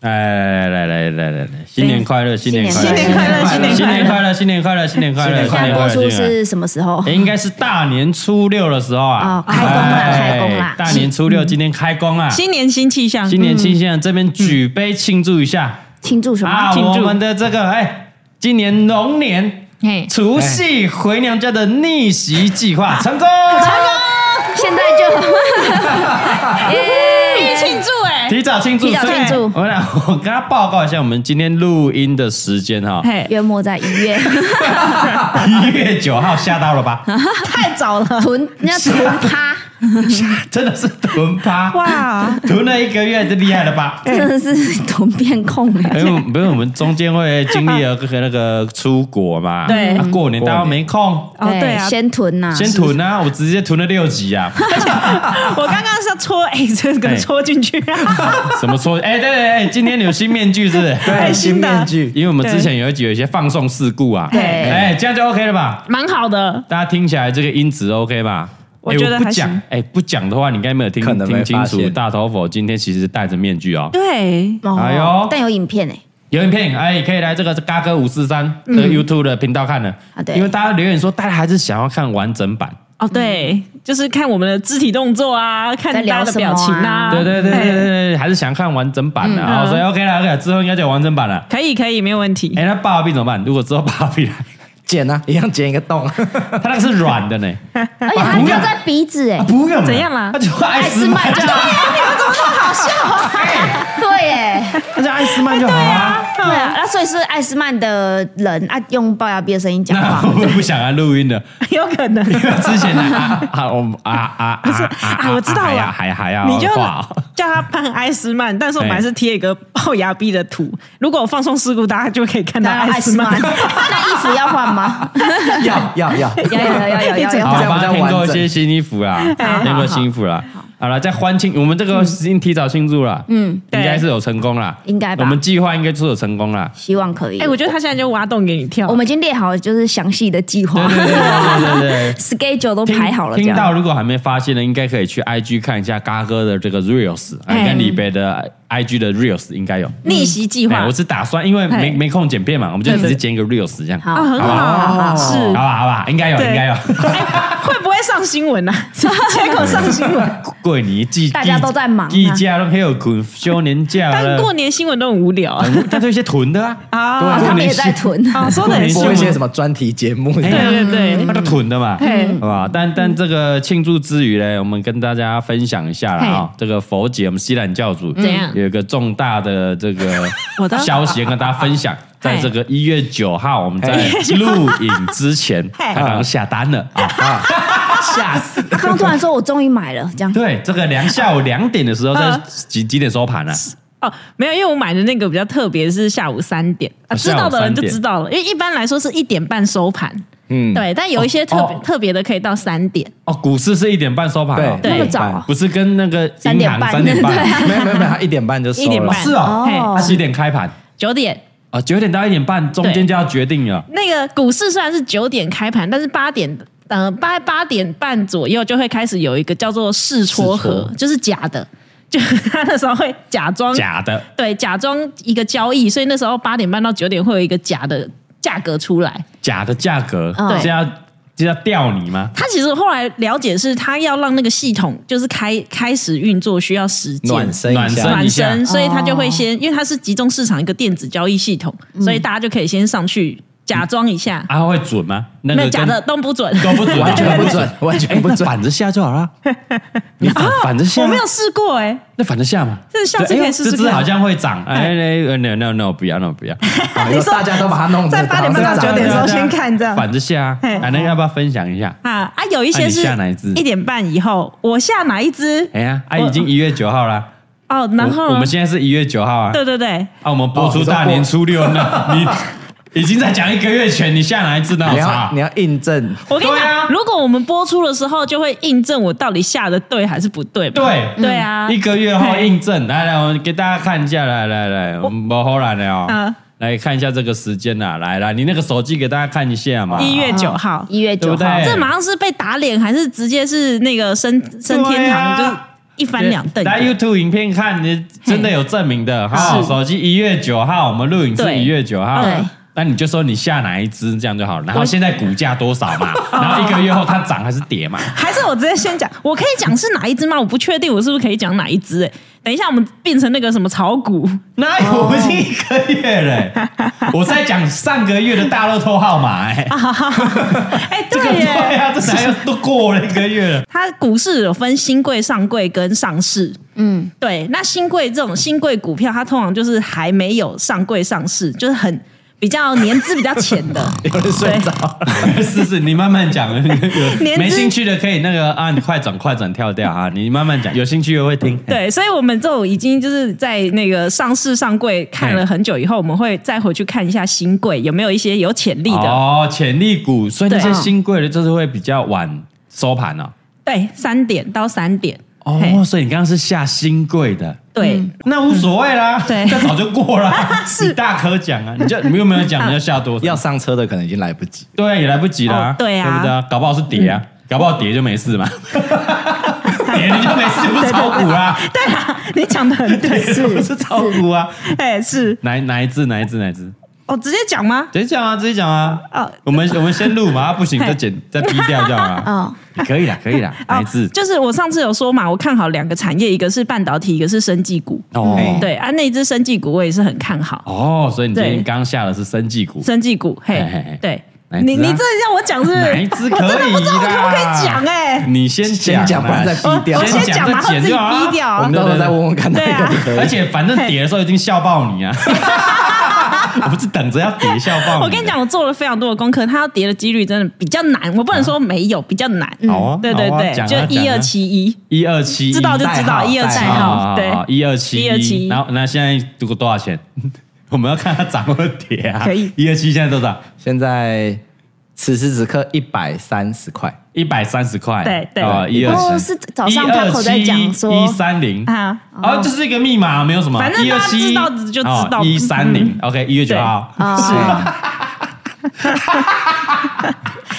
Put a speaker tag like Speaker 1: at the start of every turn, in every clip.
Speaker 1: 哎，来来来来来来，新年快乐，新年快乐，
Speaker 2: 新年快乐
Speaker 1: 新年快乐，新年快乐，新年快乐，新
Speaker 2: 现在
Speaker 1: 年
Speaker 2: 播
Speaker 1: 快乐，
Speaker 2: 出
Speaker 1: 新年快乐。
Speaker 2: 是什么时候
Speaker 1: 哎？应该是大年初六的时候啊，
Speaker 2: 哦开工啦
Speaker 1: 哎
Speaker 2: 开工啦
Speaker 1: 大年初六今天开工啊，
Speaker 3: 新年新气象，
Speaker 1: 新年新鲜人这边举杯庆祝一下
Speaker 2: 庆祝什
Speaker 1: 啊！
Speaker 2: 么？
Speaker 1: 我们的这个哎，今年龙年
Speaker 3: 嘿，
Speaker 1: 除夕回娘家的逆袭计划成功，成功，
Speaker 2: 现在 就耶！
Speaker 3: 庆祝哎，
Speaker 1: 提早庆祝，
Speaker 2: 提早庆祝
Speaker 1: 我俩我跟他报告一下，我们今天录音的时间哈，
Speaker 3: 嘿，
Speaker 2: 月末在一月
Speaker 1: 一月九号吓到了吧？
Speaker 3: 太早了，
Speaker 2: 囤，那囤趴，
Speaker 1: 真的是囤趴，
Speaker 3: 哇，
Speaker 1: 囤了一个月，这厉害了吧？
Speaker 2: 真的是囤变控哎。
Speaker 1: 因为不是我们中间会经历了那个出国嘛，
Speaker 3: 对
Speaker 1: 啊过年大家没空，
Speaker 3: 哦对啊，
Speaker 2: 哎先囤呐，
Speaker 1: 先囤啊，我直接囤了六集啊，
Speaker 3: 我刚刚是要戳， 哎，这
Speaker 1: 哎
Speaker 3: 个戳进去，啊
Speaker 1: 什么说？哎，对对对，今天有新面具是不是？
Speaker 3: 开心的
Speaker 4: 面具，
Speaker 1: 因为我们之前有一集有一些放送事故啊，
Speaker 2: 对
Speaker 1: 哎，这样就 OK 了吧？
Speaker 3: 蛮好的，
Speaker 1: 大家听起来这个音质 OK 吧？
Speaker 3: 我
Speaker 1: 哎
Speaker 3: 觉得
Speaker 1: 不
Speaker 3: 还行
Speaker 1: 讲，哎，不讲的话，你应该没有听
Speaker 4: 可能没
Speaker 1: 听清
Speaker 4: 发
Speaker 1: 楚。
Speaker 4: 现
Speaker 1: 大头佛今天其实戴着面具哦，
Speaker 3: 对，
Speaker 2: 哦
Speaker 1: 哎呦
Speaker 2: 但有影片哎，
Speaker 1: 有影片，哎，可以来这个嘎哥五四三这个 YouTube 的频道看了
Speaker 2: 啊对
Speaker 1: 因为大家留言说大家还是想要看完整版，
Speaker 3: 哦对，就是看我们的肢体动作啊，看
Speaker 2: 在聊
Speaker 3: 大家的表情
Speaker 2: 什么
Speaker 3: 啊，
Speaker 2: 啊
Speaker 1: 对对对对对
Speaker 3: 哎，
Speaker 1: 对，还是想看完整版的啊，所以 OK 了 OK 了，之后应该就有完整版了。
Speaker 3: 可以可以，没有问题
Speaker 1: 哎，，那爸爸币怎么办？如果之后爸爸币来，
Speaker 4: 剪啊，一样剪一个洞。
Speaker 1: 他那个是软的呢，
Speaker 2: 而且它
Speaker 1: 不要
Speaker 2: 掉在鼻子哎，
Speaker 1: 不用
Speaker 3: 怎样啦
Speaker 1: 他就爱斯曼就好，
Speaker 2: 对 哎，
Speaker 1: 他就爱斯曼就好啊。
Speaker 2: 对啊，那所以是艾斯曼的人啊，用龅牙逼的声音讲
Speaker 1: 那
Speaker 2: 话
Speaker 1: 我。们不想来录音的，
Speaker 3: 有可能，
Speaker 1: 因为之前啊啊我们啊啊啊
Speaker 3: 啊我知道了
Speaker 1: 还要还还要
Speaker 3: 你就
Speaker 1: 画哦
Speaker 3: 叫他扮埃斯曼，但是我们还是贴一个龅牙逼的图。如果我放松事故，大家就可以看到
Speaker 2: 当然
Speaker 3: 埃
Speaker 2: 艾
Speaker 3: 斯
Speaker 2: 斯曼，
Speaker 3: 曼。
Speaker 2: 那衣服要换吗？
Speaker 4: 要 要要，
Speaker 2: 要要要要要
Speaker 4: 这
Speaker 1: 好
Speaker 4: 样，
Speaker 1: 帮他
Speaker 4: 比较
Speaker 1: 添
Speaker 4: 完
Speaker 1: 购一
Speaker 4: 整
Speaker 1: 些新衣服啦，
Speaker 2: 哎
Speaker 1: 添购新衣服啦。好了，在欢庆，我们这个已经提早庆祝了，嗯，应
Speaker 3: 对
Speaker 1: 该是有成功啦，
Speaker 2: 嗯应该吧
Speaker 1: 我们计划应该是有成功啦。
Speaker 2: 希望可以。
Speaker 3: 哎、我觉得他现在就挖洞给你跳。
Speaker 2: 我们已经列好就是详细的计划
Speaker 1: 对对对对对对
Speaker 2: ，schedule 都
Speaker 1: 对，
Speaker 2: 排好了，这
Speaker 1: 听
Speaker 2: 样。
Speaker 1: 到如果还没发现的，应该可以去 IG 看一下嘎哥的这个 reels，哎，
Speaker 3: 哎
Speaker 1: 跟李北的 IG 的 reels 应该有。
Speaker 3: 逆袭计划
Speaker 1: 哎，我是打算，因为没
Speaker 3: 哎
Speaker 1: 没空剪片嘛，我们就直接剪一个 reels 这样。
Speaker 2: 嗯好
Speaker 3: 啊，很好，
Speaker 4: 哦
Speaker 3: 是。
Speaker 1: 好吧，好啊吧，应该有，
Speaker 3: 对
Speaker 1: 应该有。
Speaker 3: 哎会不会上新闻啊？ 结果上新闻，
Speaker 1: 过年季，
Speaker 2: 大家都在忙啊
Speaker 1: 季假都没有滚休年假
Speaker 3: 但
Speaker 1: 了。
Speaker 3: 过年新闻都很无聊 啊。
Speaker 1: 但这些囤的啊，
Speaker 3: 啊，
Speaker 2: 哦他们也在囤，
Speaker 3: 啊， 说的
Speaker 1: 过
Speaker 3: 也
Speaker 1: 年
Speaker 3: 是
Speaker 1: 新。
Speaker 4: 播
Speaker 1: 闻
Speaker 4: 一些什么专题节目。
Speaker 1: 哎
Speaker 3: 对对对
Speaker 1: 那都囤的嘛，
Speaker 3: 嘿
Speaker 2: 嗯
Speaker 1: 好吧？但但这个庆祝之余呢，我们跟大家分享一下啦
Speaker 3: 嘿嗯
Speaker 1: 啊，这个佛姐，我们西兰教主
Speaker 3: 怎样
Speaker 1: 有一个重大的这个
Speaker 3: 我的
Speaker 1: 消息要跟大家分享。在这个一月九号，我们在录影之前，
Speaker 3: 嘿
Speaker 1: 他好像下单了啊，吓死！
Speaker 2: 他刚突然说我终于买了，这样。
Speaker 1: 对，这个两下午两点的时候，在
Speaker 3: 嗯
Speaker 1: 几几点收盘呢？啊
Speaker 3: 哦，没有，因为我买的那个比较特别，是下午三点啊，知
Speaker 1: 哦下午
Speaker 3: 道的人
Speaker 1: 3
Speaker 3: 就
Speaker 1: 点
Speaker 3: 知道了，因为一般来说是一点半收盘，嗯，对，但有一些特别、
Speaker 1: 哦
Speaker 3: 特别的可以到三点，
Speaker 1: 哦，股市是一点半收盘哦，
Speaker 2: 那
Speaker 4: 对
Speaker 2: 么早啊？
Speaker 1: 不是跟那个
Speaker 2: 三
Speaker 1: 银
Speaker 2: 点
Speaker 1: 行
Speaker 2: 半
Speaker 1: 三点 半，
Speaker 4: 没有没有没有，他一点半就
Speaker 3: 一
Speaker 4: 收
Speaker 3: 点
Speaker 4: 了
Speaker 3: 半。
Speaker 1: 是哦，
Speaker 3: 嘿
Speaker 1: 它几点开盘？
Speaker 3: 九点。
Speaker 1: 啊，九点到一点半中间就要决定了。
Speaker 3: 那个股市虽然是九点开盘，但是八点。呃，八八点半左右就会开始有一个叫做试撮合
Speaker 4: 试，撮
Speaker 3: 就是假的，就 他那时候会假装
Speaker 1: 假的，
Speaker 3: 对假装一个交易，所以那时候八点半到九点会有一个假的价格出来。
Speaker 1: 假的价格
Speaker 2: 嗯
Speaker 1: 是要是要吊你吗？
Speaker 3: 他其实后来了解是，他要让那个系统就是开开始运作需要时间
Speaker 4: 暖身一
Speaker 1: 暖
Speaker 4: 下，
Speaker 1: 身一
Speaker 3: 暖
Speaker 1: 下
Speaker 3: 身，所以他就会
Speaker 2: 哦
Speaker 3: 先，因为它是集中市场一个电子交易系统，所以大家就可以先上去假装一下，
Speaker 1: 啊，会准吗？那
Speaker 3: 那
Speaker 1: 个
Speaker 3: 假
Speaker 1: 跟
Speaker 3: 的都不准，
Speaker 1: 都不准，
Speaker 4: 完全不 准，完
Speaker 1: 哎，
Speaker 4: 全不
Speaker 1: 那
Speaker 4: 准。
Speaker 1: 反着下就好了。你反反着下，
Speaker 3: 我没有试过哎、
Speaker 1: 那反着下嘛。
Speaker 3: 这下次可以试试
Speaker 1: 这
Speaker 3: 看
Speaker 1: 只好像会涨。哎哎，no no no，不要 no 不要。
Speaker 4: 好以后大家都把它弄
Speaker 3: 哎在
Speaker 4: 得
Speaker 3: 八点半到
Speaker 4: 好像
Speaker 3: 九点的时候
Speaker 1: 对啊对啊
Speaker 3: 先看这样
Speaker 1: 反着下啊，
Speaker 3: 嘿
Speaker 1: 啊，那个要不要分享一下？
Speaker 3: 啊啊，有一些
Speaker 1: 啊你
Speaker 3: 是
Speaker 1: 下哪一只
Speaker 3: 一点半以后，我下哪一只？
Speaker 1: 哎呀，啊，
Speaker 3: 我
Speaker 1: 已经一月九号了，
Speaker 3: 哦，然后
Speaker 1: 我我们现在是一月九号啊，
Speaker 3: 对对对，
Speaker 1: 啊，我们播出大年初六那，你已经在讲一个月前，你向来知道
Speaker 4: 啊你
Speaker 1: 差
Speaker 4: 要你。要印证，
Speaker 3: 我跟你
Speaker 1: 对
Speaker 3: 讲，
Speaker 1: 啊
Speaker 3: 如果我们播出的时候，就会印证我到底下的对还是不对嘛。
Speaker 1: 对嗯
Speaker 3: 对啊，
Speaker 1: 一个月后
Speaker 3: 嘿
Speaker 1: 印证，来来，我们给大家看一下，来来来，我们不后来了哦
Speaker 3: 嗯，
Speaker 1: 来看一下这个时间呐，来来，你那个手机给大家看一下嘛，
Speaker 3: 一月九号，
Speaker 2: 一月
Speaker 1: 对
Speaker 2: 九
Speaker 1: 不
Speaker 2: 号，
Speaker 1: 对？
Speaker 3: 这马上是被打脸，还是直接是那个升升天
Speaker 1: 对
Speaker 3: 堂，
Speaker 1: 啊
Speaker 3: 就是一翻两瞪眼？
Speaker 1: 来 YouTube 影片看，你真的有证明的哈。
Speaker 3: 是
Speaker 1: 手机一月九号，我们录影是
Speaker 3: 对
Speaker 1: 一月九号
Speaker 2: 对。
Speaker 1: 那你就说你下哪一支这样就好了，然后现在股价多少 嘛，然后一个月后它涨还是跌嘛？
Speaker 3: 还是我直接先讲，我可以讲是哪一只吗？我不确定我是不是可以讲哪一只、欸。等一下我们变成那个什么 炒股，
Speaker 1: 那有不是一个月 嘞、我在讲上个月的大乐透号码哎、
Speaker 3: 哎、
Speaker 1: 这个
Speaker 3: 啊对耶，
Speaker 1: 对啊，这 哪有都过了一个月了。
Speaker 3: 它股市有分新贵、上柜跟上市。
Speaker 2: 嗯，
Speaker 3: 对，那新贵这种新贵股票，它通常就是还没有上柜上市，就是很比较年资比较浅的。
Speaker 4: 有人睡着了，
Speaker 1: 是是，你慢慢讲，有
Speaker 3: 年资
Speaker 1: 没兴趣的可以那个啊，你快转快转跳掉啊，你慢慢讲，有兴趣的会听。
Speaker 3: 对，所以我们这种已经就是在那个上市上柜看了很久以后，我们会再回去看一下新柜有没有一些有潜力的。
Speaker 1: 哦，潜力股，所以那
Speaker 3: 对
Speaker 1: 些新贵的就是会比较晚收盘哦。
Speaker 3: 对，三点到三点。嘿
Speaker 1: 哦，所以你刚刚是下新贵的，
Speaker 3: 对，
Speaker 1: 那无所谓啦，
Speaker 3: 对
Speaker 1: 这早就过啦。
Speaker 3: 是
Speaker 1: 你大可讲啊，你就你有没有讲你要下 多少？
Speaker 4: 要上车的可能已经来不及。
Speaker 1: 对啊，也来不及啦、
Speaker 3: 哦对啊嗯
Speaker 1: 对不对啊？搞不好是跌啊，搞不好跌就没事 嘛，跌你就没事，不是炒股 啊，
Speaker 3: 对啦，你讲的很 对，
Speaker 1: 跌不是炒股啊，
Speaker 3: 哎，是
Speaker 1: 哪哪一只哪一只哪一只？
Speaker 3: 哦，直接讲吗？
Speaker 1: 直接讲啊，直接讲啊。
Speaker 3: 哦
Speaker 1: 我们我们先 录嘛，啊不行
Speaker 3: 嘿哦
Speaker 1: 再剪再逼掉就好 了。
Speaker 2: 哦，
Speaker 1: 可以啦，可以啦，哪一只？
Speaker 3: 啊就是我上次有说嘛，我看好两个产业，一个是半导体，一个是生技股。
Speaker 1: 哦
Speaker 4: 哎
Speaker 3: 对啊，那一只生技股我也是很看好，
Speaker 1: 哦，所以你今天
Speaker 3: 对
Speaker 1: 刚下的是生技股，
Speaker 3: 生技股，嘿
Speaker 1: 嘿嘿嘿，
Speaker 3: 对，
Speaker 1: 哪一只啊
Speaker 3: 你你这让我讲是不
Speaker 1: 哪一
Speaker 3: 是？
Speaker 1: 只
Speaker 3: 我
Speaker 1: 可以
Speaker 3: 真的不知道我可不可以讲哎。
Speaker 1: 你先
Speaker 4: 先讲
Speaker 1: 啊
Speaker 4: 不然再逼掉
Speaker 3: 我先讲
Speaker 1: 再
Speaker 3: 然后
Speaker 1: 剪
Speaker 3: 自己
Speaker 1: 就好啊
Speaker 3: 逼掉啊
Speaker 4: 我们到时候再问问看哪一个可以。
Speaker 1: 而且反正跌的时候已经笑爆你 啊！我不是等着要跌笑爆你。啊
Speaker 3: 我跟你讲，，我做了非常多的功课，它要跌的几率真的比较难，我不能
Speaker 1: 啊
Speaker 3: 说没有，比较难。
Speaker 1: 好啊，
Speaker 3: 对对
Speaker 1: 好啊
Speaker 3: 对，
Speaker 1: 讲啊
Speaker 3: 就
Speaker 1: 讲
Speaker 3: 一
Speaker 1: 啊
Speaker 3: 二七一，
Speaker 1: 一二七，
Speaker 3: 知道就知
Speaker 4: 代
Speaker 3: 道
Speaker 4: 号
Speaker 3: 一二七
Speaker 4: 代
Speaker 3: 号，哦对，
Speaker 1: 啊一二七
Speaker 3: 1271
Speaker 1: 然后那现在如果多少钱？ 我们要看它涨或跌啊。
Speaker 3: 可以
Speaker 1: 一二七现在多少？
Speaker 4: 现在此时此刻一百三十块，
Speaker 1: 一百三十块。
Speaker 3: 对对
Speaker 1: 一二
Speaker 2: 哦，
Speaker 1: 七
Speaker 2: 是早上他口在讲
Speaker 1: 一
Speaker 2: 说，
Speaker 1: 三零
Speaker 3: 啊，
Speaker 1: 啊，这是一个密码，没有什么，
Speaker 3: 反正大家知道就知道
Speaker 1: 哦
Speaker 3: 嗯啊
Speaker 1: 一三零，OK，一月九号，
Speaker 2: 哦，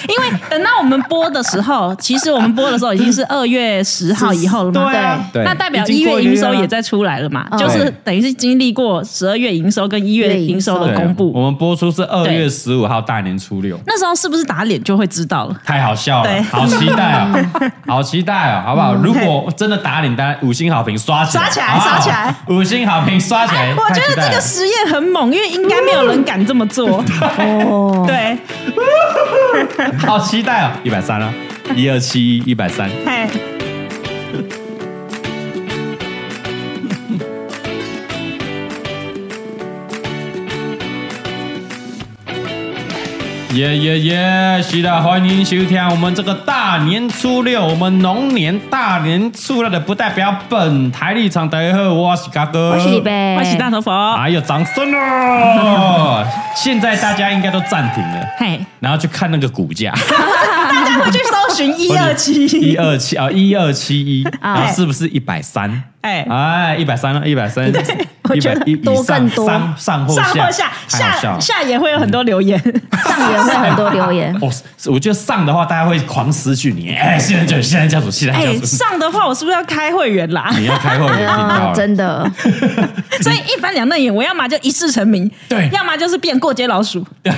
Speaker 3: 因为等到我们播的时候，其实我们播的时候已经是二月十号以后了嘛，
Speaker 1: 对啊
Speaker 4: 对
Speaker 3: 那代表
Speaker 1: 已
Speaker 3: 一
Speaker 1: 经过
Speaker 3: 月
Speaker 1: 一个
Speaker 3: 营
Speaker 1: 月
Speaker 3: 收
Speaker 1: 了
Speaker 3: 也在出来了嘛，
Speaker 2: 嗯
Speaker 3: 就是等于是经历过十二月营收跟一月营收的
Speaker 1: 对
Speaker 3: 公
Speaker 1: 我
Speaker 3: 布，
Speaker 1: 们播出是二月十五号大年初六，
Speaker 3: 那时候是不是打脸就会知道了？
Speaker 1: 太好笑了
Speaker 3: 对，嗯
Speaker 1: 好期待啊， 好期待啊，好不好？如果真的打脸，当然五星好评刷起来，
Speaker 3: 刷起来
Speaker 1: 好不好
Speaker 3: 刷起来，哎
Speaker 1: 五星好评刷起来。
Speaker 3: 我
Speaker 1: 太
Speaker 3: 觉得
Speaker 1: 期待
Speaker 3: 这个
Speaker 1: 了
Speaker 3: 实验很猛，因为应该没有人敢这么做。
Speaker 2: 哦，
Speaker 3: 对，
Speaker 1: 好期待哦，一百三了，一二七一百三，
Speaker 3: 嘿，
Speaker 1: 耶耶耶！是的，欢迎收听我们这个大年初六，我们龙年大年初六的，不代表本台立场。大家好，我是嘎哥，
Speaker 2: 我是李。贝，
Speaker 3: 欢喜大头佛，
Speaker 1: 哎呦，掌声哦！现在大家应该都暂停了，
Speaker 3: 嘿，
Speaker 1: 然后去看那个股价。
Speaker 3: 大家会去搜寻一二
Speaker 1: 一
Speaker 3: 七，
Speaker 1: 二七啊，一二七一，
Speaker 2: 啊
Speaker 1: 然后是不是一百三？
Speaker 3: 哎
Speaker 1: 哎，一百三了，一百三，
Speaker 3: 我
Speaker 1: 一
Speaker 3: 觉
Speaker 1: 百
Speaker 3: 得
Speaker 1: 一
Speaker 2: 多
Speaker 1: 以上
Speaker 2: 更多
Speaker 1: 上上或
Speaker 3: 上或下
Speaker 1: 下，太好笑嗯
Speaker 3: 下
Speaker 1: 了
Speaker 3: 下也会有很多留言。
Speaker 2: 上也会很多 留言，
Speaker 1: 哦，是我觉得上的话，大家会狂失去你。哎，现在就现在家属，现在
Speaker 3: 哎，
Speaker 1: 家属，
Speaker 3: 上的话我是不是要开会 员啦？
Speaker 1: 你要开会你听到
Speaker 3: 哎
Speaker 2: 啊，
Speaker 1: 了，
Speaker 2: 真的，
Speaker 3: 所以一翻两瞪眼，我要么就一世成名，
Speaker 1: 对
Speaker 3: 要么就是变过街老鼠，
Speaker 1: 对，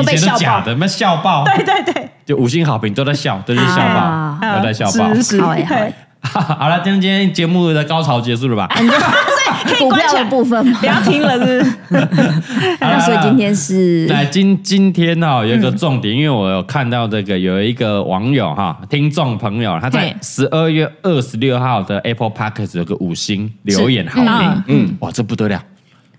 Speaker 1: 以前都假的，那笑爆，
Speaker 3: 对对对，
Speaker 1: 就五星好评都在笑，都在笑
Speaker 2: 啊
Speaker 1: 爆，都在笑爆。
Speaker 3: 是是，
Speaker 2: 好欸好欸
Speaker 3: 嘿
Speaker 1: 好了，今天今天节目的高潮结束了吧？
Speaker 3: 哎 可以
Speaker 2: 股
Speaker 3: 关
Speaker 2: 票
Speaker 3: 起 来
Speaker 2: 的部分嘛
Speaker 3: 不，要听了，是 不是？
Speaker 1: 好啦
Speaker 2: 那所以今天是
Speaker 1: 来今今天哈、有一个重点，因为我有看到这个有一个网友哈、听众朋友，他在
Speaker 3: 嘿
Speaker 1: 十二月二十六号的 Apple Podcast 有个五星留言好评，嗯，哇，这不得了。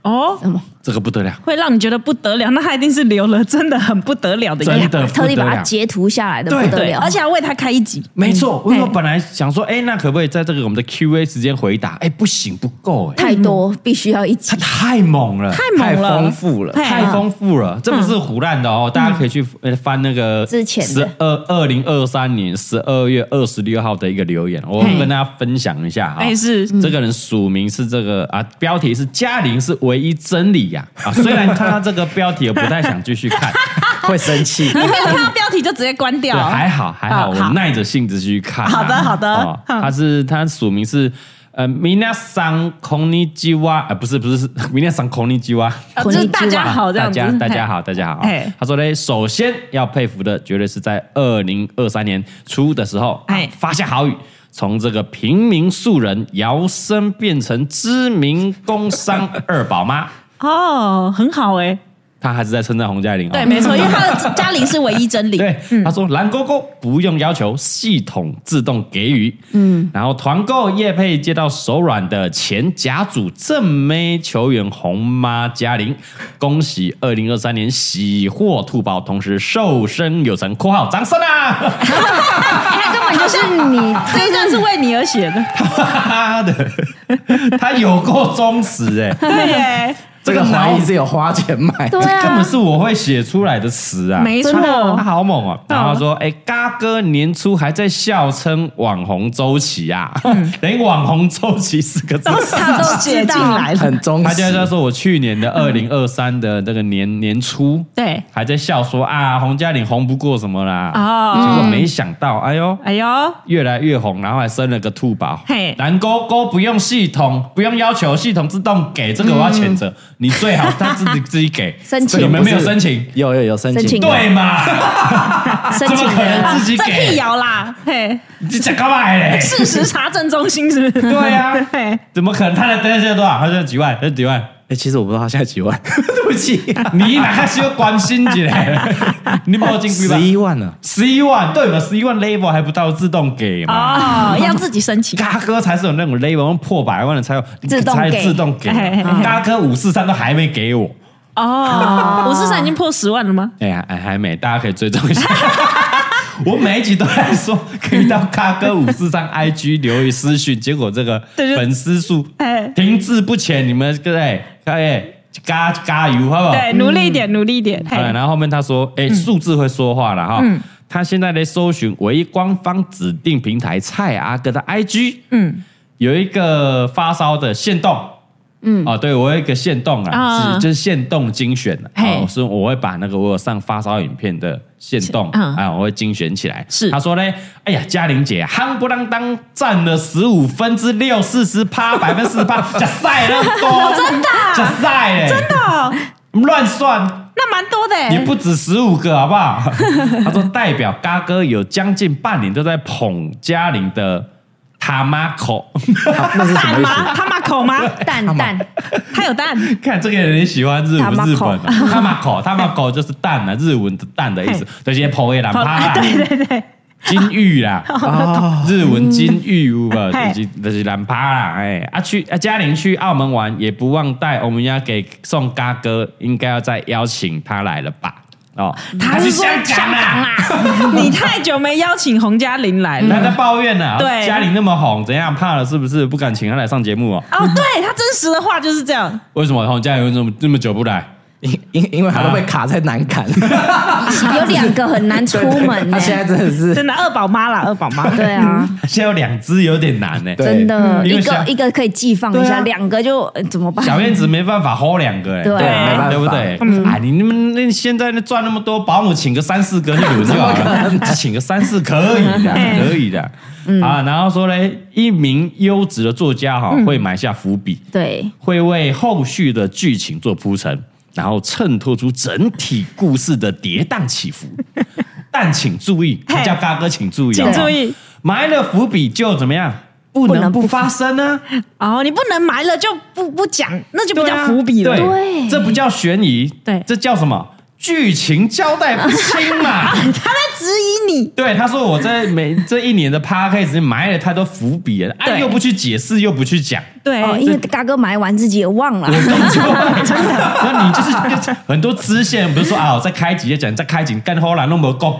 Speaker 3: 哦，
Speaker 2: 什么？
Speaker 1: 这个不得了，
Speaker 3: 会让你觉得不得了，那他一定是留了真的很不得了的
Speaker 1: 真
Speaker 3: 样子。
Speaker 1: 的不
Speaker 2: 哎特
Speaker 1: 得
Speaker 2: 地把它
Speaker 1: 了。
Speaker 2: 截图下来的，
Speaker 1: 对
Speaker 2: 不得
Speaker 3: 对，
Speaker 2: 了。
Speaker 3: 而且要为他开 一集，
Speaker 1: 没错，
Speaker 3: 嗯
Speaker 1: 因为我本来想说，哎，那可不可以在这个我们的 Q&A 时间回答？哎，不行，不够，哎，
Speaker 2: 太多，必须要一
Speaker 1: 它
Speaker 2: 起。
Speaker 1: 哎太猛了，
Speaker 3: 太猛了，
Speaker 4: 太丰富了
Speaker 3: 嘿嗯
Speaker 1: 太丰富了，这不是胡乱的哦，大家可以去呃翻那个
Speaker 2: 之前
Speaker 1: 十
Speaker 2: 的
Speaker 1: 二二零二三年十二月二十六号的一个留言，我
Speaker 3: 嘿
Speaker 1: 跟大家分享一下啊。
Speaker 3: 哎是
Speaker 1: 这个人署名是这个啊，标题是嘉玲是唯一真理呀啊。虽然看到这个标题，我不太想继续 看，
Speaker 4: 会生气。
Speaker 3: 你没有看到标题就直接关掉，
Speaker 1: 对，还好还好，
Speaker 3: 哦
Speaker 1: 我
Speaker 3: 好
Speaker 1: 耐着性子继续看啊。
Speaker 3: 好的好的
Speaker 1: 哦
Speaker 3: 嗯
Speaker 1: 他是他署名是。呃，米娜桑孔尼基哇，呃，不是不是， 是米娜桑孔尼基哇，
Speaker 3: 呃就是大家
Speaker 1: 啊
Speaker 3: 好这样子，
Speaker 1: 大家大家好，大家好哦
Speaker 3: 嘿。
Speaker 1: 他说嘞，首先要佩服的，绝对是在二零二三年初的时候，啊
Speaker 3: 哎
Speaker 1: 发下好雨。从这个平民素人摇身变成知名工商二宝妈，
Speaker 3: 嘿哦，很好哎，
Speaker 1: 他还是在称赞洪嘉玲啊、
Speaker 3: 对，没错，因为他的嘉玲是唯一真理，
Speaker 1: 对，他说蓝勾勾不用要求，系统自动给予。嗯，然后团购业配接到手软的前甲组正妹球员红妈嘉玲，恭喜二零二三年喜获兔宝，同时瘦身有成（括 号掌声啊
Speaker 2: 他根本就是你，
Speaker 3: 这一段是为你而写的，）
Speaker 1: 他的，他有够忠实哎、
Speaker 3: 对哎，
Speaker 4: 这个怀疑是有花钱买的
Speaker 2: 对，
Speaker 1: 这根本
Speaker 2: 啊，
Speaker 1: 是我会写出来的词啊，
Speaker 3: 没错
Speaker 2: 真的
Speaker 1: 他好猛哦！
Speaker 2: 嗯
Speaker 1: 然后他说：“哎、嘎哥年初还在笑称网红周期啊， 连网红周期四个字，
Speaker 2: 他嗯都
Speaker 3: 写
Speaker 2: 知
Speaker 3: 进
Speaker 2: 道。
Speaker 3: 来了，
Speaker 4: 很忠
Speaker 1: 他就在
Speaker 4: 实。
Speaker 1: 说我去年的
Speaker 2: 嗯
Speaker 1: 二零二三的那个年年初，
Speaker 3: 对，
Speaker 1: 还在笑说啊，洪嘉玲红不过什么啦，
Speaker 3: 哦
Speaker 1: 结果没想到，哎呦。”
Speaker 3: 哎呦，
Speaker 1: 越来越红，然后还生了个兔宝
Speaker 3: 嘿。
Speaker 1: 蓝勾勾不用系统，不用要求，系统自动给，这个我要谴责。你最好他自己自己给
Speaker 2: 嗯 申请
Speaker 1: 你们没有
Speaker 4: 不是
Speaker 1: 申请，
Speaker 4: 有有有申
Speaker 2: 申请
Speaker 4: 请，
Speaker 1: 对嘛？
Speaker 2: 申
Speaker 1: 怎么
Speaker 2: 请
Speaker 1: 可
Speaker 2: 的
Speaker 1: 能自己
Speaker 3: 啊这辟
Speaker 1: 给？
Speaker 3: 谣啦，嘿，
Speaker 1: 你讲干嘛 嘞？
Speaker 3: 事实查证中心是不是？
Speaker 1: 对啊
Speaker 3: 嘿，
Speaker 1: 怎么可能？他的单现在多少？他现在几万？他几万？
Speaker 4: 哎，其实我不知道他现在几万，对不起，
Speaker 1: 你哪开始要关心起来？你没有进规吧
Speaker 4: 十？一万了。
Speaker 1: 十一万，对嘛？十一万 level 还不到自动给嘛？
Speaker 3: 哦，要自己申请，
Speaker 1: 啊嘎哥才是有那种 level 破百万的才有
Speaker 2: 自动
Speaker 1: 才
Speaker 2: 给
Speaker 1: 自动给
Speaker 3: 嘿嘿。嘿
Speaker 1: 嘎哥五四三都还没给我，
Speaker 3: 哦，五十三已经破十万了吗？
Speaker 1: 哎呀，哎还没，大家可以追踪一下。 我每一集都在说可以到嘎哥五四三 IG 留一私讯，结果这个
Speaker 3: 对就
Speaker 1: 粉丝数
Speaker 3: 哎
Speaker 1: 停滞不前，你们各位各位加加油好不好？
Speaker 3: 对，努力一点，努力一点，嘿
Speaker 1: 哎，然后后面他说，哎，
Speaker 3: 嗯
Speaker 1: 数字会说话了哈。他现在在搜寻唯一官方指定平台蔡阿哥的 IG，
Speaker 3: 嗯。
Speaker 1: 有一个发烧的限动。嗯，哦，对，我有一个限动啊，
Speaker 3: 啊
Speaker 1: 是就是限动精选的，
Speaker 3: 嘿
Speaker 1: 哦，是我会把那个我有上发烧影片的限动
Speaker 3: 嗯
Speaker 1: 啊，我会精选起来。
Speaker 3: 是
Speaker 1: 他说嘞，哎呀，嘉玲姐夯不啷当占了十五分之六，四十趴， 百分之四十趴，假赛 那么多，真的，假赛嘞，真的，
Speaker 3: 啊哦，
Speaker 1: 乱算，
Speaker 3: 那蛮多的
Speaker 1: 也
Speaker 3: 哎，
Speaker 1: 不止十五个，好不好？ 他说代表嘎哥有将近半年都在捧嘉玲的塔马口，
Speaker 4: 那是什
Speaker 3: 蛋
Speaker 4: 么意思？
Speaker 3: 吗？他妈口吗？
Speaker 2: 蛋蛋，
Speaker 3: 他 有蛋，
Speaker 1: 看这个人也喜欢日文日本的塔马口，塔马口就是蛋啊，日文的蛋的意思，这些捧也难趴啦，
Speaker 3: 哦对对对，
Speaker 1: 金玉啦，
Speaker 4: 哦
Speaker 1: 日文金玉有吧，
Speaker 3: 嘿
Speaker 1: 就是就是难趴啦，哎啊去啊嘉玲去澳门玩也不忘带我们要给送嘎哥，应该要再邀请他来了吧？哦，他去香港啦。
Speaker 3: 啊 你太久没邀请洪嘉玲来
Speaker 4: 嗯
Speaker 1: 他在
Speaker 3: 了。
Speaker 1: 抱怨呢、
Speaker 3: 对
Speaker 1: 嘉玲那么红，怎样怕了是不是？不敢请她来上节目哦？
Speaker 3: 哦，对他真实的话就是这样，
Speaker 1: 为什么红嘉玲为什么这么久不来？
Speaker 4: 因因因为他都被卡在南坎，
Speaker 2: 有两个很难出门呢
Speaker 4: 他。现在真的是
Speaker 3: 真的二宝妈啦，二宝妈。
Speaker 2: 对啊，
Speaker 1: 现在有两只有点难呢、
Speaker 4: 对
Speaker 2: 真的，
Speaker 1: 嗯因为
Speaker 2: 一
Speaker 1: 想
Speaker 2: 个一个可以寄放一
Speaker 1: 对啊
Speaker 2: 下，两个就呃怎么办？
Speaker 1: 小燕子没办法 hold 两个哎、
Speaker 2: 对啊
Speaker 4: 没办法嗯
Speaker 1: 对不对？啊，你那么那现在那赚那么多，保姆请个三四个那轮就好了， 请个三四可以的，
Speaker 4: 嗯
Speaker 1: 可以的。啊，然后说嘞，一名优质的作家哈、
Speaker 4: 嗯
Speaker 1: 会埋下伏笔，
Speaker 2: 对，
Speaker 1: 会为后续的剧情做铺陈，然后衬托出整体故事的跌宕起 伏。但请注意，
Speaker 3: 嘿
Speaker 1: 他叫嘎哥，请注意，
Speaker 3: 请
Speaker 1: 好不好
Speaker 3: 注意
Speaker 1: 埋了伏笔就怎么样，不
Speaker 2: 不
Speaker 1: 能
Speaker 2: 能
Speaker 1: 不
Speaker 2: 不
Speaker 1: 发生啊！
Speaker 3: 哦，你不能埋了就不不讲，那就
Speaker 1: 对
Speaker 3: 不
Speaker 1: 啊
Speaker 3: 叫伏笔了。
Speaker 1: 对
Speaker 2: 对
Speaker 1: 这不叫悬疑，
Speaker 3: 对
Speaker 1: 这叫什么？剧情交代不清嘛。
Speaker 2: 质疑你，
Speaker 1: 对，他说我在每这一年的 p a r k 埋了太多伏笔了，啊，
Speaker 3: 对
Speaker 1: 又不去解释，又不去讲，
Speaker 3: 对，
Speaker 2: 哦，因为嘎哥买完自己也忘了，
Speaker 1: 真的，那你就是就是很多支线，不是说啊，我再开几页讲，再开几干后来弄不够，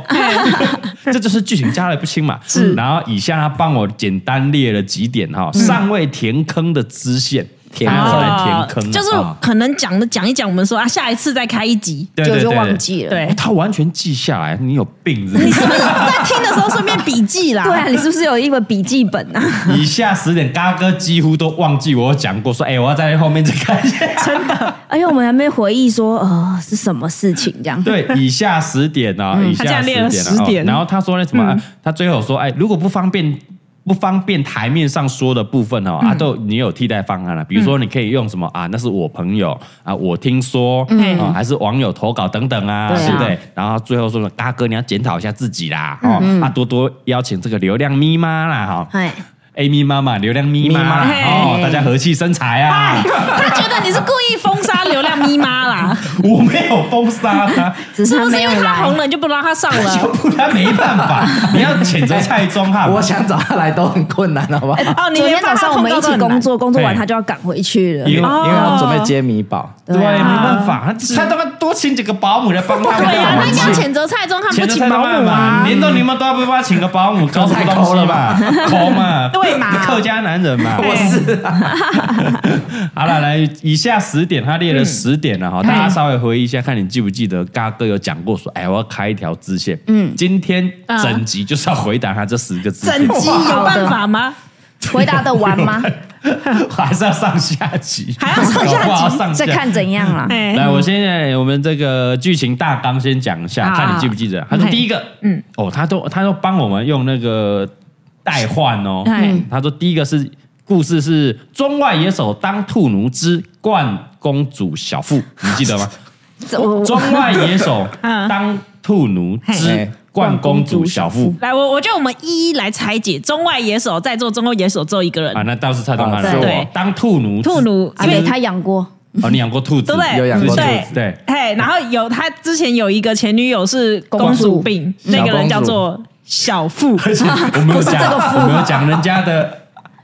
Speaker 1: 这就是剧情加的不清嘛。是，然后以下他帮我简单列了几点哈，尚未填坑的支线，
Speaker 4: 填
Speaker 1: 大家
Speaker 4: 坑
Speaker 1: 是来
Speaker 3: 哦
Speaker 1: 填坑的，
Speaker 3: 就是
Speaker 1: 啊
Speaker 3: 可能讲的讲一讲，我们说啊，下一次再开一集。
Speaker 1: 对
Speaker 2: 就
Speaker 1: 对
Speaker 2: 就
Speaker 1: 对
Speaker 2: 忘记了。
Speaker 3: 对
Speaker 1: 哦他完全记下来，你有病是不
Speaker 3: 你
Speaker 1: 是？
Speaker 3: 是不是在听的时候顺便笔记啦？
Speaker 2: 对啊，你是不是有一本笔记本 啊？
Speaker 1: 以下十点，嘎哥几乎都忘记我有讲过，说哎、我要在后面再看一下。
Speaker 2: 而哎且我们还没回忆说，呃，是什么事情这 样。
Speaker 1: 对，以下十点啊，以下
Speaker 3: 他
Speaker 1: 十
Speaker 3: 竟
Speaker 1: 点
Speaker 3: 然列了
Speaker 1: 啊
Speaker 3: 10点
Speaker 1: 哦然后他说那什么，他最后说，哎，如果不方便。不方便台面上说的部分哦，啊，都你有替代方案了，比如说你可以用什么啊？那是我朋友啊，我听说
Speaker 3: 嗯
Speaker 1: 啊，还是网友投稿等等啊，
Speaker 2: 对啊
Speaker 1: 对不对？然后最后说了，大哥你要检讨一下自己啦，哦，啊，多多邀请这个流量咪妈啦，哈
Speaker 2: 哎，
Speaker 1: ，Amy 妈妈，流量咪妈啦
Speaker 4: 咪
Speaker 3: 妈
Speaker 1: 哦，
Speaker 2: 嘿
Speaker 1: 大家和气生财啊，
Speaker 3: 他觉得你是故意封杀流量咪妈啦，
Speaker 1: 我没有封杀他。
Speaker 2: 只是
Speaker 3: 是
Speaker 2: 他
Speaker 3: 不是
Speaker 2: 没有
Speaker 3: 因为他
Speaker 2: 来
Speaker 3: 红。了你就不让他上
Speaker 1: 要
Speaker 3: 了？
Speaker 1: 不然没办法，你要谴责蔡宗翰嘛。
Speaker 4: 我想找他来都很困难，好不好？
Speaker 3: 哦，你
Speaker 2: 昨
Speaker 3: 连
Speaker 2: 天早上我们一起工作，工作完
Speaker 1: 嘿
Speaker 2: 他就要赶回去了
Speaker 4: 因。为因为
Speaker 3: 哦
Speaker 4: 要准备接米宝，
Speaker 1: 对，啊没办法，蔡宗翰多请几个保姆来帮他
Speaker 3: 啊对啊，那
Speaker 1: 们
Speaker 3: 你要谴责蔡宗翰不请保姆啊？
Speaker 1: 年终你们都要不帮他请个保姆，搞什么东 西嘛？ 抠嘛，
Speaker 3: 对嘛
Speaker 1: 客家男人嘛。
Speaker 3: 我是
Speaker 1: 好了，来以下十点，他列
Speaker 3: 嗯
Speaker 1: 了十点啊了哈，大家稍微回忆一下，看你记不记得，嘎哥有讲过说，哎，我要开一条支线。嗯，今天整集就是要回答他这十个支线
Speaker 3: 啊整，集有办法吗？
Speaker 2: 回答的完吗？
Speaker 1: 还是要上下集，
Speaker 3: 还要上下集
Speaker 1: 搞不好 上下
Speaker 2: 再看怎样啦。
Speaker 3: 哎，
Speaker 1: 来，我现在我们这个剧情大纲先讲一下，
Speaker 3: 好
Speaker 1: 看你记不记得。他说
Speaker 3: 嘿
Speaker 1: 第一个，嗯
Speaker 3: 嗯，
Speaker 1: 哦，他都他都帮我们用那个代换哦
Speaker 3: 嘿。
Speaker 1: 他说第一个是故事是中外野手当兔奴之冠公主小腹，你记得吗？
Speaker 2: 这我我
Speaker 1: 中外野手
Speaker 3: 嗯
Speaker 1: 当兔奴之
Speaker 4: 嘿
Speaker 1: 冠公主小腹
Speaker 3: 来，我我觉得我们一一来拆解中外野手，在座中外野手只有一个人
Speaker 1: 啊，，那倒是蔡东汉
Speaker 4: 啊
Speaker 2: 是
Speaker 1: 了
Speaker 3: 我。
Speaker 1: 当兔奴之，
Speaker 3: 兔奴，
Speaker 2: 啊，对他养过，
Speaker 1: 哦，你养过兔子，
Speaker 3: 对不对？
Speaker 4: 有养过
Speaker 1: 兔
Speaker 3: 对
Speaker 1: 子，对。
Speaker 3: 嘿，然后有他之前有一个前女友是公
Speaker 2: 公主
Speaker 3: 主病，那个人叫做小 富。
Speaker 1: 而且我没有
Speaker 2: 不是这个
Speaker 1: 讲，
Speaker 2: 腹
Speaker 1: 我没有讲人家的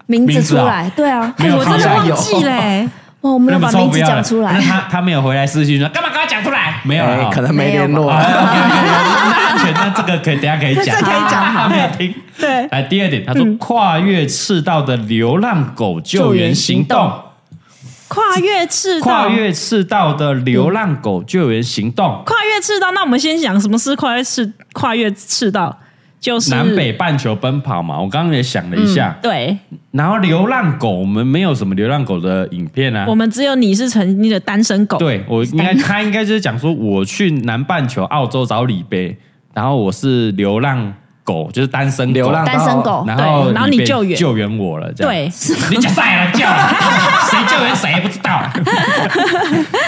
Speaker 2: 名
Speaker 1: 名
Speaker 2: 字
Speaker 1: 字
Speaker 2: 出
Speaker 1: 啊
Speaker 2: 来，对啊，
Speaker 1: 没
Speaker 3: 哎，
Speaker 1: 有
Speaker 3: 我真的忘记嘞、
Speaker 2: 哇，我没
Speaker 1: 那
Speaker 2: 有
Speaker 1: 么
Speaker 2: 把
Speaker 1: 臭
Speaker 2: 名
Speaker 1: 不
Speaker 2: 字
Speaker 1: 要了
Speaker 2: 讲出
Speaker 1: 那
Speaker 2: 来，
Speaker 1: 他他没有回来私讯说干嘛赶快讲出来？没有了
Speaker 4: 哎
Speaker 1: 哦，
Speaker 4: 可能没联络
Speaker 1: 啊。OK，OK，OK，那安全，那这个 可以等一下可以讲，
Speaker 3: 这可以讲
Speaker 1: 他没有听。
Speaker 3: 对
Speaker 1: 来第二点，他说跨越赤道的流浪狗救援行
Speaker 2: 救援
Speaker 1: 动，
Speaker 3: 跨越赤道，
Speaker 1: 跨越赤道的流浪狗救援行动，
Speaker 3: 跨越赤道。那我们先讲什么是跨越赤跨越赤道，就是
Speaker 1: 南北半球奔跑嘛。我刚刚也想了一下，
Speaker 3: 对，
Speaker 1: 然后流浪狗，我们没有什么流浪狗的影片啊
Speaker 3: 我。们只有你是曾经的单身狗，
Speaker 1: 对我应该，他应该就是讲说，我去南半球澳洲找李贝，然后我是流浪狗，就是单身狗
Speaker 4: 流浪
Speaker 2: 单身狗
Speaker 1: 然后
Speaker 3: 对然后
Speaker 1: 李
Speaker 3: 你
Speaker 1: 贝
Speaker 3: 救援
Speaker 1: 救援我了，这样
Speaker 3: 对，
Speaker 1: 你就晒了叫了，谁救援谁不知道。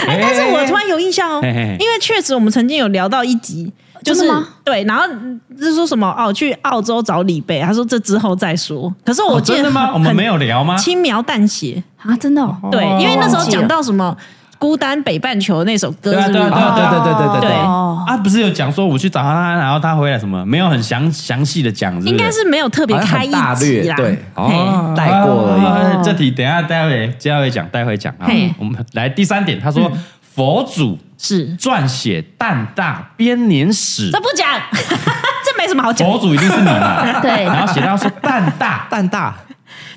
Speaker 1: 哎
Speaker 3: 但是我突然有印象哦，
Speaker 1: 嘿嘿嘿
Speaker 3: 因为确实我们曾经有聊到一集，就是
Speaker 2: 真的吗
Speaker 3: 对，然后嗯就是说什么哦，去澳洲找李贝，他说这之后再说。可是我
Speaker 1: 哦
Speaker 3: 记得、
Speaker 1: 真的吗？我们没有啊聊吗？
Speaker 3: 轻描淡写，
Speaker 2: 啊，真的哦，
Speaker 3: 对，因为那时候
Speaker 2: 忘记了
Speaker 3: 讲到什么孤单北半球那首歌，
Speaker 1: 对啊
Speaker 3: 是不
Speaker 1: 对啊
Speaker 3: 是
Speaker 1: 对啊对啊对啊对啊对啊
Speaker 3: 对
Speaker 2: 哦，
Speaker 1: 啊，不是有讲说我去找他，然后他回来什么？没有很详详细的讲，不
Speaker 3: 应该是没有特别
Speaker 4: 好像
Speaker 3: 开
Speaker 4: 很
Speaker 3: 一
Speaker 4: 大
Speaker 3: 集啦，
Speaker 4: 略对
Speaker 3: 嘿
Speaker 1: 哦，
Speaker 4: 带过而已
Speaker 1: 哦这题等一下待会待会讲，待会讲啊
Speaker 3: 嘿。嗯
Speaker 1: 我们来第三点，他说佛祖
Speaker 3: 是
Speaker 1: 撰写蛋大编年史
Speaker 3: 这，不讲， 这没什么好讲，
Speaker 1: 佛祖一定是你嘛？
Speaker 2: 对
Speaker 1: 然后写到说蛋大，
Speaker 4: 蛋大，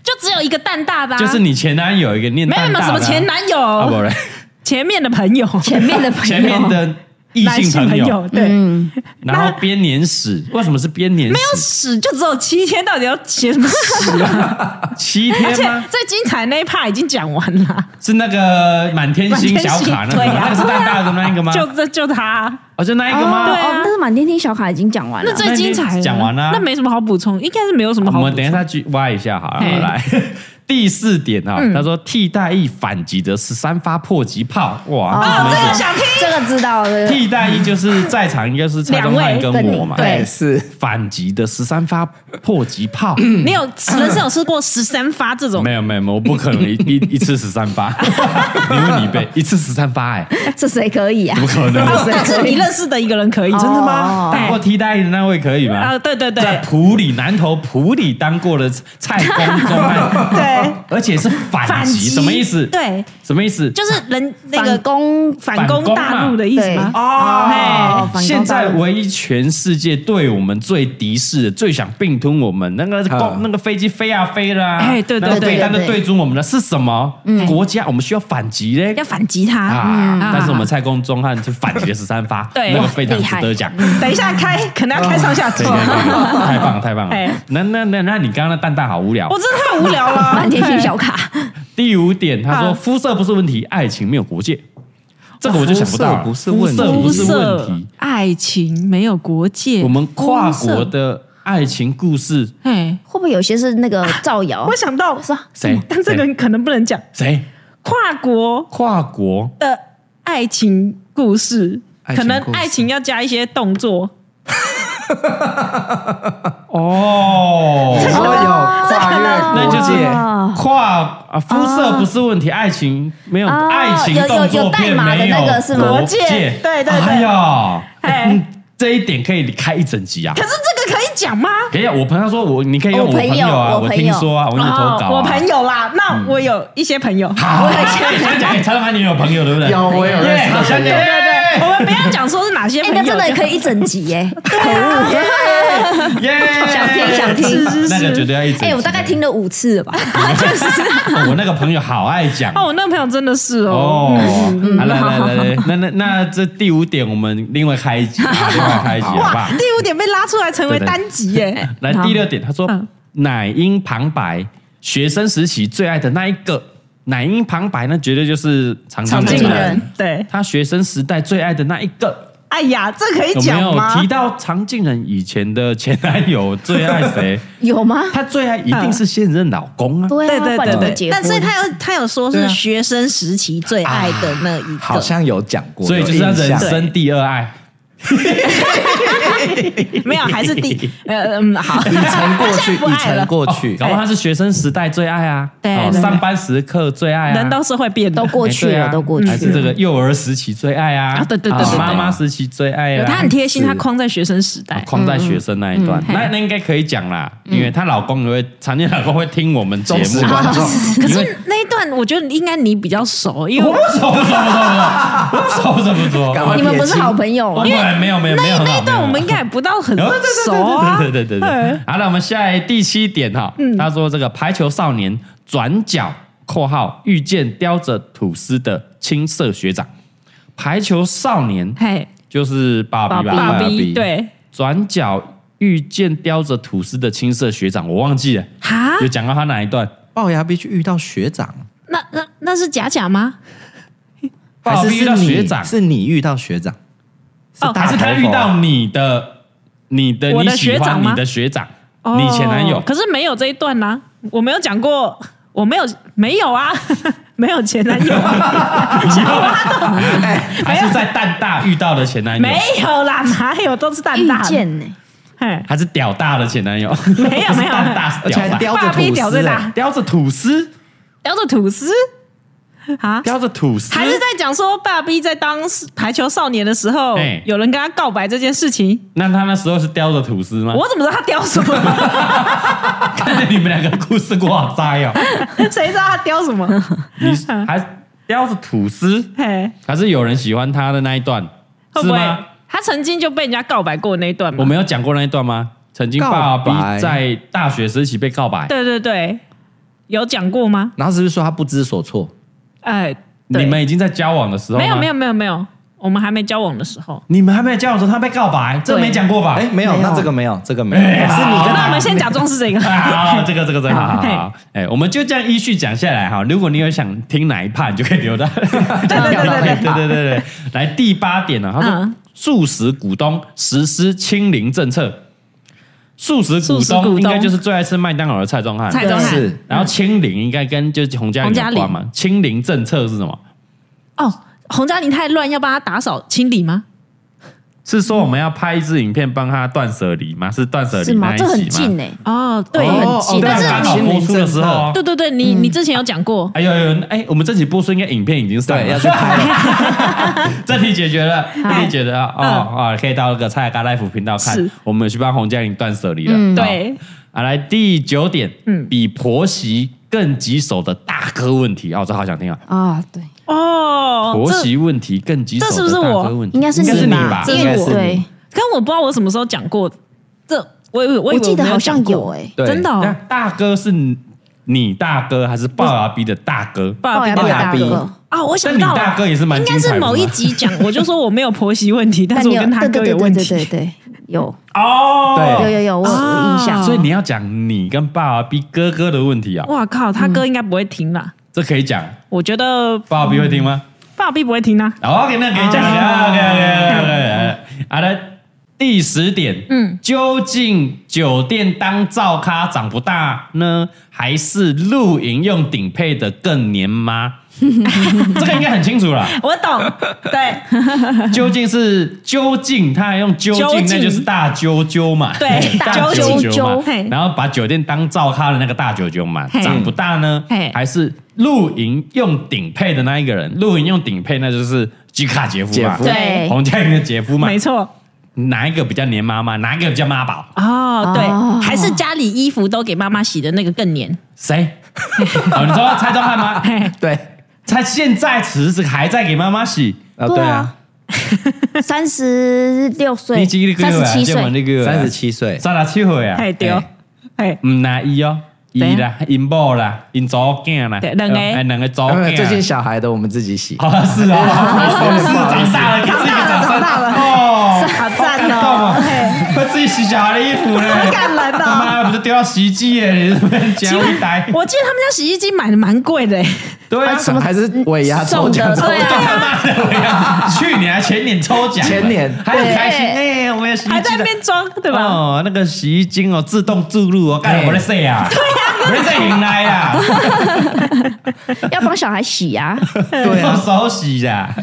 Speaker 3: 就只有一个蛋大吧，
Speaker 1: 就是你前男友一个念
Speaker 3: 没有
Speaker 1: 蛋
Speaker 3: 没
Speaker 1: 大的啊
Speaker 3: 有什么前男友，
Speaker 1: 啊，不然
Speaker 3: 前面的朋友，
Speaker 2: 前面的朋
Speaker 1: 前面
Speaker 2: 友，
Speaker 1: 的异
Speaker 3: 男
Speaker 1: 性
Speaker 3: 性
Speaker 1: 朋
Speaker 3: 朋
Speaker 1: 友，
Speaker 3: 友，对。
Speaker 2: 嗯，
Speaker 1: 然后编年史，为什么是编年史？没
Speaker 3: 要屎就只有七天，到底要写什么屎啊？
Speaker 1: 七
Speaker 3: 而
Speaker 1: 天
Speaker 3: 且
Speaker 1: 吗？
Speaker 3: 最精彩那一 part 已经讲完了，
Speaker 1: 是那个满天星小卡那个
Speaker 3: 满天星
Speaker 1: 吗，
Speaker 3: 对啊
Speaker 1: 那个是蛋大的那一个吗？
Speaker 3: 就这就他，
Speaker 1: 哦，就那一个
Speaker 2: 哦
Speaker 1: 吗
Speaker 3: 对？啊
Speaker 2: 哦但是满天星小卡已经讲完了
Speaker 3: 那，最精彩了
Speaker 1: 讲完啦啊
Speaker 3: 那没什么好补充，应该是没有什么
Speaker 1: 我
Speaker 3: 好补
Speaker 1: 们等一
Speaker 3: 充。
Speaker 1: 下去挖一下好了，
Speaker 3: 嘿
Speaker 1: 来。第四点啊，他说替代役反击的十三发迫击炮，哇，这什
Speaker 2: 哦
Speaker 3: 这
Speaker 1: 么
Speaker 3: 个
Speaker 1: 意思
Speaker 3: 想听，
Speaker 2: 这个知道 了。
Speaker 1: 替代役就是在场应该是蔡宗汉跟
Speaker 2: 两位跟
Speaker 1: 我
Speaker 2: 你
Speaker 1: 嘛，
Speaker 2: 对
Speaker 4: 是
Speaker 1: 反击的十三发迫击炮，
Speaker 3: 你有人生有吃过十三发这 种
Speaker 1: 没有没有，没有我不可能一一一次十三发， 你问你呗，一次十三发哎，
Speaker 2: 这谁可以啊
Speaker 1: 怎？么可能？
Speaker 3: 啊 但是你认识的一个人可以，真的吗？
Speaker 2: 哦
Speaker 1: 打过替代役的那位可以吗？
Speaker 3: 啊，对对对，
Speaker 1: 在普里南投普里当过的蔡 公公案，
Speaker 3: 对，
Speaker 1: 而且是反击，
Speaker 3: 反击
Speaker 1: 什么意思？
Speaker 3: 对，
Speaker 1: 什么意思？
Speaker 3: 就是人那
Speaker 2: 反
Speaker 3: 个
Speaker 2: 攻
Speaker 3: 反攻大陆的意思吗？
Speaker 1: 啊
Speaker 2: 哦反攻
Speaker 1: 现在
Speaker 2: 大陆
Speaker 1: 唯一全世界对我们最敌视的、最想并吞我们那个
Speaker 4: 啊
Speaker 1: 攻那个飞机飞啊飞啦、
Speaker 3: 哎对对
Speaker 1: 那个
Speaker 2: 对
Speaker 1: 飞弹
Speaker 2: 对
Speaker 1: 的
Speaker 2: 对
Speaker 1: 对准我们的是什么、国家？我们需要反击嘞
Speaker 3: 要。反击他。
Speaker 1: 啊！
Speaker 3: 嗯
Speaker 1: 但是我们蔡公钟汉就反击了十三发，
Speaker 3: 对
Speaker 1: 那个非常
Speaker 2: 厉
Speaker 1: 值
Speaker 2: 害
Speaker 1: 得讲。
Speaker 3: 等一下开，可能要开上下集
Speaker 1: 哦对。对对 太棒了，太棒
Speaker 3: 哎
Speaker 1: 了！那那那那你刚刚那蛋蛋好无聊
Speaker 3: 我。真的太无聊 了，
Speaker 2: 满天星小卡，
Speaker 1: 第五点，他说
Speaker 3: 啊
Speaker 1: 肤色不是问题，爱情没有国界。这个我就想不到了，
Speaker 4: 肤色不是问题
Speaker 1: 肤色不
Speaker 3: 肤
Speaker 1: 是问
Speaker 3: 色
Speaker 1: 题。、
Speaker 3: 爱情没有国界，
Speaker 1: 我们跨国
Speaker 3: 肤色，
Speaker 1: 的爱情故事，
Speaker 3: 哎，
Speaker 2: 会不会有些是那个造 谣
Speaker 3: 我？想到嗯
Speaker 2: 是啊
Speaker 1: 谁
Speaker 3: 但这个可能不能讲
Speaker 1: 谁
Speaker 3: 跨国
Speaker 1: 跨国？
Speaker 3: 的爱情故事，
Speaker 4: 爱情故事
Speaker 3: 可能爱情要加一些动作，
Speaker 1: 哦，
Speaker 4: 哦，有
Speaker 2: 这
Speaker 4: 跨
Speaker 2: 可能
Speaker 4: 越
Speaker 1: 那就
Speaker 4: 国
Speaker 1: 是
Speaker 4: 界，
Speaker 2: 哎
Speaker 1: 跨啊，肤色不是问题，爱情没有
Speaker 2: 哦
Speaker 1: 爱情
Speaker 2: 有
Speaker 1: 动作片
Speaker 2: 有有代码的
Speaker 1: 没有
Speaker 2: 那个是吗
Speaker 1: 国
Speaker 3: 国界
Speaker 1: 界，
Speaker 3: 对对对
Speaker 1: 哎呀，
Speaker 3: 哎
Speaker 1: 嗯这一点可以开一整集啊
Speaker 3: 可！是这个可以讲吗？
Speaker 1: 可以啊，我朋友说我，你可以用
Speaker 2: 我
Speaker 1: 我
Speaker 2: 朋
Speaker 1: 朋友啊，
Speaker 2: 友哦
Speaker 1: 我
Speaker 2: 我朋
Speaker 1: 听
Speaker 2: 友
Speaker 1: 说啊，我有投稿啊，
Speaker 3: 哦我朋友啦，那我有一些朋友，
Speaker 1: 好，想 讲，哎蔡老板你有朋友对不对？
Speaker 4: 有我有认
Speaker 1: 耶，
Speaker 4: 识
Speaker 1: 好
Speaker 4: 的
Speaker 1: 想
Speaker 4: 朋
Speaker 1: 你，
Speaker 4: 友，
Speaker 1: 哎
Speaker 3: 我们不要讲说是哪些
Speaker 2: 哎
Speaker 3: 朋，友，
Speaker 2: 那真的可以一整集耶！
Speaker 1: 哎
Speaker 2: 啊可恶！
Speaker 1: 耶，
Speaker 2: 想听想听
Speaker 3: 是是
Speaker 1: 那个绝对要 一整集。
Speaker 2: 哎，我大概听了五次了 吧。
Speaker 1: 哦， 我那个朋友好爱讲啊
Speaker 3: 哦，我那个朋友真的是哦，
Speaker 1: 哦，好来来来来，那那那这第五点，我们另外开一集，啊，另外开一集好不
Speaker 3: 哇
Speaker 1: 好，？
Speaker 3: 第五点被拉出来成为
Speaker 1: 对对
Speaker 3: 单集 耶，
Speaker 1: 来第六点，他说
Speaker 3: 嗯
Speaker 1: 奶音旁白，学生时期最爱的那一个奶音旁白，那绝对就是常
Speaker 3: 好
Speaker 1: 常
Speaker 2: 常
Speaker 3: 进
Speaker 2: 进
Speaker 3: 人
Speaker 2: 人，
Speaker 3: 对，
Speaker 1: 他学生时代最爱的那一个。
Speaker 3: 哎呀，这可以
Speaker 1: 有没
Speaker 3: 讲
Speaker 1: 有
Speaker 3: 吗
Speaker 1: 提？到常静人以前的前男友最爱 谁？
Speaker 2: 有吗？
Speaker 1: 她最爱一定是现任老公啊。
Speaker 2: 对
Speaker 3: 对
Speaker 2: 啊，
Speaker 3: 对
Speaker 2: 不然
Speaker 3: 对
Speaker 2: 怎么
Speaker 3: 对，
Speaker 2: 结婚？
Speaker 3: 但是他有他有说
Speaker 1: 对
Speaker 3: 是
Speaker 1: 啊
Speaker 3: 学生时期最爱的那一
Speaker 4: 好
Speaker 3: 个，
Speaker 4: 像有讲过，
Speaker 1: 所以就是
Speaker 4: 有
Speaker 1: 他
Speaker 4: 印
Speaker 1: 人
Speaker 4: 象
Speaker 1: 生第二爱，
Speaker 3: 没有还是 第呃嗯好，
Speaker 4: 已成过去，
Speaker 3: 不爱
Speaker 4: 已成
Speaker 3: 了
Speaker 4: 过去
Speaker 1: 哦搞，不好他是学生时代最爱啊，
Speaker 3: 对
Speaker 1: 哦
Speaker 3: 对
Speaker 1: 上班时刻最爱啊，
Speaker 3: 人都是会变的
Speaker 2: 都。过去
Speaker 1: 哎对啊
Speaker 2: 了，都过去
Speaker 1: 还是这
Speaker 2: 了。
Speaker 1: 个幼儿时期最爱啊，
Speaker 3: 啊对对对对对
Speaker 1: 妈妈时期最爱啊，
Speaker 3: 他很贴心，
Speaker 4: 是
Speaker 3: 他框在学生时
Speaker 1: 啊
Speaker 3: 代，
Speaker 1: 框在学生那一段，那那应该可以讲啦，因为她老公也会，常年老公会听我们节
Speaker 4: 忠
Speaker 1: 目
Speaker 4: 实，观众，
Speaker 3: 可是那一段我觉得应该你比较熟，因为
Speaker 1: 我不熟，不熟，不熟，不熟，不熟，
Speaker 4: 赶快
Speaker 2: 你们不是好朋友
Speaker 1: 我
Speaker 2: 啊吗？
Speaker 1: 们没有没有没有很
Speaker 3: 哎那
Speaker 1: 好
Speaker 3: 一段我们应该也不到很熟啊。
Speaker 1: 对对对对对。好了，我们下来第七点哈，他说这个排球少年转角（括号遇见叼着吐司的青涩学长），排球少年
Speaker 3: 嘿，
Speaker 1: 就是爸比吧，
Speaker 3: 爸
Speaker 4: 爸
Speaker 3: 比
Speaker 4: 比
Speaker 3: 对
Speaker 1: 转角遇见叼着吐司的青涩学长，我忘记了，
Speaker 3: 哈，
Speaker 1: 有讲到他哪一段？
Speaker 4: 龅牙必须遇到学长，
Speaker 3: 那那那是假假吗？
Speaker 4: 还
Speaker 1: 爸
Speaker 4: 是
Speaker 1: 比遇
Speaker 4: 是
Speaker 1: 到
Speaker 4: 你
Speaker 1: 学长，
Speaker 4: 是你遇到学长，
Speaker 3: 哦
Speaker 4: 大
Speaker 1: 还是他
Speaker 4: 头佛
Speaker 1: 遇到你的？你的
Speaker 3: 我
Speaker 1: 你
Speaker 3: 的
Speaker 1: 喜
Speaker 3: 学长
Speaker 1: 欢
Speaker 3: 吗
Speaker 1: 你的学长，
Speaker 3: 哦
Speaker 1: 你前 男友
Speaker 3: 可是没有这一段啦、我没有讲过，我没有没有啊， 没有前男 友，啊
Speaker 1: 还是在蛋大遇到的前男友？
Speaker 3: 没有啦，哪有都是蛋
Speaker 2: 遇
Speaker 3: 大的，
Speaker 2: 见呢？
Speaker 3: 嘿，
Speaker 1: 还是屌大的前男友？
Speaker 3: 没有
Speaker 1: 不是
Speaker 3: 没有
Speaker 1: 蛋大是
Speaker 4: 而且
Speaker 1: 屌
Speaker 4: 还
Speaker 1: 大，
Speaker 4: 叼
Speaker 3: 爸
Speaker 4: 着
Speaker 3: 比
Speaker 4: 吐
Speaker 3: 屌最
Speaker 4: 司，
Speaker 3: 大
Speaker 4: 哎
Speaker 1: 叼着吐司，
Speaker 3: 叼着吐司啊。
Speaker 1: 叼着吐司，
Speaker 3: 还是在讲说，爸比在当排球少年的时候
Speaker 1: 哎，
Speaker 3: 有人跟他告白这件事情，
Speaker 1: 那他那时候是叼着吐司吗？
Speaker 3: 我怎么知道他叼什么？
Speaker 1: 看 着你们两个故事过好塞哦，
Speaker 3: 谁知道他叼什 么？
Speaker 1: 你 还叼着吐司，
Speaker 3: 嘿，
Speaker 1: 还是有人喜欢他的那一段
Speaker 3: 会
Speaker 1: 是
Speaker 3: 不会
Speaker 1: 吗？
Speaker 3: 他曾经就被人家告白过那一段吗？
Speaker 1: 我们有讲过那一段吗？曾经爸
Speaker 4: 告白
Speaker 1: 爸在大学时期被告白，
Speaker 3: 对对对，有讲过吗？
Speaker 4: 然后是不是说他不知所措？
Speaker 3: 哎，对
Speaker 1: 你们已经在交往的时候吗
Speaker 3: 没有没有，没有没有，我们还没交往的时候。
Speaker 1: 你们还没有交往的时候他被告白，这
Speaker 3: 对
Speaker 1: 没讲过吧？
Speaker 4: 哎，没有，
Speaker 2: 没有
Speaker 4: 那这个没有，这个没有，
Speaker 1: 啊哎。
Speaker 4: 是你
Speaker 3: 那
Speaker 4: 跟
Speaker 3: 我
Speaker 4: 他
Speaker 3: 们先假装是这个
Speaker 1: 啊，这个这个这个好好
Speaker 3: 嘿
Speaker 1: 好，哎，我们就这样依序讲下来哈。如果你有想听哪一 part，你就可以留到。 对
Speaker 3: 对对对对
Speaker 1: 对对对对，来第八点呢，他说
Speaker 3: 嗯
Speaker 1: 促使股东实施清零政策。素食股
Speaker 3: 素食股
Speaker 1: 东
Speaker 3: 东
Speaker 1: 应该就是最爱吃麦当劳的蔡宗翰，
Speaker 3: 蔡宗翰
Speaker 4: 是
Speaker 1: 然后清零应该跟就是洪嘉玲有关嘛？清零政策是什么？
Speaker 3: 哦，洪嘉玲太乱，要帮他打扫清理吗？
Speaker 1: 是说我们要拍一支影片帮他断舍离吗？是断舍
Speaker 2: 是
Speaker 1: 离
Speaker 2: 吗
Speaker 1: 那？一
Speaker 2: 这很
Speaker 1: 集
Speaker 2: 近
Speaker 1: 吗？
Speaker 2: 哎，
Speaker 3: 哦，嗯对，
Speaker 2: 哦
Speaker 3: 很
Speaker 4: 哦
Speaker 3: 近。
Speaker 4: 对
Speaker 3: 但是
Speaker 1: 刚
Speaker 4: 啊
Speaker 1: 好播出的时候，
Speaker 3: 对对对，你你之前有讲过，
Speaker 1: 哎呦呦，哎，我们这集播出应该影片已经上
Speaker 4: 对，要
Speaker 1: 了，
Speaker 4: 去拍了。
Speaker 1: 这题解决了，这题解决了，哦哦，可以到那个蔡嘎 life 频道看
Speaker 3: 嗯是，
Speaker 1: 我们有去帮洪嘉玲断舍离了，
Speaker 2: 嗯
Speaker 1: 哦
Speaker 3: 对，
Speaker 1: 啊，来第九点，
Speaker 3: 嗯
Speaker 1: 比婆媳更棘手的大哥问题，哦，这好想听啊，
Speaker 2: 啊，对，
Speaker 3: 哦，
Speaker 1: 婆
Speaker 3: 这
Speaker 1: 媳问题更棘手
Speaker 3: 这是不是
Speaker 1: 的大
Speaker 3: 我
Speaker 1: 哥问题，
Speaker 2: 应该是
Speaker 1: 应该是
Speaker 2: 你
Speaker 1: 你
Speaker 2: 吧
Speaker 1: 吧？
Speaker 3: 这是
Speaker 2: 因为
Speaker 4: 我
Speaker 2: 对，
Speaker 3: 跟我不知道我什么时候讲过，这我以为我以
Speaker 2: 我
Speaker 3: 为
Speaker 2: 记得
Speaker 3: 没
Speaker 2: 好像
Speaker 3: 讲
Speaker 2: 有
Speaker 3: 过
Speaker 2: 哎，
Speaker 4: 对
Speaker 3: 真的
Speaker 1: 那
Speaker 3: 哦
Speaker 1: 大哥是你大哥还是龅牙逼的大哥？
Speaker 3: 爸爸
Speaker 2: 龅牙
Speaker 3: 比
Speaker 2: 比
Speaker 3: 我
Speaker 2: 大
Speaker 3: 大
Speaker 4: 比
Speaker 2: 哥，
Speaker 3: 啊，我
Speaker 1: 但
Speaker 3: 想
Speaker 1: 你
Speaker 3: 到
Speaker 1: 大
Speaker 3: 了，
Speaker 1: 哥也是蛮
Speaker 3: 应
Speaker 1: 精
Speaker 3: 该
Speaker 1: 彩
Speaker 3: 是
Speaker 1: 的嘛
Speaker 3: 某一集讲，我就说我没有婆媳问题，但是我
Speaker 2: 你有
Speaker 3: 跟他
Speaker 2: 对
Speaker 3: 哥
Speaker 2: 对
Speaker 3: 有
Speaker 2: 对
Speaker 3: 问
Speaker 2: 对
Speaker 3: 题，
Speaker 2: 对对，有
Speaker 1: 哦，
Speaker 4: 对
Speaker 2: 有有有，我有印象
Speaker 3: 啊，
Speaker 1: 所以你要讲你跟龅牙逼哥哥的问题啊，
Speaker 3: 哇靠，他哥应该不会听吧？
Speaker 1: 这可以讲，
Speaker 3: 我觉得
Speaker 1: 龅牙逼会听吗？
Speaker 3: 爸比不会听啊。
Speaker 1: 好，OK，那可以这样
Speaker 3: 哦
Speaker 1: 讲，OK OK OK。好的，第十点，嗯
Speaker 3: 嗯，
Speaker 1: 究竟酒店当灶咖长不大呢，还是露营用顶配的更黏吗？ 这个应该很清楚了。
Speaker 3: 我懂，对
Speaker 1: 究竟是究竟，他还用究
Speaker 3: 究
Speaker 1: 竟，
Speaker 3: 竟
Speaker 1: 那就是大啾啾嘛，
Speaker 3: 对
Speaker 1: 大
Speaker 3: 大
Speaker 1: 啾
Speaker 3: 啾
Speaker 1: 啾嘛
Speaker 3: 啾嘿。
Speaker 1: 然后把酒店当灶咖的那个大啾啾嘛，
Speaker 3: 嘿
Speaker 1: 长不大呢
Speaker 3: 嘿，
Speaker 1: 还是露营用顶配的那一个人？露营用顶配那就是吉卡杰夫
Speaker 4: 姐
Speaker 1: 嘛
Speaker 4: 夫，
Speaker 2: 对
Speaker 1: 洪嘉玲的姐夫嘛
Speaker 3: 没，错。
Speaker 1: 哪一个比较黏妈妈？哪一个比较妈宝？
Speaker 3: 哦，对，
Speaker 2: 哦
Speaker 3: 还是家里衣服都给妈妈洗的那个更黏。
Speaker 1: 谁？ 哦，你说蔡宗翰吗？
Speaker 4: 对，
Speaker 1: 他现在此时还在给妈妈洗。
Speaker 4: 啊
Speaker 2: 对
Speaker 4: 对
Speaker 2: 啊
Speaker 4: 啊，
Speaker 2: 三十六岁
Speaker 1: 你几，个
Speaker 2: 三
Speaker 1: 月
Speaker 2: 十
Speaker 1: 啊？
Speaker 2: 七岁，
Speaker 1: 那个
Speaker 4: 三十七岁，
Speaker 1: 三十七岁啊？
Speaker 3: 哎，对哦，哎，
Speaker 1: 唔那伊哦，伊
Speaker 3: 怎样
Speaker 1: 啦，因某啦，因查某囝啦，
Speaker 3: 对两个
Speaker 1: 哎两个查某
Speaker 4: 没有
Speaker 1: 囝。
Speaker 4: 最近小孩的我们自己洗。
Speaker 1: 好像是哦，是长大了，给自己一个掌声
Speaker 3: 长大了
Speaker 1: 哦，
Speaker 3: 好赞
Speaker 1: 动哦！会自己洗小孩的衣服呢，
Speaker 3: 感人
Speaker 1: 他妈的不就丢到洗衣机耶？你这边讲一呆，
Speaker 3: 我记得他们家洗衣机买的蛮贵的，欸
Speaker 1: 对啊，
Speaker 4: 还是尾牙抽奖
Speaker 2: 送的对啊
Speaker 1: 他妈的我要，去年还前年抽奖，
Speaker 4: 前年
Speaker 1: 还很开心，
Speaker 2: 对
Speaker 1: 哎，我们有洗衣
Speaker 3: 还在
Speaker 1: 机
Speaker 3: 那
Speaker 1: 的。
Speaker 3: 边装，对吧？
Speaker 1: 哦，那个洗衣精哦，自动注入哦，干
Speaker 4: 对
Speaker 1: 我的事啊，我的事迎来啊，
Speaker 2: 要帮小孩洗呀，
Speaker 4: 对啊
Speaker 1: 我手洗的。啊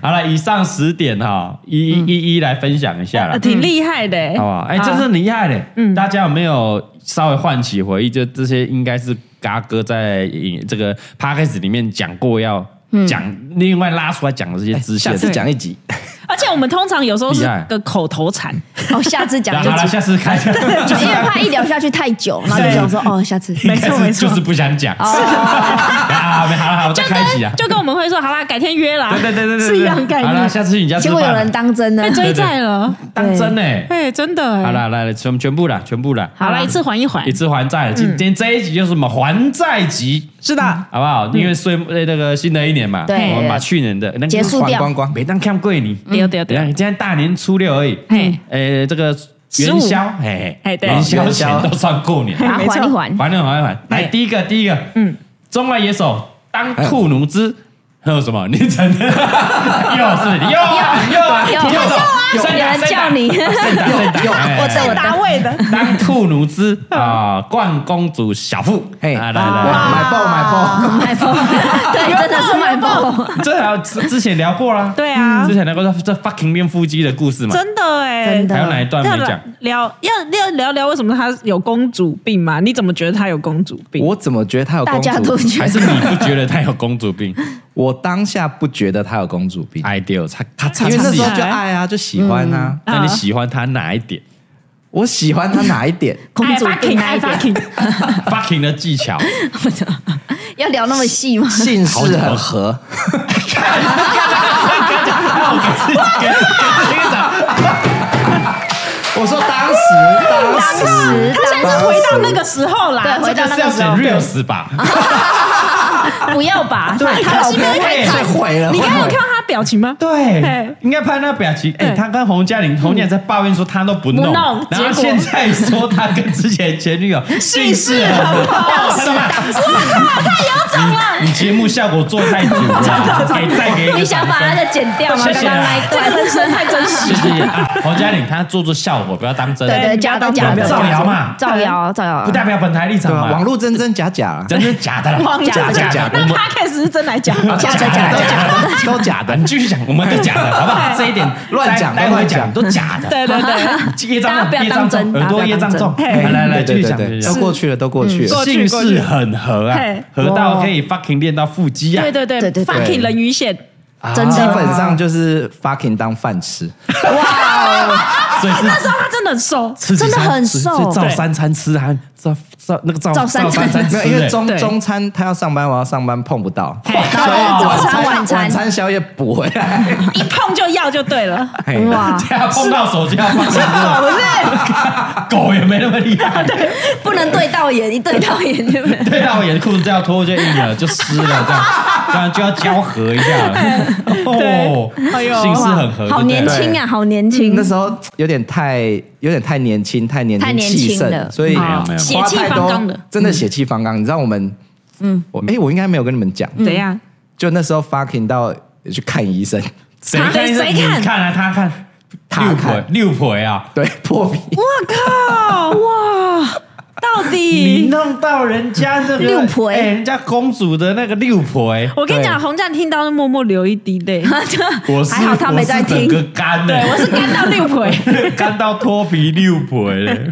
Speaker 1: 好了，以上十点哈，一一一一来分享一下啦
Speaker 3: 嗯呃。啊嗯挺厉害的，
Speaker 1: 好不好？哎、这是很厉害的。大家有没有稍微唤起回忆？就这些应该是嘎哥在影这个 podcast 里面讲过要
Speaker 3: 嗯
Speaker 1: 讲，另外拉出来讲的这些支线。
Speaker 4: 下次讲一集，
Speaker 3: 而且我们通常有时候是
Speaker 1: 厉害
Speaker 3: 个口头禅，
Speaker 2: 哦，下次讲
Speaker 1: 那
Speaker 2: 就
Speaker 1: 好了，
Speaker 2: 知
Speaker 1: 下次开始。
Speaker 2: 道，因为怕一聊下去太久，然后就想说哦，下次
Speaker 1: 应该是
Speaker 3: 没错哦
Speaker 1: 就是不想讲。啊，没 好了，好了，我再
Speaker 3: 就
Speaker 1: 开一集啊
Speaker 3: 跟。就跟我们会说，好啦，改天约啦，
Speaker 1: 对对对对对，
Speaker 3: 是一样概
Speaker 1: 好了，
Speaker 3: 念，
Speaker 1: 下次去你家吃
Speaker 2: 结果有
Speaker 1: 饭
Speaker 2: 人
Speaker 1: 啊。
Speaker 2: 当 真呢
Speaker 3: 被，追债了，
Speaker 1: 当真呢、
Speaker 3: 哎，真的
Speaker 1: 好
Speaker 3: 哎，
Speaker 1: 了，来了，全全部了，全部了。
Speaker 3: 好了，一次还一还
Speaker 1: 一，次还债了，今天这一集就是什么还债集，
Speaker 3: 是的，
Speaker 1: 好不好？因为岁末呃那个新的一年嘛，
Speaker 2: 对
Speaker 1: 我们把去年的那个
Speaker 2: 结束
Speaker 4: 还
Speaker 2: 掉
Speaker 4: 光光。
Speaker 1: 每当看过年，
Speaker 3: 对嗯对
Speaker 1: 对，
Speaker 3: 对，
Speaker 1: 今天大年初六而已，
Speaker 3: 嘿，
Speaker 1: 呃，这个
Speaker 3: 十五
Speaker 1: 元宵，哎
Speaker 3: 哎对
Speaker 1: 元宵
Speaker 4: 元
Speaker 1: 前
Speaker 4: 宵
Speaker 1: 都算过 年，
Speaker 2: 把它
Speaker 3: 没错
Speaker 2: 还 一还，
Speaker 1: 还了还了还了，来
Speaker 3: 嘿
Speaker 1: 第一个第一个，嗯
Speaker 3: 嗯，
Speaker 1: 中外野手当兔奴之。还有什么？你真的又是你又又
Speaker 2: 又
Speaker 1: 又
Speaker 2: 有
Speaker 1: 有
Speaker 2: 人叫你
Speaker 1: 圣打圣打，哎
Speaker 2: 我在
Speaker 3: 大卫的，
Speaker 1: 当兔奴之啊，冠公主小腹，哎，
Speaker 4: 嘿
Speaker 1: 来
Speaker 4: 哇
Speaker 1: 来来，
Speaker 4: 买爆买爆，
Speaker 2: 买爆，对，真的是买爆，
Speaker 1: 这还有之之前聊过啦，嗯
Speaker 3: 对啊
Speaker 1: 之前聊过这这 fucking 练腹肌的故事嘛，
Speaker 3: 真的哎，
Speaker 2: 真的
Speaker 1: 还有哪一段
Speaker 3: 要
Speaker 1: 没
Speaker 3: 聊
Speaker 1: 讲？
Speaker 3: 聊要要聊聊为什么他有公主病吗？你怎么觉得他有公主病？
Speaker 4: 我怎么觉得他有
Speaker 2: 大
Speaker 4: 公
Speaker 2: 家都
Speaker 4: 主？
Speaker 2: 觉
Speaker 1: 还
Speaker 2: 得
Speaker 1: 是你不觉得他有公主病
Speaker 4: 我当下不觉得他有公主病，
Speaker 1: ？idea，他他他
Speaker 4: 因为那时候
Speaker 1: 他
Speaker 4: 就爱啊，就喜欢啊。
Speaker 1: 那你喜欢他哪一点
Speaker 4: 我喜欢他哪一点？
Speaker 2: 公主病那
Speaker 3: 爱
Speaker 2: 一
Speaker 3: f u
Speaker 2: 点
Speaker 3: c，
Speaker 1: ？fucking 的技巧，
Speaker 2: 要聊那么细吗？
Speaker 4: 姓氏很合，
Speaker 1: 那我给自己给自己给自己掌。
Speaker 4: 我说当时，当时，
Speaker 3: 他现在是回到那个时候
Speaker 2: 对
Speaker 3: 啦，
Speaker 2: 回到
Speaker 1: 这
Speaker 2: 那
Speaker 1: 是要
Speaker 2: 个时
Speaker 1: 剪
Speaker 2: 候，
Speaker 1: reels 吧？
Speaker 2: 不要吧，
Speaker 1: 对，
Speaker 2: 他
Speaker 1: 他
Speaker 2: 老婆会
Speaker 4: 太
Speaker 2: 看，
Speaker 4: 毁了。
Speaker 3: 你刚刚有
Speaker 4: 会
Speaker 3: 看到他表情吗？
Speaker 1: 对
Speaker 3: 嘿，
Speaker 1: 应该拍那表情。哎、
Speaker 3: 对
Speaker 1: 他跟洪嘉玲，洪嘉玲在抱怨说他都不弄，
Speaker 3: 不弄
Speaker 1: 然
Speaker 3: 结
Speaker 1: 后
Speaker 3: 果
Speaker 1: 现在说他跟之前前女友姓氏很不好，他妈你你节目效果做太足了，给再给一个
Speaker 2: 你想把它再剪掉吗？
Speaker 1: 谢
Speaker 2: 刚
Speaker 1: 谢啊
Speaker 2: 刚那一段，
Speaker 3: 人生太真
Speaker 1: 谢
Speaker 3: 实
Speaker 1: 谢啊，洪嘉玲，他做做效果，不要当真。
Speaker 2: 对对，假的假的，
Speaker 1: 造谣嘛
Speaker 2: 造谣造谣
Speaker 1: 不，代表本台立
Speaker 4: 对
Speaker 1: 场
Speaker 4: 吧？
Speaker 1: 嘛。
Speaker 4: 网络真真假假啊啦，
Speaker 1: 真的假的啦，
Speaker 3: 网络
Speaker 1: 假假
Speaker 4: 真的
Speaker 1: 假
Speaker 4: 假
Speaker 1: 的，
Speaker 4: 的
Speaker 1: 我们
Speaker 3: 他开始是真来讲，
Speaker 1: 啊
Speaker 2: 假的假
Speaker 4: 都
Speaker 2: 的
Speaker 4: 假的，都假
Speaker 1: 啊
Speaker 4: 的。
Speaker 1: 你继续讲，我们都假的，好不好？这一点
Speaker 4: 乱讲
Speaker 1: 待待会
Speaker 4: 乱
Speaker 1: 讲
Speaker 4: 讲
Speaker 1: 都假的。
Speaker 3: 对对对，
Speaker 1: 业障
Speaker 2: 大家不
Speaker 1: 重，
Speaker 2: 要
Speaker 1: 业障
Speaker 2: 当
Speaker 1: 重，耳朵业障重。
Speaker 2: 真大
Speaker 3: 家不要当真
Speaker 1: 来来来，继
Speaker 4: 对
Speaker 1: 续
Speaker 4: 对
Speaker 1: 讲，继
Speaker 4: 对，
Speaker 1: 续
Speaker 4: 都
Speaker 1: 讲。
Speaker 4: 过去了，都过去了
Speaker 3: 嗯。过去
Speaker 1: 姓氏很合啊
Speaker 3: 嘿，
Speaker 1: 合到可以 fucking 练到腹肌啊。
Speaker 3: 对对
Speaker 2: 对
Speaker 3: 对
Speaker 2: 对对
Speaker 3: ，fucking 人鱼线，
Speaker 1: 啊
Speaker 2: 真的
Speaker 4: 基本上就是 fucking 当饭吃，
Speaker 1: 所以是
Speaker 3: 那时候他真的很瘦，
Speaker 1: 吃几餐
Speaker 2: 真的很
Speaker 1: 吃
Speaker 2: 瘦
Speaker 1: 所以照
Speaker 3: 对
Speaker 1: 三餐吃还照照那个照
Speaker 2: 照三
Speaker 1: 照三
Speaker 2: 餐
Speaker 1: 餐吃
Speaker 4: 没
Speaker 1: 欸，
Speaker 4: 有因为中
Speaker 3: 对
Speaker 4: 中餐他要上班，我要上班碰不到，所以
Speaker 2: 当然早餐晚餐
Speaker 4: 晚餐宵夜补回来。
Speaker 3: 一碰就要就对了，
Speaker 4: 嘿
Speaker 2: 哇，
Speaker 1: 这样碰到手就要放生了，
Speaker 3: 不是？
Speaker 1: 狗也没那么厉害。
Speaker 2: 不能对到眼，一对到眼就没。
Speaker 1: 对啊到我的裤子这样脱就硬了，就湿了，这样这样就要交合一下了。哦，
Speaker 3: 哎呦
Speaker 1: 性是很合，
Speaker 2: 好
Speaker 1: 对
Speaker 2: 年
Speaker 1: 不对
Speaker 2: 轻啊，好年轻
Speaker 4: 那。时候有点太有点太年轻，太年
Speaker 2: 太
Speaker 4: 轻
Speaker 2: 年轻
Speaker 4: 气
Speaker 2: 了
Speaker 4: 盛，所以
Speaker 1: 没有没有
Speaker 4: 花太
Speaker 3: 血气方刚
Speaker 4: 多
Speaker 3: 的，
Speaker 4: 真的血气方刚。你知道我们，嗯，我哎，我应该没有跟你们讲，
Speaker 3: 怎样？
Speaker 4: 就那时候 fucking 到去看医生，
Speaker 1: 谁看医生？
Speaker 3: 谁
Speaker 1: 你
Speaker 3: 看
Speaker 1: 看啊，他看，
Speaker 4: 他
Speaker 1: 六
Speaker 4: 看
Speaker 1: 婆六婆啊，
Speaker 4: 对，破皮，
Speaker 3: 哦 哇，到
Speaker 1: 你
Speaker 3: 底？
Speaker 1: 弄到人家这个
Speaker 2: 六婆
Speaker 1: 哎，人家公主的那个六婆哎，
Speaker 3: 我跟你讲，洪战听到就默默流一滴泪，
Speaker 1: 我是
Speaker 2: 还好他没在
Speaker 1: 我是整
Speaker 2: 听
Speaker 1: 个干的，
Speaker 3: 对我是干到六腿，
Speaker 1: 干到脱皮六婆嘞，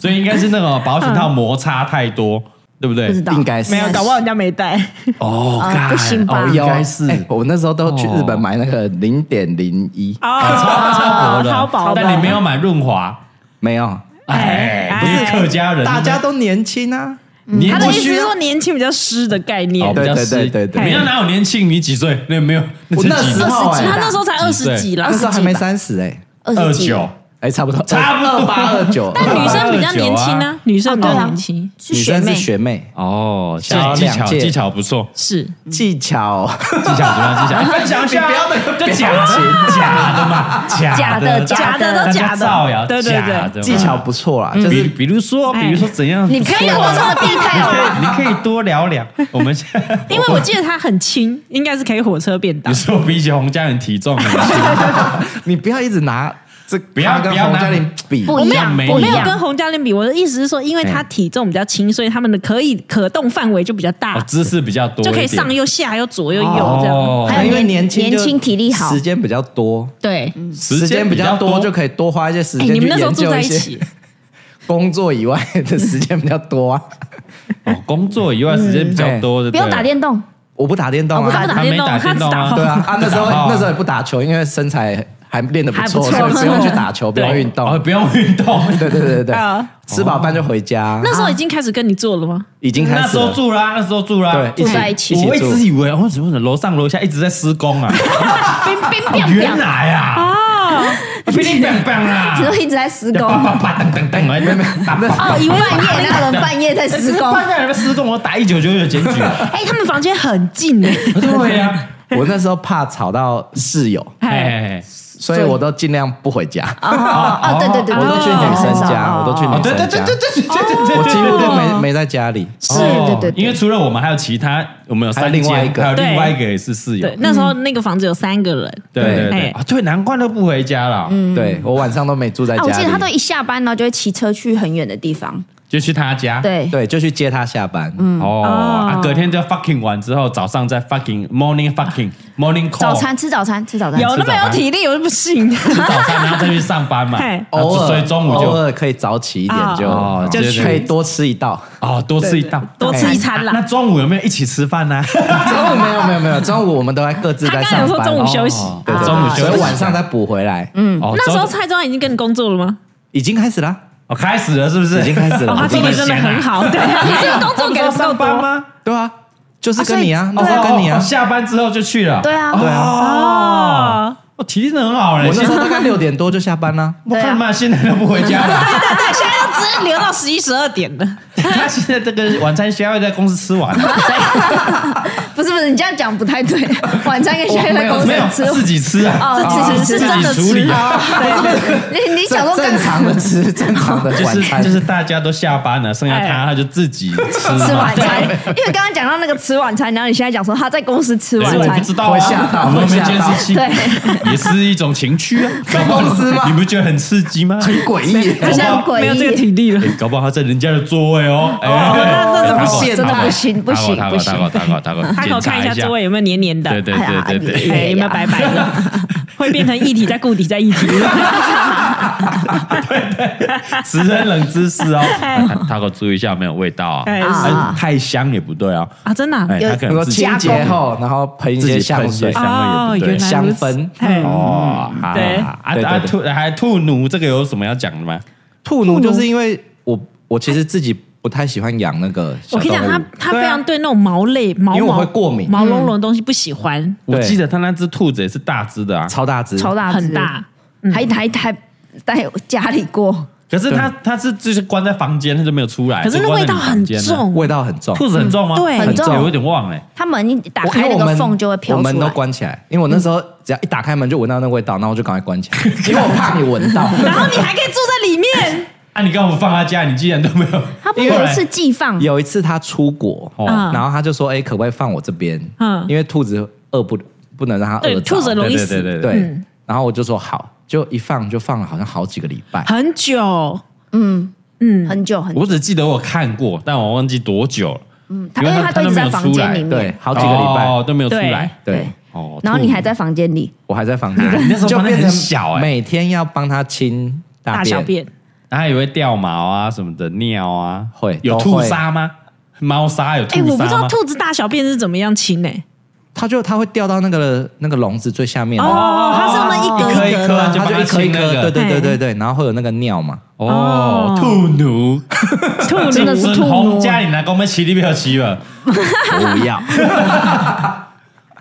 Speaker 1: 所以应该是那种保险套摩擦太多，对不对？
Speaker 2: 不知道
Speaker 4: 应该是
Speaker 3: 没有，搞不好人家没 带，
Speaker 1: 哦
Speaker 2: 啊，
Speaker 1: 干
Speaker 2: 不行吧
Speaker 1: 哦应
Speaker 4: 有
Speaker 1: 该是。
Speaker 4: 哎我那时候都去
Speaker 1: 哦
Speaker 4: 日本买那个零点零一，
Speaker 1: 哎超超薄的，
Speaker 3: 哦 超薄的，
Speaker 1: 但你没有买润滑，
Speaker 4: 没有，
Speaker 1: 哎
Speaker 3: 哎，
Speaker 1: 不是客家人，
Speaker 4: 大家都年轻啊，
Speaker 1: 年
Speaker 3: 他的意思
Speaker 1: 轻
Speaker 3: 是说年轻比较湿的概
Speaker 1: 哦
Speaker 3: 念。
Speaker 1: 比较
Speaker 4: 对对
Speaker 1: 湿
Speaker 4: 对对对
Speaker 1: 你要哪有年轻？你几岁？那没有，
Speaker 4: 我那时候
Speaker 2: 二十
Speaker 4: 哎
Speaker 2: 几
Speaker 3: 他，那时候才二十
Speaker 1: 哎
Speaker 3: 几啦
Speaker 4: 那，时候还
Speaker 2: 二十几
Speaker 4: 没
Speaker 2: 吧
Speaker 4: 三十哎，
Speaker 1: 二
Speaker 2: 二十几
Speaker 1: 九，
Speaker 4: 哎，差不多，
Speaker 1: 差不多
Speaker 4: 八二九，
Speaker 3: 但女生比较年轻
Speaker 1: 二九
Speaker 3: 啊，女生比
Speaker 2: 哦
Speaker 3: 较
Speaker 2: 对啊
Speaker 3: 年轻，
Speaker 2: 是
Speaker 4: 女
Speaker 2: 学
Speaker 4: 生是
Speaker 2: 妹，
Speaker 4: 学妹，
Speaker 1: 哦，技
Speaker 4: 小
Speaker 1: 技
Speaker 4: 两
Speaker 1: 巧
Speaker 4: 届
Speaker 1: 技巧不错，
Speaker 3: 是
Speaker 4: 技巧，
Speaker 1: 技巧怎么样？技巧分享一下，
Speaker 4: 你不要那个
Speaker 1: 就假的假的嘛，假的
Speaker 2: 假
Speaker 3: 假的
Speaker 1: 大家
Speaker 3: 都假的，
Speaker 1: 造谣，
Speaker 3: 对哎对
Speaker 1: 假的嘛，
Speaker 3: 对
Speaker 4: 技巧不错啦，就
Speaker 1: 比
Speaker 4: 是
Speaker 1: 比如说比如说怎样？
Speaker 2: 你可以我这么地
Speaker 1: 你
Speaker 2: 态
Speaker 1: 可
Speaker 2: 吗？
Speaker 1: 以你可以多聊聊，我们现在。
Speaker 3: 因为我记得他很轻，应该是可以火车便 当
Speaker 1: 你。说比起洪嘉玲体重很 轻，
Speaker 4: 你不要一直拿这不
Speaker 1: 要
Speaker 4: 跟
Speaker 1: 不要
Speaker 4: 洪
Speaker 1: 拿
Speaker 4: 嘉玲比，
Speaker 2: 不
Speaker 3: 我
Speaker 2: 一
Speaker 3: 没有
Speaker 1: 样没，
Speaker 3: 我没
Speaker 1: 一
Speaker 3: 有
Speaker 1: 样
Speaker 3: 跟洪嘉玲比。我的意思是说，因为他体重比较轻，所以他们的可以可动范围就比较大
Speaker 1: 哦，，姿势比较多一
Speaker 3: 就
Speaker 1: 点，
Speaker 3: 可以上又下又左又右这样。
Speaker 1: 哦
Speaker 2: 还有
Speaker 4: 因为
Speaker 2: 年
Speaker 4: 年轻
Speaker 2: 年
Speaker 4: 就
Speaker 2: 轻体力好
Speaker 4: 时间比较多，
Speaker 3: 对，
Speaker 4: 嗯
Speaker 1: 时间
Speaker 4: 比较
Speaker 1: 多
Speaker 4: 就可以多花一些时
Speaker 3: 哎，
Speaker 4: 间
Speaker 3: 你
Speaker 4: 去
Speaker 3: 们那时候
Speaker 4: 研
Speaker 3: 住
Speaker 4: 究
Speaker 3: 在一
Speaker 4: 些
Speaker 3: 起，
Speaker 4: 工作以外的时间比较多啊。
Speaker 3: 哎
Speaker 1: 哦，工作以外时间比较多的，
Speaker 2: 不用打电动，
Speaker 4: 我不打电动
Speaker 3: 他哦
Speaker 4: 啊
Speaker 3: 不，
Speaker 1: 他
Speaker 3: 打
Speaker 1: 没
Speaker 3: 电动，
Speaker 1: 打
Speaker 3: 他
Speaker 1: 电
Speaker 3: 只
Speaker 1: 动啊
Speaker 3: 打
Speaker 4: 对啊，啊那时候
Speaker 1: 打炮啊
Speaker 4: 那时候也不打球，因为身材还练得不错，
Speaker 2: 还
Speaker 4: 所
Speaker 2: 不错
Speaker 4: 以不用去打球，不
Speaker 1: 对
Speaker 4: 用运
Speaker 1: 哦，
Speaker 4: 动。
Speaker 1: 不用运 动。
Speaker 4: 对对对对对
Speaker 3: 啊，
Speaker 4: 吃饱饭就回家。
Speaker 3: 那时候已经开始跟你做了吗？
Speaker 4: 已经开
Speaker 1: 那
Speaker 4: 始
Speaker 1: 时候
Speaker 4: 了，
Speaker 1: 住啦，那时候住啦，
Speaker 4: 对，
Speaker 2: 住在一
Speaker 4: 一
Speaker 2: 起
Speaker 4: 起
Speaker 1: 我一
Speaker 4: 住
Speaker 1: 直。以为，我怎么楼上楼下一直在施工啊？
Speaker 2: 冰冰
Speaker 1: 哦
Speaker 2: 冰
Speaker 1: 原
Speaker 2: 冰，
Speaker 1: 来啊，
Speaker 3: 哦，
Speaker 1: 乒乒乓乓啦
Speaker 2: 只，是一直在施工。
Speaker 1: 啊叭叭叭噔噔噔， 没哎没没，打
Speaker 2: 哦，以为半夜那个人半夜在施工。
Speaker 1: 半夜那边施工，我打一九九九检举。啊
Speaker 3: 哎，他们房间很近哎，
Speaker 1: 对啊呀，
Speaker 4: 我那时候怕吵到室友，
Speaker 3: 哎，
Speaker 1: 哎，
Speaker 4: 所以我都尽量不回家，
Speaker 2: 哦哦，对对对，
Speaker 4: 我都去女生家，我都去
Speaker 1: 哦，
Speaker 4: 女
Speaker 1: 对对
Speaker 4: 生
Speaker 1: 对
Speaker 4: 家
Speaker 1: 对，对对对对对，
Speaker 4: 我几乎都没没在家里。
Speaker 2: 是，对对对，
Speaker 1: 因为除了我们还有其他，我们有三
Speaker 4: 还有另外一个
Speaker 1: 间还有另
Speaker 3: 对
Speaker 1: 外一个也是室友
Speaker 3: 对，，那时候那个房子有三个人，
Speaker 1: 对对
Speaker 4: 对嗯
Speaker 1: 对，
Speaker 3: 哎
Speaker 1: 啊，对，难怪都不回家了，
Speaker 4: 对我晚上都没住在
Speaker 2: 啊，
Speaker 4: 家
Speaker 2: 我
Speaker 4: 里，
Speaker 2: 记得他都一下班呢就会骑车去很远的地方。
Speaker 1: 就去他家，
Speaker 2: 对，
Speaker 4: 对，就去接他下班。
Speaker 1: 哦，
Speaker 3: 哦
Speaker 1: 啊，隔天就 fucking 完之后，早上再 fucking morning fucking morning call
Speaker 2: 早餐吃早餐吃早餐，
Speaker 3: 有那么有体力，我就不信。
Speaker 1: 吃早餐，然后再去上班嘛
Speaker 3: 嘿，
Speaker 1: 然后
Speaker 4: 偶尔，
Speaker 1: 所以中午
Speaker 4: 偶
Speaker 1: 就
Speaker 4: 尔可以早起一点就，
Speaker 1: 哦
Speaker 4: 就
Speaker 1: 对对对
Speaker 4: 可以多吃一道。
Speaker 1: 哦多吃一道，
Speaker 3: 多吃一餐
Speaker 1: 哎那
Speaker 3: 啦。
Speaker 1: 中午有没有一起吃饭呢？
Speaker 4: 中午没有没有没有，中午我们都在各自
Speaker 3: 他
Speaker 4: 在
Speaker 3: 刚才有
Speaker 4: 上
Speaker 3: 说
Speaker 4: 班，
Speaker 3: 中午休息，
Speaker 1: 哦
Speaker 4: 对对对
Speaker 1: 中午休息
Speaker 4: 所以晚上再补回来。嗯，
Speaker 1: 哦
Speaker 3: 那时候
Speaker 1: 中
Speaker 3: 蔡庄已经跟你工作了吗？
Speaker 4: 已经开始 啦，
Speaker 1: 哦开始了，是不是？
Speaker 4: 已经开始了
Speaker 3: 哦，他
Speaker 4: 我
Speaker 3: 体
Speaker 4: 今
Speaker 3: 力
Speaker 4: 天
Speaker 3: 真的很好，对， 你这 个工作给
Speaker 1: 要
Speaker 3: 的不够
Speaker 1: 上班
Speaker 3: 多。
Speaker 1: 吗？
Speaker 4: 对啊，就是跟你啊，那时
Speaker 1: 哦
Speaker 4: 候跟你
Speaker 1: 哦
Speaker 4: 啊，
Speaker 1: 下班之后就去了，
Speaker 2: 对啊
Speaker 4: 对啊，
Speaker 1: 哦
Speaker 3: 哦，
Speaker 1: 我体力真的很好嘞，欸
Speaker 4: 我那
Speaker 1: 现
Speaker 4: 时
Speaker 1: 在
Speaker 4: 候大
Speaker 3: 啊
Speaker 4: 概六点多就下班啦。
Speaker 1: 我看嘛，现在都不回家了。
Speaker 3: 对对对，现在都只留到十一十二点了。
Speaker 1: 他现在这个晚餐需要在公司吃完，啊
Speaker 2: 不是不是，你这样讲不太对。晚餐跟宵夜在公司
Speaker 1: 没有
Speaker 2: 吃，
Speaker 1: 自己吃啊，
Speaker 2: 哦
Speaker 3: 自己
Speaker 1: 自
Speaker 3: 吃
Speaker 1: 己
Speaker 3: 真的
Speaker 1: 处理
Speaker 3: 吃
Speaker 1: 啊，
Speaker 2: 你你想说
Speaker 4: 正
Speaker 2: 更
Speaker 4: 常的吃，正常 的
Speaker 1: 就
Speaker 4: 晚
Speaker 1: 是
Speaker 4: 餐
Speaker 1: 就是大家都下班了，剩下他
Speaker 3: 哎
Speaker 1: 他就自己吃
Speaker 2: 吃
Speaker 1: 嘛
Speaker 2: 晚餐，因为刚刚讲到那个吃晚餐，然后你现在讲说他在公司吃
Speaker 1: 对
Speaker 2: 晚
Speaker 1: 我不
Speaker 2: 餐，
Speaker 1: 知道啊，
Speaker 4: 会吓到
Speaker 1: 我们
Speaker 4: 会
Speaker 1: 没
Speaker 4: 吓
Speaker 1: 监视器，
Speaker 2: 对
Speaker 1: 也是一种情趣啊，
Speaker 4: 在公司吗
Speaker 1: 你不觉得很刺激 吗？哎
Speaker 4: 很诡异。
Speaker 2: 好像诡
Speaker 3: 没有这个
Speaker 2: 异。
Speaker 3: 体力了。
Speaker 1: 搞不好他在人家的座位哦，哎，
Speaker 3: 那那
Speaker 4: 怎么
Speaker 1: 打狗
Speaker 4: 行真的
Speaker 2: 不行不行
Speaker 1: 打狗
Speaker 2: 不行
Speaker 1: 打狗打狗打狗打狗，
Speaker 3: 开
Speaker 1: 检
Speaker 3: 口
Speaker 1: 查
Speaker 3: 看一下
Speaker 1: 下
Speaker 3: 座位，有没有黏黏的，
Speaker 1: 对对
Speaker 2: 哎呀
Speaker 1: 对对
Speaker 2: 你
Speaker 1: 对，
Speaker 3: 哎，有没有白白的？ 会变成液体在固体在液 体，
Speaker 1: 食人冷知识 哦，
Speaker 2: 哎
Speaker 1: 打狗注意一下有没有味道啊，
Speaker 3: 哎
Speaker 2: 啊
Speaker 1: 哎太香也不对啊，
Speaker 3: 啊，真的啊
Speaker 1: 哎，
Speaker 2: 有
Speaker 1: 他可
Speaker 4: 比如
Speaker 1: 能
Speaker 4: 说
Speaker 1: 自己
Speaker 4: 清洁后，然后喷一
Speaker 1: 自己
Speaker 4: 些
Speaker 1: 喷
Speaker 4: 香水
Speaker 1: 一些，香味也不对
Speaker 3: 啊哦原来
Speaker 4: 香
Speaker 3: 如此
Speaker 4: 氛
Speaker 3: 哎
Speaker 1: 哦，啊
Speaker 3: 对
Speaker 1: 啊
Speaker 4: 对对
Speaker 1: 啊
Speaker 4: 对
Speaker 1: 兔还兔奴这个有什么要讲的吗？
Speaker 4: 兔奴就是因为我我其实自己不太喜欢养那个小
Speaker 3: 我跟你讲，
Speaker 4: 动物
Speaker 3: 他他非常对那种毛类、毛
Speaker 4: 因为我
Speaker 3: 毛
Speaker 4: 会过敏嗯
Speaker 3: 毛茸茸的东西不喜欢，
Speaker 1: 我
Speaker 4: 对
Speaker 1: 记得他那只兔子也是大只的啊，
Speaker 4: 超大只，
Speaker 2: 超大只
Speaker 3: 很大，
Speaker 2: 还还还带家里过，
Speaker 1: 可是它它是就是关在房间，它就没有出来。
Speaker 3: 可是
Speaker 1: 就
Speaker 3: 那
Speaker 1: 关
Speaker 3: 味
Speaker 1: 在
Speaker 3: 道
Speaker 1: 你
Speaker 3: 很
Speaker 1: 房间啊。
Speaker 3: 重，
Speaker 4: 味道很重。
Speaker 1: 兔子很重吗？哎
Speaker 3: 对
Speaker 2: 很重
Speaker 1: 我有点忘了。
Speaker 2: 他门一打
Speaker 4: 我因
Speaker 2: 开
Speaker 4: 为
Speaker 2: 那
Speaker 4: 我
Speaker 2: 个
Speaker 4: 们
Speaker 2: 缝就会飘
Speaker 4: 我
Speaker 2: 出来
Speaker 4: 门。都关起来，因为我那
Speaker 3: 嗯
Speaker 4: 时候只要一打开门就闻到那味道，然后我就赶 快关起来，因为我怕你闻到。
Speaker 3: 然后你还可以住在里 面，
Speaker 1: 啊，你刚我放他家，你竟然都没有。
Speaker 2: 他不
Speaker 1: 因为
Speaker 2: 有一次寄放，
Speaker 4: 有一次他出国，哦
Speaker 3: 嗯
Speaker 4: 然后他就说：“哎，可不可以放我这边？
Speaker 3: 嗯
Speaker 4: 因为兔子饿不不能让它饿
Speaker 3: 对，
Speaker 4: 着。”
Speaker 3: 兔子很容易
Speaker 1: 对对
Speaker 3: 死，嗯
Speaker 1: 对对
Speaker 4: 啊对，然后我就说好，就一放就放了，好像好几个礼拜。
Speaker 3: 很久，
Speaker 2: 嗯，
Speaker 3: 嗯，
Speaker 2: 很久很久，
Speaker 1: 我只记得我看过，但我忘记多久了。
Speaker 2: 嗯他因为他都一直在房间里
Speaker 4: 对
Speaker 2: 面，，
Speaker 4: 好几个礼拜，
Speaker 1: 哦都没有出
Speaker 3: 对
Speaker 1: 来。
Speaker 4: 对
Speaker 2: 对
Speaker 1: 哦，
Speaker 2: 然后
Speaker 1: 兔
Speaker 2: 你还在房间里，
Speaker 4: 我还在房间
Speaker 1: 啊你那时候，
Speaker 4: 就
Speaker 1: 房间
Speaker 4: 变
Speaker 1: 很
Speaker 4: 成
Speaker 1: 小哎
Speaker 4: 每天要帮它清
Speaker 3: 大
Speaker 4: 大
Speaker 3: 小
Speaker 4: 便，
Speaker 3: 便，
Speaker 1: 它也会掉毛啊什么的，尿啊，
Speaker 4: 会
Speaker 1: 有
Speaker 4: 都
Speaker 1: 兔
Speaker 4: 会
Speaker 1: 砂吗？猫砂有
Speaker 3: 哎，
Speaker 1: 兔
Speaker 3: 我不知
Speaker 1: 砂
Speaker 3: 道
Speaker 1: 吗？
Speaker 3: 兔子大小便是怎么样清诶，
Speaker 4: 它就它会掉到那个那个笼子最下面，
Speaker 3: 哦，它是那一
Speaker 1: 一
Speaker 3: 格
Speaker 1: 颗一
Speaker 3: 格
Speaker 1: 颗啊
Speaker 3: 的，
Speaker 4: 它就一颗一
Speaker 1: 就帮它清那个
Speaker 4: 颗，对对对对对，然后会有那个尿嘛，
Speaker 1: 哦，兔奴，
Speaker 3: 兔奴
Speaker 1: 真的
Speaker 2: 是兔奴
Speaker 1: 家里拿公们骑你不要骑了。
Speaker 4: 不 要，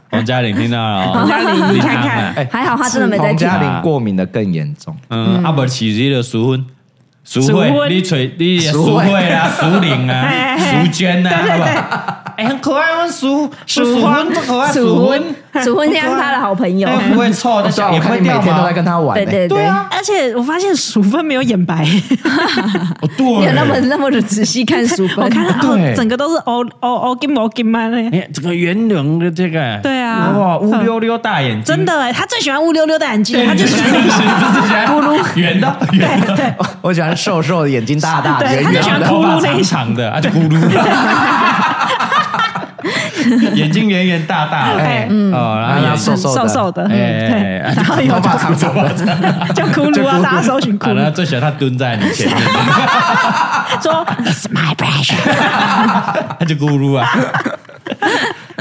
Speaker 1: 洪嘉玲听到了哦，
Speaker 3: 洪嘉玲你看
Speaker 1: 听到了
Speaker 3: 看
Speaker 4: 哎
Speaker 2: 还好他真的没在
Speaker 4: 彭
Speaker 2: 听
Speaker 4: 嘉玲过敏的更严重，
Speaker 1: 嗯，啊，无饲这个淑芬，淑
Speaker 3: 淑
Speaker 1: 慧，
Speaker 3: 芬
Speaker 1: 你揣你的
Speaker 4: 淑
Speaker 1: 淑
Speaker 4: 慧
Speaker 1: 慧啊，淑玲啊，
Speaker 3: 哎哎哎
Speaker 1: 淑娟啊，好不好？哎，很可爱，我淑是淑芬，不可爱，淑 芬，
Speaker 2: 楚婚现在是他的好朋友，
Speaker 1: 哎不会错的，
Speaker 4: 对啊
Speaker 1: 也
Speaker 4: 我
Speaker 1: 不
Speaker 4: 看
Speaker 1: 会
Speaker 4: 你每
Speaker 1: 掉
Speaker 4: 天都在
Speaker 1: 毛。
Speaker 4: 跟它玩，
Speaker 2: 对
Speaker 4: 哎
Speaker 2: 对对，
Speaker 1: 啊
Speaker 3: 而且我发现鼠粪没有眼 白，
Speaker 1: 哦
Speaker 2: 你有那么
Speaker 1: 对，
Speaker 2: 那么的仔细看书本，
Speaker 3: 我 看它哦
Speaker 1: 对，
Speaker 3: 整个都是哦哦哦金毛金毛嘞，
Speaker 1: 哎，这个圆轮的这个，
Speaker 3: 对啊
Speaker 1: 哇，乌溜溜大眼睛，
Speaker 3: 真的哎，它最喜欢乌溜溜的眼睛，
Speaker 1: 对，
Speaker 3: 它
Speaker 1: 他
Speaker 3: 就
Speaker 1: 就
Speaker 3: 喜
Speaker 1: 喜欢
Speaker 3: 欢
Speaker 1: 咕噜圆的圆的，
Speaker 4: 我喜欢瘦瘦的，眼睛大大，
Speaker 3: 对
Speaker 4: 圆
Speaker 3: 它就喜
Speaker 4: 圆
Speaker 3: 欢
Speaker 4: 的，
Speaker 1: 头
Speaker 3: 咕
Speaker 1: 发
Speaker 3: 噜
Speaker 1: 长
Speaker 3: 嘞
Speaker 1: 长的，啊，就咕噜。眼睛圆圆大大的，
Speaker 3: 哎
Speaker 1: 哦，然后
Speaker 4: 然
Speaker 1: 眼
Speaker 4: 后
Speaker 1: 睛
Speaker 4: 瘦瘦的
Speaker 3: 瘦瘦的，嗯对，
Speaker 1: 哎，然后
Speaker 4: 头发长长的，
Speaker 3: 叫骷髅啊，大家搜寻骷
Speaker 1: 啊，那
Speaker 3: 髅，
Speaker 1: 最喜欢他蹲在你前面，
Speaker 3: 说 It's my pleasure，
Speaker 1: 他就咕噜啊，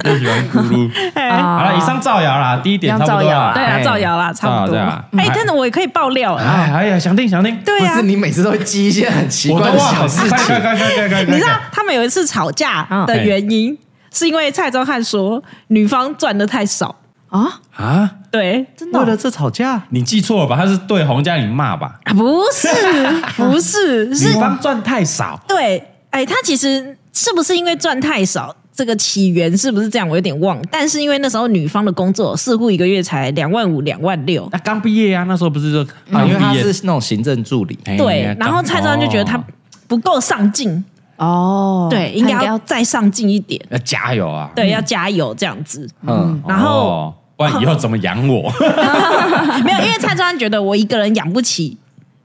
Speaker 1: 最喜欢咕噜。
Speaker 3: 哎
Speaker 1: 好了，以上造谣啦，第一点差不多啦，
Speaker 3: 对啊，造谣啦，差不
Speaker 1: 造
Speaker 3: 多。
Speaker 1: 谣
Speaker 3: 哎，但是我也可以爆料
Speaker 1: 哎。
Speaker 3: 啊，
Speaker 1: 哎，哎呀，想听想听，
Speaker 3: 对
Speaker 4: 不
Speaker 3: 啊
Speaker 4: 是，你每次都会记一些很奇
Speaker 1: 我
Speaker 4: 怪
Speaker 1: 都
Speaker 4: 的
Speaker 1: 忘
Speaker 4: 小
Speaker 1: 了，
Speaker 4: 事
Speaker 1: 快
Speaker 4: 情
Speaker 1: 快。快快快快
Speaker 3: 你
Speaker 1: 快
Speaker 3: 知道
Speaker 1: 快！
Speaker 3: 他们有一次吵架
Speaker 2: 嗯
Speaker 3: 的原因，是因为蔡宗翰说女方赚的太少，
Speaker 2: 啊，
Speaker 1: 啊？
Speaker 3: 对，
Speaker 2: 真的
Speaker 4: 为
Speaker 2: 哦
Speaker 4: 了这吵架，
Speaker 1: 你记错了吧？他是对洪嘉玲骂吧？
Speaker 3: 啊不 是不是
Speaker 1: 女
Speaker 3: 是，
Speaker 1: 方赚太少，
Speaker 3: 对，哎，他其实是不是因为赚太少？这个起源是不是这样？我有点忘，但是因为那时候女方的工作似乎一个月才两万五、两万六，
Speaker 1: 那刚毕业啊，那时候不是就
Speaker 4: 啊，
Speaker 1: 刚
Speaker 4: 因为他
Speaker 1: 毕业
Speaker 4: 是那种行政助理，
Speaker 1: 哎
Speaker 3: 对
Speaker 1: 刚，
Speaker 3: 然后蔡宗翰就觉得他
Speaker 1: 哦
Speaker 3: 不够上进，
Speaker 2: 哦，
Speaker 3: 对，应该
Speaker 2: 他
Speaker 3: 要再上进一点，
Speaker 1: 要加油啊！
Speaker 3: 对，要加油这样子。
Speaker 4: 嗯，
Speaker 3: 然后
Speaker 1: 哦不然以后怎么养我？
Speaker 3: 没有，因为蔡庄觉得我一个人养不起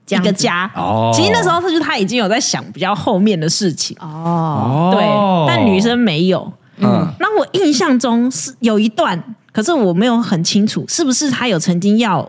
Speaker 3: 一个家。
Speaker 1: 哦
Speaker 3: 其实那时候他就是他已经有在想比较后面的事情，
Speaker 2: 哦，
Speaker 1: 哦
Speaker 3: 对，但女生没有。
Speaker 4: 嗯，
Speaker 3: 那我印象中是有一段，可是我没有很清楚，是不是他有曾经要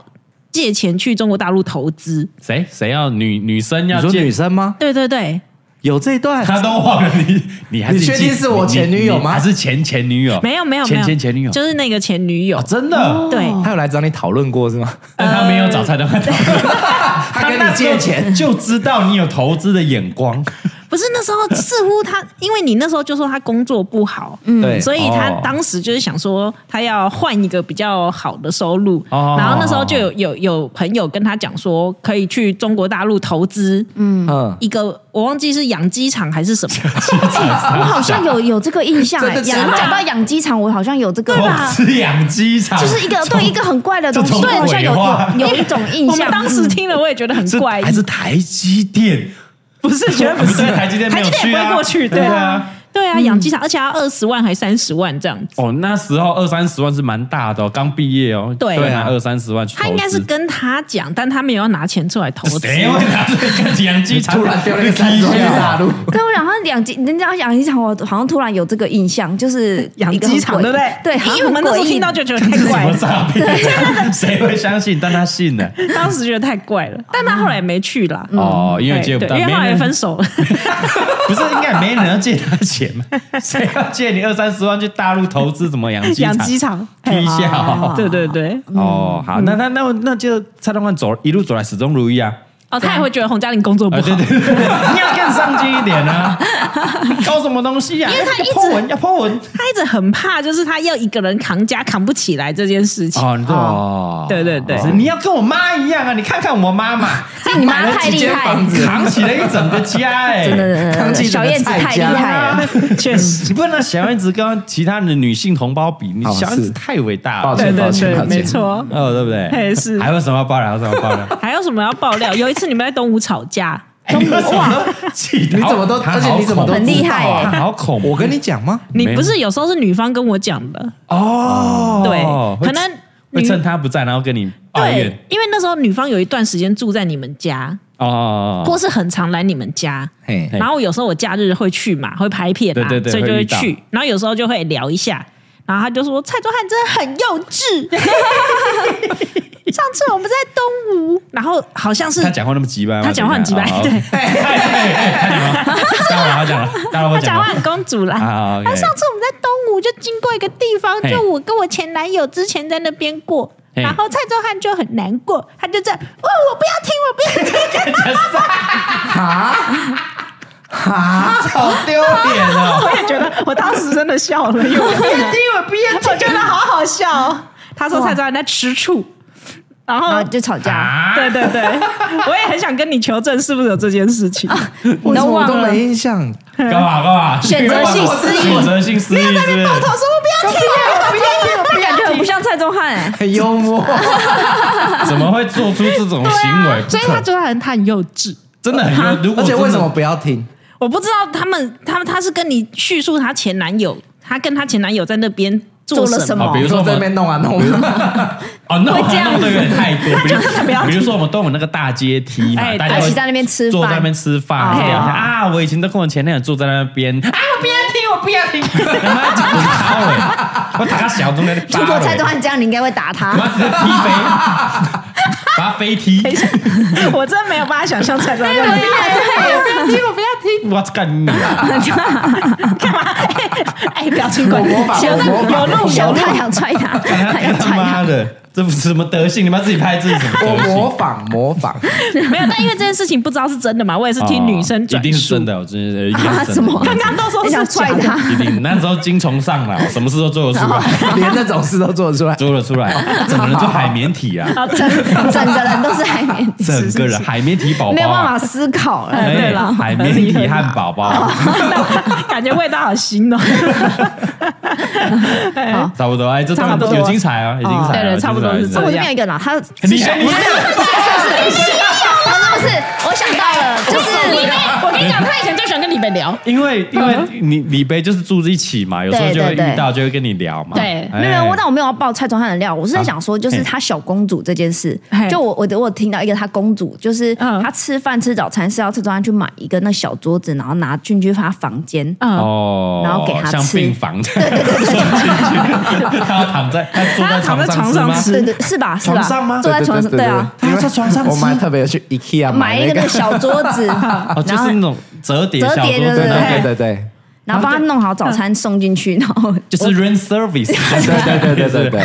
Speaker 3: 借钱去中国大陆投资？
Speaker 1: 谁谁要女女生
Speaker 4: 你
Speaker 1: 要
Speaker 4: 说
Speaker 1: 见
Speaker 4: 女，生吗？
Speaker 3: 对对对，
Speaker 4: 有这一 段，
Speaker 1: 他哦都忘了你，你还是
Speaker 4: 你确定
Speaker 1: 记
Speaker 4: 是我前女友吗
Speaker 1: 你你还是前前女友？
Speaker 3: 没有没有没
Speaker 1: 前
Speaker 3: 有，
Speaker 1: 前前女友，
Speaker 3: 就是那个前女友
Speaker 1: 哦，真的，
Speaker 3: 对，
Speaker 4: 他有来找你讨论过是吗？
Speaker 1: 但他没有找蔡东汉，他
Speaker 4: 他跟你借钱，
Speaker 1: 就知道你有投资的眼光，
Speaker 3: 不是那时候，似乎他，因为你那时候就说他工作不好，嗯，
Speaker 4: 对，
Speaker 3: 所以他
Speaker 1: 哦
Speaker 3: 当时就是想说，他要换一个比较好的收入。
Speaker 1: 哦
Speaker 3: 然后那时候就有有有朋友跟他讲说，可以去中国大陆投资
Speaker 4: 嗯，
Speaker 3: 一个，我忘记是养鸡场还是什 么，
Speaker 2: 我好像有有这个印象、
Speaker 4: 真
Speaker 2: 欸，
Speaker 4: 的假的
Speaker 2: 养讲到养鸡场，我好像有这个
Speaker 1: 投
Speaker 2: 吧，
Speaker 1: 资养鸡场，
Speaker 2: 就是一个对一个很怪的东西，
Speaker 1: 这种
Speaker 2: 我好像有
Speaker 1: 鬼话
Speaker 2: 有有一种印
Speaker 3: 我
Speaker 2: 象。
Speaker 3: 们当时听了我也觉得很
Speaker 1: 是
Speaker 3: 怪
Speaker 1: 还是
Speaker 3: 异，
Speaker 1: 台积电？
Speaker 3: 不是绝对
Speaker 1: 我
Speaker 3: 不
Speaker 1: 们
Speaker 3: 是
Speaker 1: 这台积电没有
Speaker 3: 台积电
Speaker 1: 去
Speaker 3: 也不
Speaker 1: 啊，
Speaker 3: 会过去，对
Speaker 1: 对
Speaker 3: 啊。
Speaker 1: 啊。
Speaker 3: 对啊，养鸡场，而且要二十万还三十万这样子。
Speaker 1: 哦，那时候二三十万是蛮大的哦，刚毕业哦，
Speaker 3: 对
Speaker 1: 对啊，二三十万去投资，
Speaker 3: 他应该是跟他讲，但他没有要拿钱出来投资。
Speaker 1: 谁会拿这个养鸡场？
Speaker 4: 突然丢了一个三十万去大陆，
Speaker 2: 对，我想他养鸡，人家养鸡场，我好像突然有这个印象，就是
Speaker 3: 养
Speaker 2: 一个很
Speaker 3: 鸡场，
Speaker 2: 诡
Speaker 3: 对不对？
Speaker 2: 对，好像
Speaker 3: 因为我们那时候
Speaker 2: 很诡异
Speaker 3: 听到就觉得 太
Speaker 1: 什
Speaker 3: 怪
Speaker 1: 么
Speaker 3: 了，
Speaker 1: 诈骗？ 谁会相信？但他信了
Speaker 3: 当时觉得太怪了，但他后来也没去啦。
Speaker 1: 哦，因为借不
Speaker 3: 嗯对
Speaker 1: 到，
Speaker 3: 对因
Speaker 1: 没
Speaker 3: 为后来
Speaker 1: 人
Speaker 3: 分手了。
Speaker 1: 不是应该没人要借他钱 吗？谁要借你二三十万去大陆投资什么养鸡场？啊
Speaker 3: 养鸡场，啊
Speaker 1: 踢笑
Speaker 3: 嘿对对对。
Speaker 1: 哦，好，
Speaker 4: 嗯
Speaker 1: 那那那那就蔡东冠走一路走来始终如一啊，
Speaker 3: 哦，他也会觉得洪嘉玲工作不
Speaker 1: 啊对
Speaker 3: 好
Speaker 1: 对，，对 你要更上进一点啊！你搞什么东西呀？
Speaker 3: 因为他
Speaker 1: 要
Speaker 3: 一直
Speaker 1: 破文，要破文
Speaker 3: 他一直很怕，就是他要一个人扛家扛不起来这件事情。
Speaker 4: 啊
Speaker 1: 哦，你哦，
Speaker 3: 对对对
Speaker 1: 是你要跟我妈一样啊！你看看我妈妈，
Speaker 2: 所以你妈太厉害，
Speaker 1: 扛起了一整个家，哎，
Speaker 2: 真的真的真
Speaker 4: 扛
Speaker 2: 的，
Speaker 4: 起整
Speaker 2: 小
Speaker 4: 个
Speaker 2: 燕子
Speaker 4: 菜
Speaker 2: 太厉
Speaker 4: 家
Speaker 2: 害啊了。
Speaker 3: 确实，
Speaker 1: 你不能小燕子跟其他的女性同胞比，你
Speaker 4: 哦
Speaker 1: 小燕子
Speaker 4: 是
Speaker 1: 太伟大
Speaker 4: 抱
Speaker 1: 了，
Speaker 4: 歉
Speaker 3: 对
Speaker 4: 抱
Speaker 3: 对
Speaker 4: 歉抱
Speaker 3: 对，
Speaker 4: 歉
Speaker 3: 没错。
Speaker 1: 哦，对不 对？
Speaker 3: 嘿是
Speaker 1: 还有什么要爆料？还有什么要爆料？
Speaker 3: 还有什么要爆料？有一次你们在东吴吵架，
Speaker 1: 哎你为什么都记得？
Speaker 4: 你怎么都
Speaker 1: 他
Speaker 4: 而且
Speaker 1: 好
Speaker 4: 你怎么都
Speaker 1: 恐
Speaker 2: 很厉害
Speaker 4: 知道啊
Speaker 1: 他好恐怖！
Speaker 4: 我跟你讲吗？
Speaker 3: 你
Speaker 1: 没有
Speaker 3: 不是有时候是女方跟我讲的，
Speaker 1: 哦，
Speaker 3: 对，
Speaker 1: 会
Speaker 3: 可能
Speaker 1: 会
Speaker 3: 女
Speaker 1: 趁他不在，然后跟你抱
Speaker 3: 对
Speaker 1: 怨，
Speaker 3: 因为那时候女方有一段时间住在你们家，
Speaker 1: 哦，
Speaker 3: 或是很常来你们家。
Speaker 4: 嘿，
Speaker 3: 然后有时候我假日会去嘛，会拍片嘛，
Speaker 1: 对对对
Speaker 3: 所以就
Speaker 1: 会
Speaker 3: 会
Speaker 1: 遇到
Speaker 3: 去。然后有时候就会聊一下，然后他就说蔡宗翰真的很幼稚。 上次我们在东吴，然后好像是
Speaker 1: 他讲话那么急吧？
Speaker 3: 他讲话很急掰
Speaker 1: 哦
Speaker 3: 对
Speaker 1: 哦嘿嘿嘿嘿他讲话，哦他讲话，他讲话，
Speaker 3: 他
Speaker 1: 他讲
Speaker 3: 讲话
Speaker 1: 话
Speaker 3: 很公主啦。
Speaker 1: 啊，OK
Speaker 3: 他上次我们在东吴就经过一个地方，
Speaker 1: 嘿
Speaker 3: 就我跟我前男友之前在那边过，
Speaker 1: 嘿
Speaker 3: 然后蔡宗翰就很难过，他就这样，哦，我不要听，我不要听。
Speaker 1: 好丢脸哦！
Speaker 3: 我也觉得，我当时真的笑了，因为我 毕业我毕业，我觉得好好笑、哦。他说蔡宗翰在吃醋，然
Speaker 2: 然
Speaker 3: 后
Speaker 2: 后就吵架，
Speaker 1: 啊，
Speaker 3: 对对对，我也很想跟你求证是不是有这件事情。
Speaker 4: 为什么我
Speaker 2: 忘
Speaker 4: 都
Speaker 2: 了
Speaker 4: 没印象？
Speaker 1: 干嘛干嘛？
Speaker 2: 选择性失忆
Speaker 1: 选择性失忆是不是？
Speaker 3: 我说我不要听，
Speaker 2: 他感觉很不像蔡宗翰哎，
Speaker 4: 很幽默，
Speaker 1: 怎么会做出这种行为？
Speaker 3: 所以他觉得很他很幼稚。
Speaker 1: 真的很如果
Speaker 4: 而且
Speaker 1: 真的哦
Speaker 4: 为什么不要听？
Speaker 3: 我不知道他们，他们他是跟你叙述她前男友，她跟她前男友在那边做
Speaker 2: 做了
Speaker 3: 什
Speaker 2: 什
Speaker 3: 么
Speaker 2: 么？
Speaker 1: 哦比如说
Speaker 4: 坐
Speaker 1: 我
Speaker 4: 在那
Speaker 1: 们
Speaker 4: 边弄啊弄啊，
Speaker 1: 哦，那我
Speaker 2: 会这
Speaker 1: 们
Speaker 2: 样
Speaker 1: 弄的有点太多，比
Speaker 3: 不要
Speaker 1: 如
Speaker 3: 提
Speaker 1: 比如说我们都有那个大阶梯嘛，
Speaker 3: 哎
Speaker 1: 大家
Speaker 2: 一
Speaker 1: 会
Speaker 2: 起在那边吃
Speaker 1: 坐在那边
Speaker 2: 饭，
Speaker 1: 吃饭
Speaker 3: 哦
Speaker 1: 聊天啊，我以前都跟我前男友坐在那边，啊，我不要听，我不要听，他妈讲超哎，我打他小中在那里扒
Speaker 2: 如果蔡宗
Speaker 1: 尾，
Speaker 2: 翰这样，你应该会打
Speaker 1: 我要
Speaker 2: 他。
Speaker 1: 直接踢飞，把他飞踢，
Speaker 3: 我真的没有办法想象蔡宗翰在那边
Speaker 1: 我干你啊！
Speaker 3: 干嘛？ 哎，表情 管理，
Speaker 4: 我模仿
Speaker 3: 有
Speaker 4: 我模仿
Speaker 3: 有路有
Speaker 2: 小
Speaker 3: 路，
Speaker 2: 太阳踹他，太阳
Speaker 1: 哎他
Speaker 2: 踹他。
Speaker 1: 妈的，这不是什么德性？你妈自己拍自己 什么
Speaker 4: 我
Speaker 1: 德
Speaker 4: 模
Speaker 1: 性？
Speaker 4: 仿模仿，
Speaker 3: 没有。但因为这件事情不知道是真的嘛，我也是听女生
Speaker 1: 哦一
Speaker 3: 转
Speaker 1: 定是
Speaker 3: 述
Speaker 1: 真。的，我真的一定是
Speaker 2: 啊
Speaker 1: 真的
Speaker 2: 什么
Speaker 3: 刚刚都说
Speaker 2: 你想
Speaker 3: 是
Speaker 2: 踹
Speaker 3: 假的
Speaker 2: 他，
Speaker 1: 一定那时候精虫上脑，什么事都做得出来，
Speaker 4: 连那种事都做得出来。
Speaker 1: 做得出来，整个人就海绵体啊，
Speaker 3: 啊，
Speaker 2: 整整个人都是海绵，
Speaker 1: 整个人海绵体宝
Speaker 2: 没有
Speaker 1: 宝
Speaker 2: 办
Speaker 1: 啊
Speaker 2: 法。思考了。
Speaker 1: 哎
Speaker 3: 对啦
Speaker 1: 海绵
Speaker 3: 合
Speaker 1: 体
Speaker 3: 理合
Speaker 1: 汉堡包，
Speaker 3: 感觉味道好腥哦。
Speaker 1: 差不多，哎，这
Speaker 3: 差不多
Speaker 1: 有精彩啊，有精彩啊，
Speaker 3: 对对差不多是
Speaker 1: 有精彩
Speaker 2: 我
Speaker 3: 这
Speaker 2: 这
Speaker 3: 样
Speaker 2: 边有一个啦，他
Speaker 1: 你先，你先，
Speaker 2: 他是不是？我想到了，就是
Speaker 3: 我跟你讲，他以前最喜欢跟李贝聊。
Speaker 1: 因为因为你李贝就是住在一起嘛，有时候
Speaker 2: 对
Speaker 1: 就会
Speaker 2: 对对
Speaker 1: 遇到，就会跟你聊嘛。
Speaker 3: 对
Speaker 1: 哎
Speaker 2: 没有没有，我但我没有要爆蔡宗翰的料，我是在想说，就是他小公主这件事
Speaker 3: 嘿，
Speaker 2: 就我我我有听到一个他公主，就是
Speaker 3: 嗯
Speaker 2: 她吃饭吃早餐是要蔡宗翰去买一个那小桌子，然后拿进去她房间，
Speaker 3: 嗯，
Speaker 1: 哦，
Speaker 2: 然后给他
Speaker 1: 像
Speaker 2: 吃
Speaker 1: 病房这样送进去，他要躺在他坐在
Speaker 3: 他要躺在
Speaker 1: 床
Speaker 3: 床上
Speaker 1: 上
Speaker 3: 吃
Speaker 1: 吃
Speaker 2: 对对是吧？是吧？
Speaker 1: 床上吗
Speaker 2: 坐在床上，对啊，
Speaker 4: 因为
Speaker 1: 他在床上吃
Speaker 4: 我妈特别去 IKEA
Speaker 2: 买一个
Speaker 4: 那
Speaker 2: 那个小桌子，
Speaker 1: 吗？哦，就
Speaker 2: 然后
Speaker 1: 是那种折叠小
Speaker 2: 折叠
Speaker 1: 桌子，
Speaker 2: 的
Speaker 4: 对
Speaker 1: 然后
Speaker 4: 对
Speaker 1: 给
Speaker 4: 对对对
Speaker 2: 然后帮他弄好早餐送进去，然后
Speaker 1: 就是 room service，
Speaker 4: 对对对对对，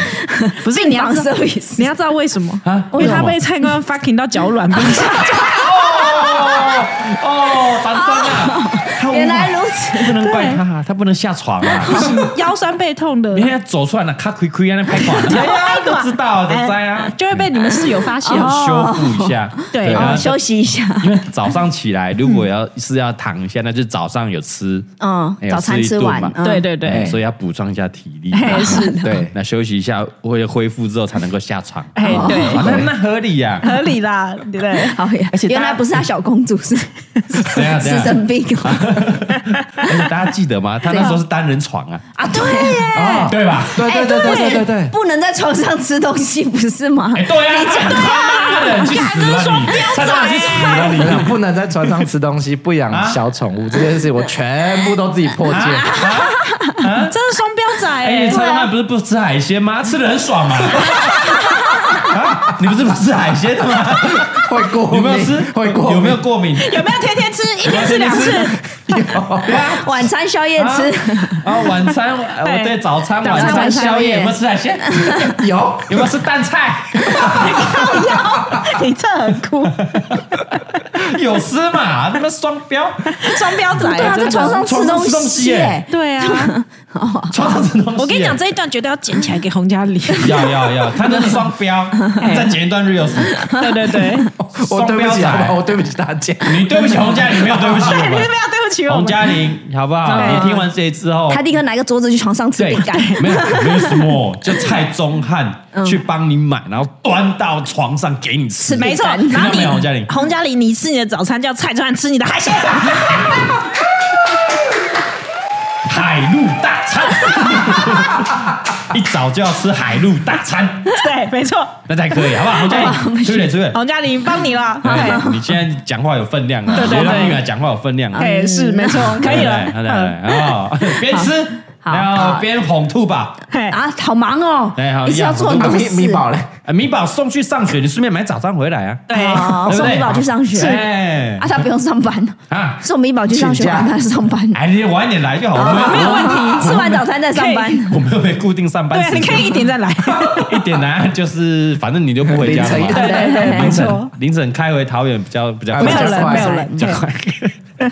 Speaker 3: 不是你要知道，
Speaker 2: service
Speaker 3: 你要知道为什么？
Speaker 1: 啊
Speaker 3: 因为他被蔡官 fucking 到脚软，不是
Speaker 1: 哦，反酸啊！
Speaker 2: 原来如此，
Speaker 1: 不能怪他啊，他不能下床啊。
Speaker 3: 腰酸背痛的
Speaker 1: 你，看他走出来了，咔亏亏啊，那拍款，哎呀，都知道的在啊，
Speaker 3: 就会被你们室友发现。
Speaker 1: 要修复一下，
Speaker 3: 对
Speaker 1: 然后
Speaker 2: 哦，休息一下，
Speaker 1: 因为早上起来如果要是要躺一下，那就早上有吃，
Speaker 2: 嗯，
Speaker 1: 哎有
Speaker 2: 早餐
Speaker 1: 吃一
Speaker 2: 吃
Speaker 1: 顿
Speaker 2: 完
Speaker 1: 嘛，
Speaker 2: 嗯
Speaker 3: 对对
Speaker 1: 哎
Speaker 3: 对，
Speaker 1: 所以要补充一下体力。
Speaker 3: 哎是 的，
Speaker 4: 对，
Speaker 1: 那休息一下，会恢复之后才能够下床。
Speaker 3: 哎对，
Speaker 1: 啊那那合理呀。
Speaker 3: 合理啦，对不对？
Speaker 2: 好呀
Speaker 1: 而且，大家
Speaker 2: 原来不是他小公主，是
Speaker 1: 怎样怎
Speaker 2: 是
Speaker 1: 样？
Speaker 2: 生病哦
Speaker 1: 而且哎大家记得吗？他那时候是单人床啊，
Speaker 2: 啊，对耶，
Speaker 4: 啊，
Speaker 1: 对吧？
Speaker 4: 对对对对对对对，
Speaker 2: 不能在床上吃东西，不是吗？
Speaker 1: 哎，对啊，对啊，你去死吧你！蔡老师去死吧你！
Speaker 4: 不能不能在船上吃东西，不养小宠物这件事情，我全部都自己破戒。
Speaker 3: 真的双标仔
Speaker 1: 哎，
Speaker 3: 哎，
Speaker 1: 蔡老汉不是不吃海鲜吗？吃的很爽嘛。啊，你不是不吃海鲜的吗？
Speaker 4: 会过敏，
Speaker 1: 有没有吃？
Speaker 4: 会过敏，
Speaker 1: 有没有过敏？
Speaker 3: 有没有天天吃？一天吃两 次，
Speaker 2: 晚餐宵夜吃，
Speaker 1: 啊，晚餐
Speaker 3: 对
Speaker 1: 呃，对，早餐、
Speaker 2: 早餐
Speaker 1: 晚餐、
Speaker 2: 晚餐
Speaker 1: 宵
Speaker 2: 宵夜
Speaker 1: 夜有没有吃海鲜？
Speaker 4: 有？
Speaker 1: 有没有吃蛋菜？
Speaker 3: 你这很酷，
Speaker 1: 有吃嘛？那么双标，
Speaker 3: 双标仔。
Speaker 2: 对啊，
Speaker 3: 哎真
Speaker 2: 在
Speaker 3: 的
Speaker 2: 床上吃
Speaker 1: 床上吃东西
Speaker 2: 西
Speaker 1: 耶
Speaker 2: 耶，
Speaker 3: 对 啊，
Speaker 1: 床上吃东西。
Speaker 3: 我跟你讲，这一段绝对要捡起来给洪嘉玲。
Speaker 1: 要要要，他那是双标。再剪一段 reels，
Speaker 3: 对 对对，
Speaker 4: 我
Speaker 1: 双
Speaker 4: 对
Speaker 1: 标
Speaker 4: 不起，好不好
Speaker 1: 仔。
Speaker 4: 我对不起大家。
Speaker 1: 你对不起洪嘉玲，没有对不起我
Speaker 3: 对，你没有
Speaker 1: 们。
Speaker 3: 对不起我
Speaker 1: 洪
Speaker 3: 们。
Speaker 1: 嘉玲，好不好？
Speaker 3: 对啊
Speaker 1: 你听完这一之后，
Speaker 2: 他立刻拿一个桌子去床上吃
Speaker 1: 对
Speaker 2: 饼干，，
Speaker 1: 没有没有什么，就蔡宗翰
Speaker 3: 嗯
Speaker 1: 去帮你买，然后端到床上给你吃。
Speaker 3: 没错，
Speaker 2: 饼
Speaker 1: 干
Speaker 3: 然后
Speaker 1: 听到没有洪嘉
Speaker 3: 你
Speaker 1: 玲
Speaker 3: 洪嘉玲，你吃你的早餐叫蔡川吃你的海鲜，
Speaker 1: 海陆大 餐，一早就要吃海陆大餐，
Speaker 3: 对，没错，
Speaker 1: 那才可以，好不好？洪嘉
Speaker 2: 好
Speaker 1: 玲，出去出去。
Speaker 3: 洪嘉玲帮你了，
Speaker 1: 对 你现在讲话有分量啊，
Speaker 3: 对对
Speaker 1: 别让
Speaker 3: 对
Speaker 1: 女儿讲话有分量啊。
Speaker 3: 哎，是没 错，可以了，
Speaker 1: 对对对，啊，边吃
Speaker 2: 好
Speaker 1: 然后
Speaker 2: 好
Speaker 1: 边哄兔宝，
Speaker 3: 嘿，
Speaker 2: 啊，好忙哦
Speaker 1: 哎好，
Speaker 2: 一次要做很
Speaker 4: 把
Speaker 2: 多
Speaker 4: 米
Speaker 2: 事，
Speaker 4: 米宝嘞，
Speaker 1: 啊米宝送去上学，你顺便买早餐回来啊，
Speaker 3: 对，
Speaker 2: 哦
Speaker 1: 对不
Speaker 2: 送
Speaker 1: 对
Speaker 2: 米宝去上学，
Speaker 1: 哎
Speaker 2: 啊，他不用上班，
Speaker 1: 啊，
Speaker 2: 送米宝去上学，
Speaker 4: 请假
Speaker 2: 让他上班，
Speaker 1: 哎，你晚一点来就好，我
Speaker 2: 哦没有
Speaker 1: 们
Speaker 2: 问题， 吃完早餐再上班
Speaker 3: 可，
Speaker 1: 我们又没固定上班
Speaker 3: 对啊，
Speaker 1: 时
Speaker 3: 你可
Speaker 1: 间
Speaker 3: 以，一点再来，
Speaker 1: 一点来就是反正你就不回家了嘛
Speaker 4: 凌，晨
Speaker 3: 对对 对，没
Speaker 1: 凌
Speaker 3: 错
Speaker 1: 晨，凌晨开回桃园比较比较
Speaker 4: 没
Speaker 3: 没有
Speaker 4: 有
Speaker 3: 人，
Speaker 4: 人
Speaker 3: 没
Speaker 4: 没
Speaker 3: 有
Speaker 4: 有
Speaker 3: 人
Speaker 2: 人，
Speaker 3: 对。
Speaker 1: 哦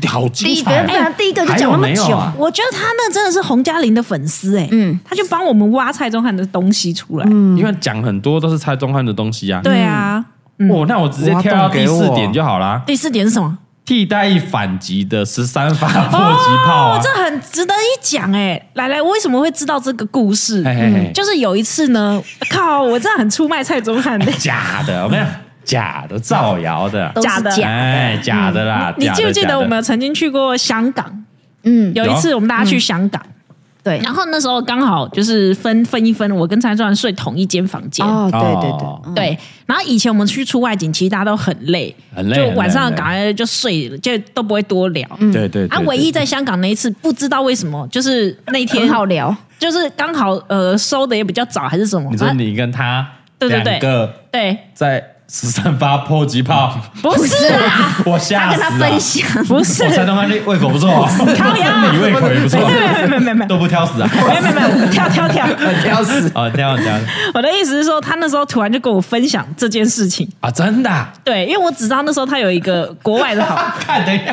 Speaker 1: 这好
Speaker 2: 第
Speaker 1: 精
Speaker 2: 一，原
Speaker 1: 彩，啊
Speaker 2: 本来第一个就
Speaker 1: 还
Speaker 2: 讲
Speaker 1: 有
Speaker 2: 那么
Speaker 1: 没有
Speaker 2: 久，
Speaker 1: 啊？
Speaker 3: 我觉得他那真的是洪嘉玲的粉丝哎，
Speaker 2: 嗯
Speaker 3: 嗯，他就帮我们挖蔡宗翰的东西出来，嗯，
Speaker 1: 因为讲很多都是蔡宗翰的东西啊，
Speaker 3: 对啊。
Speaker 1: 哦，那我直接跳到第四点就好啦。
Speaker 3: 第四点是什么？
Speaker 1: 替代役反击的十三发迫击炮啊
Speaker 3: 哦，这！很值得一讲哎。来来，我为什么会知道这个故事？嗯
Speaker 1: 嘿嘿嘿
Speaker 3: 就是有一次呢，靠，我真的很出卖蔡宗翰 哎的。
Speaker 1: 假的，我们假的，造谣的，
Speaker 2: 都
Speaker 3: 假
Speaker 2: 是
Speaker 3: 的嗯
Speaker 2: 假，
Speaker 1: 哎，假的啦！
Speaker 3: 你
Speaker 1: 假的
Speaker 3: 记不记
Speaker 1: 假
Speaker 3: 得
Speaker 1: 的
Speaker 3: 我们曾经去过香港？
Speaker 2: 嗯，
Speaker 3: 有一次我们大家去香港，
Speaker 2: 对，
Speaker 4: 嗯
Speaker 3: 然后那时候刚好就是分分一分，我跟蔡宗翰睡同一间房间。
Speaker 2: 哦，对对
Speaker 1: 哦
Speaker 2: 对，嗯
Speaker 3: 对，然后以前我们去出外景，其实大家都很累，
Speaker 1: 很累
Speaker 3: 就
Speaker 1: 很累
Speaker 3: 晚上
Speaker 1: 很累
Speaker 3: 赶快就睡了，就都不会多聊。
Speaker 1: 对对
Speaker 3: 啊，唯一在香港那一次，不知道为什么，就是那天
Speaker 2: 很
Speaker 4: 嗯
Speaker 2: 好聊，
Speaker 3: 就是刚好呃收的也比较早还是什么，
Speaker 1: 你说你跟他
Speaker 3: 对对
Speaker 1: 两
Speaker 3: 对
Speaker 1: 个
Speaker 3: 啊对，
Speaker 1: 在十三发迫击 炮，
Speaker 3: 不是啦，
Speaker 1: 我吓
Speaker 2: 他
Speaker 1: 死了！哦
Speaker 2: 跟他分享，
Speaker 3: 不是
Speaker 1: 我，才他妈胃口不错 哦， 你胃口也不错，
Speaker 3: 没有没有没有没有
Speaker 1: 都不挑食啊！
Speaker 3: 没有没有没有，跳跳跳，
Speaker 4: 很挑食。
Speaker 1: 啊，这样这样
Speaker 3: 我的意思是说，他那时候突然就跟我分享这件事情，
Speaker 1: 啊，真的啊。
Speaker 3: 对，因为我只知道那时候他有一个国外的好，
Speaker 1: 看，等一下，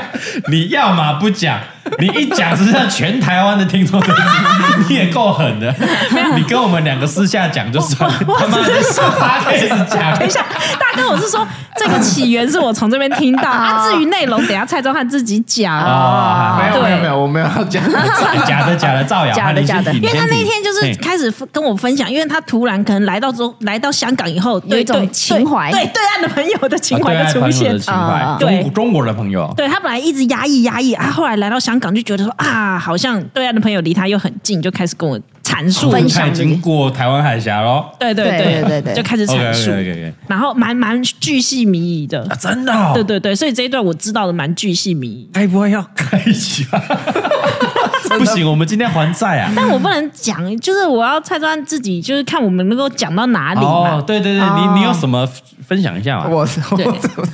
Speaker 1: 你要嘛不讲，你一讲，实际上全台湾的听众都知道，你也够狠的。你跟我们两个私下讲就算了，
Speaker 3: 我
Speaker 1: 他妈
Speaker 3: 只
Speaker 1: 的
Speaker 3: 是说
Speaker 1: 他开始讲
Speaker 3: 等一，下，大哥，我是说这个起源是我从这边听到，啊，至于内容，等一下蔡宗翰自己讲。
Speaker 1: 哦
Speaker 4: 没有
Speaker 3: 对
Speaker 4: 没有没有，我没有要 讲。
Speaker 1: 假的假的造谣，
Speaker 2: 假的假的
Speaker 1: 因
Speaker 3: 因为他那天就是开始跟我分享，因为他突然可能来到中来到香港以后，对
Speaker 2: 有一种
Speaker 3: 对
Speaker 2: 情怀
Speaker 3: 对对岸的朋友的情怀就出现。
Speaker 1: 情怀，
Speaker 2: 啊
Speaker 3: 对
Speaker 1: 中中国的朋友，
Speaker 3: 对他本来一直压抑压抑啊，后来来到香港就觉得说啊，好像对岸的朋友离他又很近，就开始跟我阐述。
Speaker 2: 分享
Speaker 1: 他已经过台湾海峡喽。
Speaker 3: 对对
Speaker 2: 对对对对
Speaker 3: 就开始阐述
Speaker 1: OK，OK，OK，OK，
Speaker 3: 然后蛮蛮巨细靡遗的。
Speaker 1: 啊，真的、哦，
Speaker 3: 对对对，所以这一段我知道的蛮巨细靡遗，
Speaker 1: 该不会要开起吧？不行，我们今天还债啊！
Speaker 3: 但我不能讲，就是我要蔡庄自己，就是看我们能够讲到哪里嘛。
Speaker 1: 哦，对对对，你你有什么分享一下嘛？
Speaker 4: 我我
Speaker 3: 对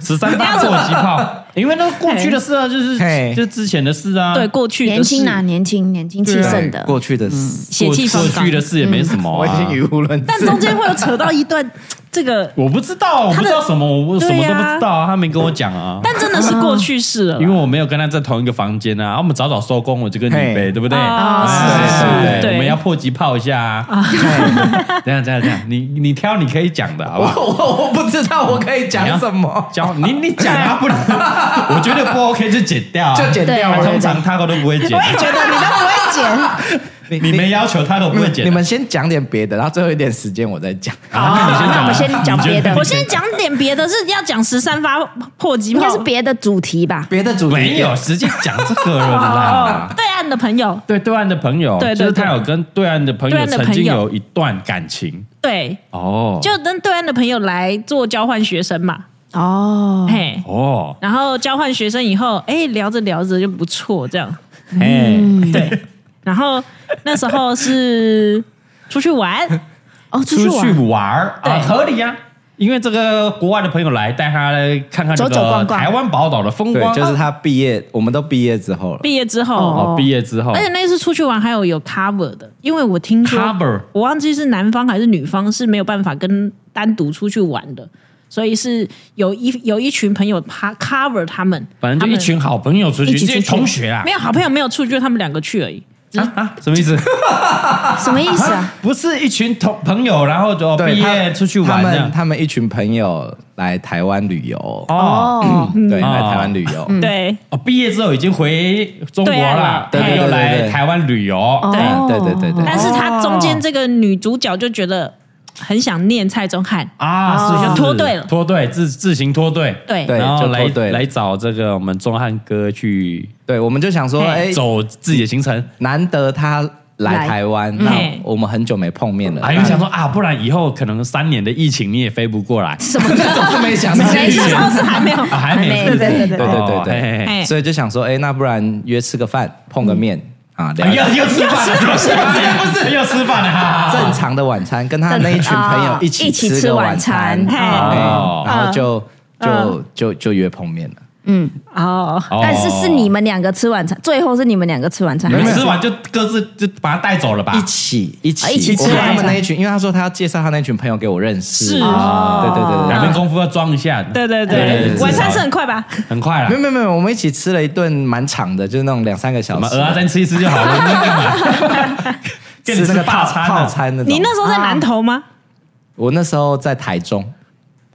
Speaker 1: 十三发迫击炮，因为那过去的事啊，就是
Speaker 4: 嘿
Speaker 1: 就是之前的事啊，
Speaker 3: 对过去的
Speaker 2: 年轻
Speaker 3: 事
Speaker 2: 啊，年轻，年轻气
Speaker 1: 对
Speaker 2: 盛的，
Speaker 4: 过去的事，
Speaker 3: 血
Speaker 1: 过
Speaker 3: 气方
Speaker 1: 过
Speaker 3: 刚
Speaker 1: 去，的事也没什么
Speaker 4: 我已
Speaker 1: 啊
Speaker 4: 经。语无伦次。
Speaker 3: 但中间会有扯到一段这个，
Speaker 1: 我不知道，我不知道什么，我我什
Speaker 3: 对啊
Speaker 1: 么都不知道啊，他没跟我讲啊。
Speaker 3: 但真的是过去式了啦，
Speaker 1: 因为我啊没有跟他在同一个房间啊，啊我们早早收工，我就跟你
Speaker 4: 嘿
Speaker 1: 呗，对不对？
Speaker 3: 啊
Speaker 1: 哎
Speaker 4: 是是
Speaker 3: 对
Speaker 1: 我们要迫击炮一下啊！这样这样这样，你你挑你可以讲的，好
Speaker 4: 我
Speaker 1: 不好？
Speaker 4: 我我不知道我可以
Speaker 1: 你要
Speaker 4: 讲什么，
Speaker 1: 教你你讲啊， 不然我觉得不 OK 就剪掉啊，
Speaker 4: 就剪掉
Speaker 1: 他
Speaker 4: 了。
Speaker 1: 通常他都不会剪，
Speaker 4: 觉得你都不会剪，
Speaker 1: 你们要求他都不会剪。
Speaker 4: 你们先讲点别的，然后最后一点时间我再讲。
Speaker 1: 啊，那你先
Speaker 2: 哦那
Speaker 1: 讲，
Speaker 2: 我们先讲别的
Speaker 3: 我先讲点别的，是要讲十三发破击
Speaker 2: 应
Speaker 3: 炮，
Speaker 2: 该是别的主题吧？
Speaker 4: 别的主题
Speaker 1: 没有，直接讲这个人啦。
Speaker 3: 对岸的朋友，
Speaker 1: 对对岸的朋友，
Speaker 3: 哦对对
Speaker 1: 就是他有跟对岸的朋
Speaker 3: 对
Speaker 1: 友
Speaker 3: 岸的
Speaker 1: 曾经
Speaker 3: 朋友
Speaker 1: 有一段感情
Speaker 3: 对，
Speaker 1: 哦，
Speaker 3: 就跟对岸的朋友来做交换学生嘛，
Speaker 2: 哦，
Speaker 3: 嘿，
Speaker 1: 哦，
Speaker 3: 然后交换学生以后，哎，聊着聊着就不错，这样，
Speaker 1: 哎，
Speaker 3: 对，然后那时候是出去玩，
Speaker 2: 哦，出
Speaker 1: 出
Speaker 2: 去
Speaker 1: 去
Speaker 2: 玩，
Speaker 1: 玩儿
Speaker 3: 对
Speaker 1: 啊，合理呀。因为这个国外的朋友来带他来看看这
Speaker 2: 走走
Speaker 1: 个
Speaker 2: 逛逛
Speaker 1: 台湾宝岛的风
Speaker 4: 对
Speaker 1: 光，，啊
Speaker 4: 就是他毕业，我们都毕业之后了。
Speaker 3: 毕业之后，
Speaker 1: 哦，毕业之后，
Speaker 3: 而且那次出去玩还有有 cover 的，因为我听说
Speaker 1: Cover
Speaker 3: 我忘记是男方还是女方是没有办法跟单独出去玩的，所以是有一有一群朋友他 cover 他们，
Speaker 1: 反正就一群好朋友出去，
Speaker 2: 一起
Speaker 1: 这
Speaker 2: 出去
Speaker 1: 些同学啊
Speaker 3: 他们没，有好朋友没有出去，就他们两个去而已。
Speaker 1: 啊啊，什么意思？
Speaker 2: 什么意思啊？
Speaker 1: 不是一群同朋友，然后就
Speaker 4: 对，
Speaker 1: 毕业
Speaker 4: 他
Speaker 1: 出去
Speaker 4: 他
Speaker 1: 玩这
Speaker 4: 们
Speaker 1: 样。
Speaker 4: 他们一群朋友来台湾旅游，
Speaker 1: 哦
Speaker 2: 哦，
Speaker 4: 对，来
Speaker 1: 哦
Speaker 4: 台湾旅游。
Speaker 3: 对
Speaker 1: 哦，毕业之后已经回中国了，
Speaker 4: 对啊
Speaker 1: 他
Speaker 4: 对对
Speaker 1: 又
Speaker 4: 对
Speaker 1: 来
Speaker 4: 对
Speaker 1: 台湾旅游。
Speaker 2: 哦
Speaker 4: 对对对对
Speaker 3: 但是她中间这个女主角就觉得很想念蔡宗翰，
Speaker 1: 啊，是
Speaker 3: 就脱队了
Speaker 1: 脱队自自行脱队，
Speaker 3: 对
Speaker 4: 对
Speaker 1: 然后
Speaker 4: 就脱
Speaker 1: 来
Speaker 4: 队了
Speaker 1: 来找这个我们钟汉哥去
Speaker 4: 对，我们就想说，
Speaker 3: 嘿
Speaker 4: 哎，
Speaker 1: 走自己的行程。
Speaker 4: 难得他来
Speaker 2: 来
Speaker 4: 台湾，
Speaker 3: 嗯
Speaker 4: 那
Speaker 3: 嘿
Speaker 4: 我们很久没碰面了，
Speaker 1: 啊，因为想说啊，不然以后可能三年的疫情你也飞不过来，
Speaker 4: 什么都没想到，
Speaker 3: 没想到是还没有，
Speaker 1: 啊还
Speaker 2: 还
Speaker 1: 没是
Speaker 2: 没
Speaker 1: 不是
Speaker 2: 对对
Speaker 4: 对对对
Speaker 1: 哦
Speaker 4: 对
Speaker 1: 嘿嘿
Speaker 3: 嘿
Speaker 4: 所以就想说，哎，那不然约吃个饭，碰个面啊，聊
Speaker 1: 嘿又又吃饭了，不是不是不是又吃饭了哈哈哈
Speaker 4: 正常的晚餐，跟他那一群朋友一
Speaker 2: 啊一
Speaker 4: 起
Speaker 2: 起
Speaker 4: 吃
Speaker 2: 吃
Speaker 4: 个
Speaker 2: 晚
Speaker 4: 晚餐
Speaker 2: 餐，嘿
Speaker 4: 哎
Speaker 1: 哦
Speaker 4: 然后就就就就约碰面了。
Speaker 2: 嗯，
Speaker 3: 哦，
Speaker 1: 哦
Speaker 2: 但是是你们两个吃晚餐，最后是你们两个吃晚餐
Speaker 1: 你， 们吃完就各自就把他带走了吧
Speaker 4: 一？起一起
Speaker 2: 啊一起吃
Speaker 4: 我把
Speaker 2: 晚
Speaker 4: 他们
Speaker 2: 餐
Speaker 4: 那一群，因为他说他要介绍他那群朋友给我认识，啊
Speaker 3: 是
Speaker 4: 对对对
Speaker 1: 两
Speaker 4: 对
Speaker 1: 边功夫要装一下，
Speaker 3: 对对
Speaker 1: 对
Speaker 3: 对
Speaker 1: 对，对
Speaker 3: 晚餐
Speaker 1: 至
Speaker 3: 是
Speaker 1: 少
Speaker 3: 很快吧？
Speaker 1: 很快
Speaker 4: 对，
Speaker 1: 了。
Speaker 4: 没有没有没有，我们一起吃了一顿蛮长的，就是那种两三个小
Speaker 1: 我
Speaker 4: 时
Speaker 1: 们
Speaker 4: 的，
Speaker 1: 鹅啊，先吃一吃就好了，你在干嘛？跟你
Speaker 4: 吃那
Speaker 1: 吃
Speaker 4: 个
Speaker 1: 大
Speaker 4: 套
Speaker 1: 餐
Speaker 4: 套
Speaker 1: 啊！
Speaker 4: 餐那种。
Speaker 3: 你那时候在南投吗？
Speaker 4: 我那时候在台中，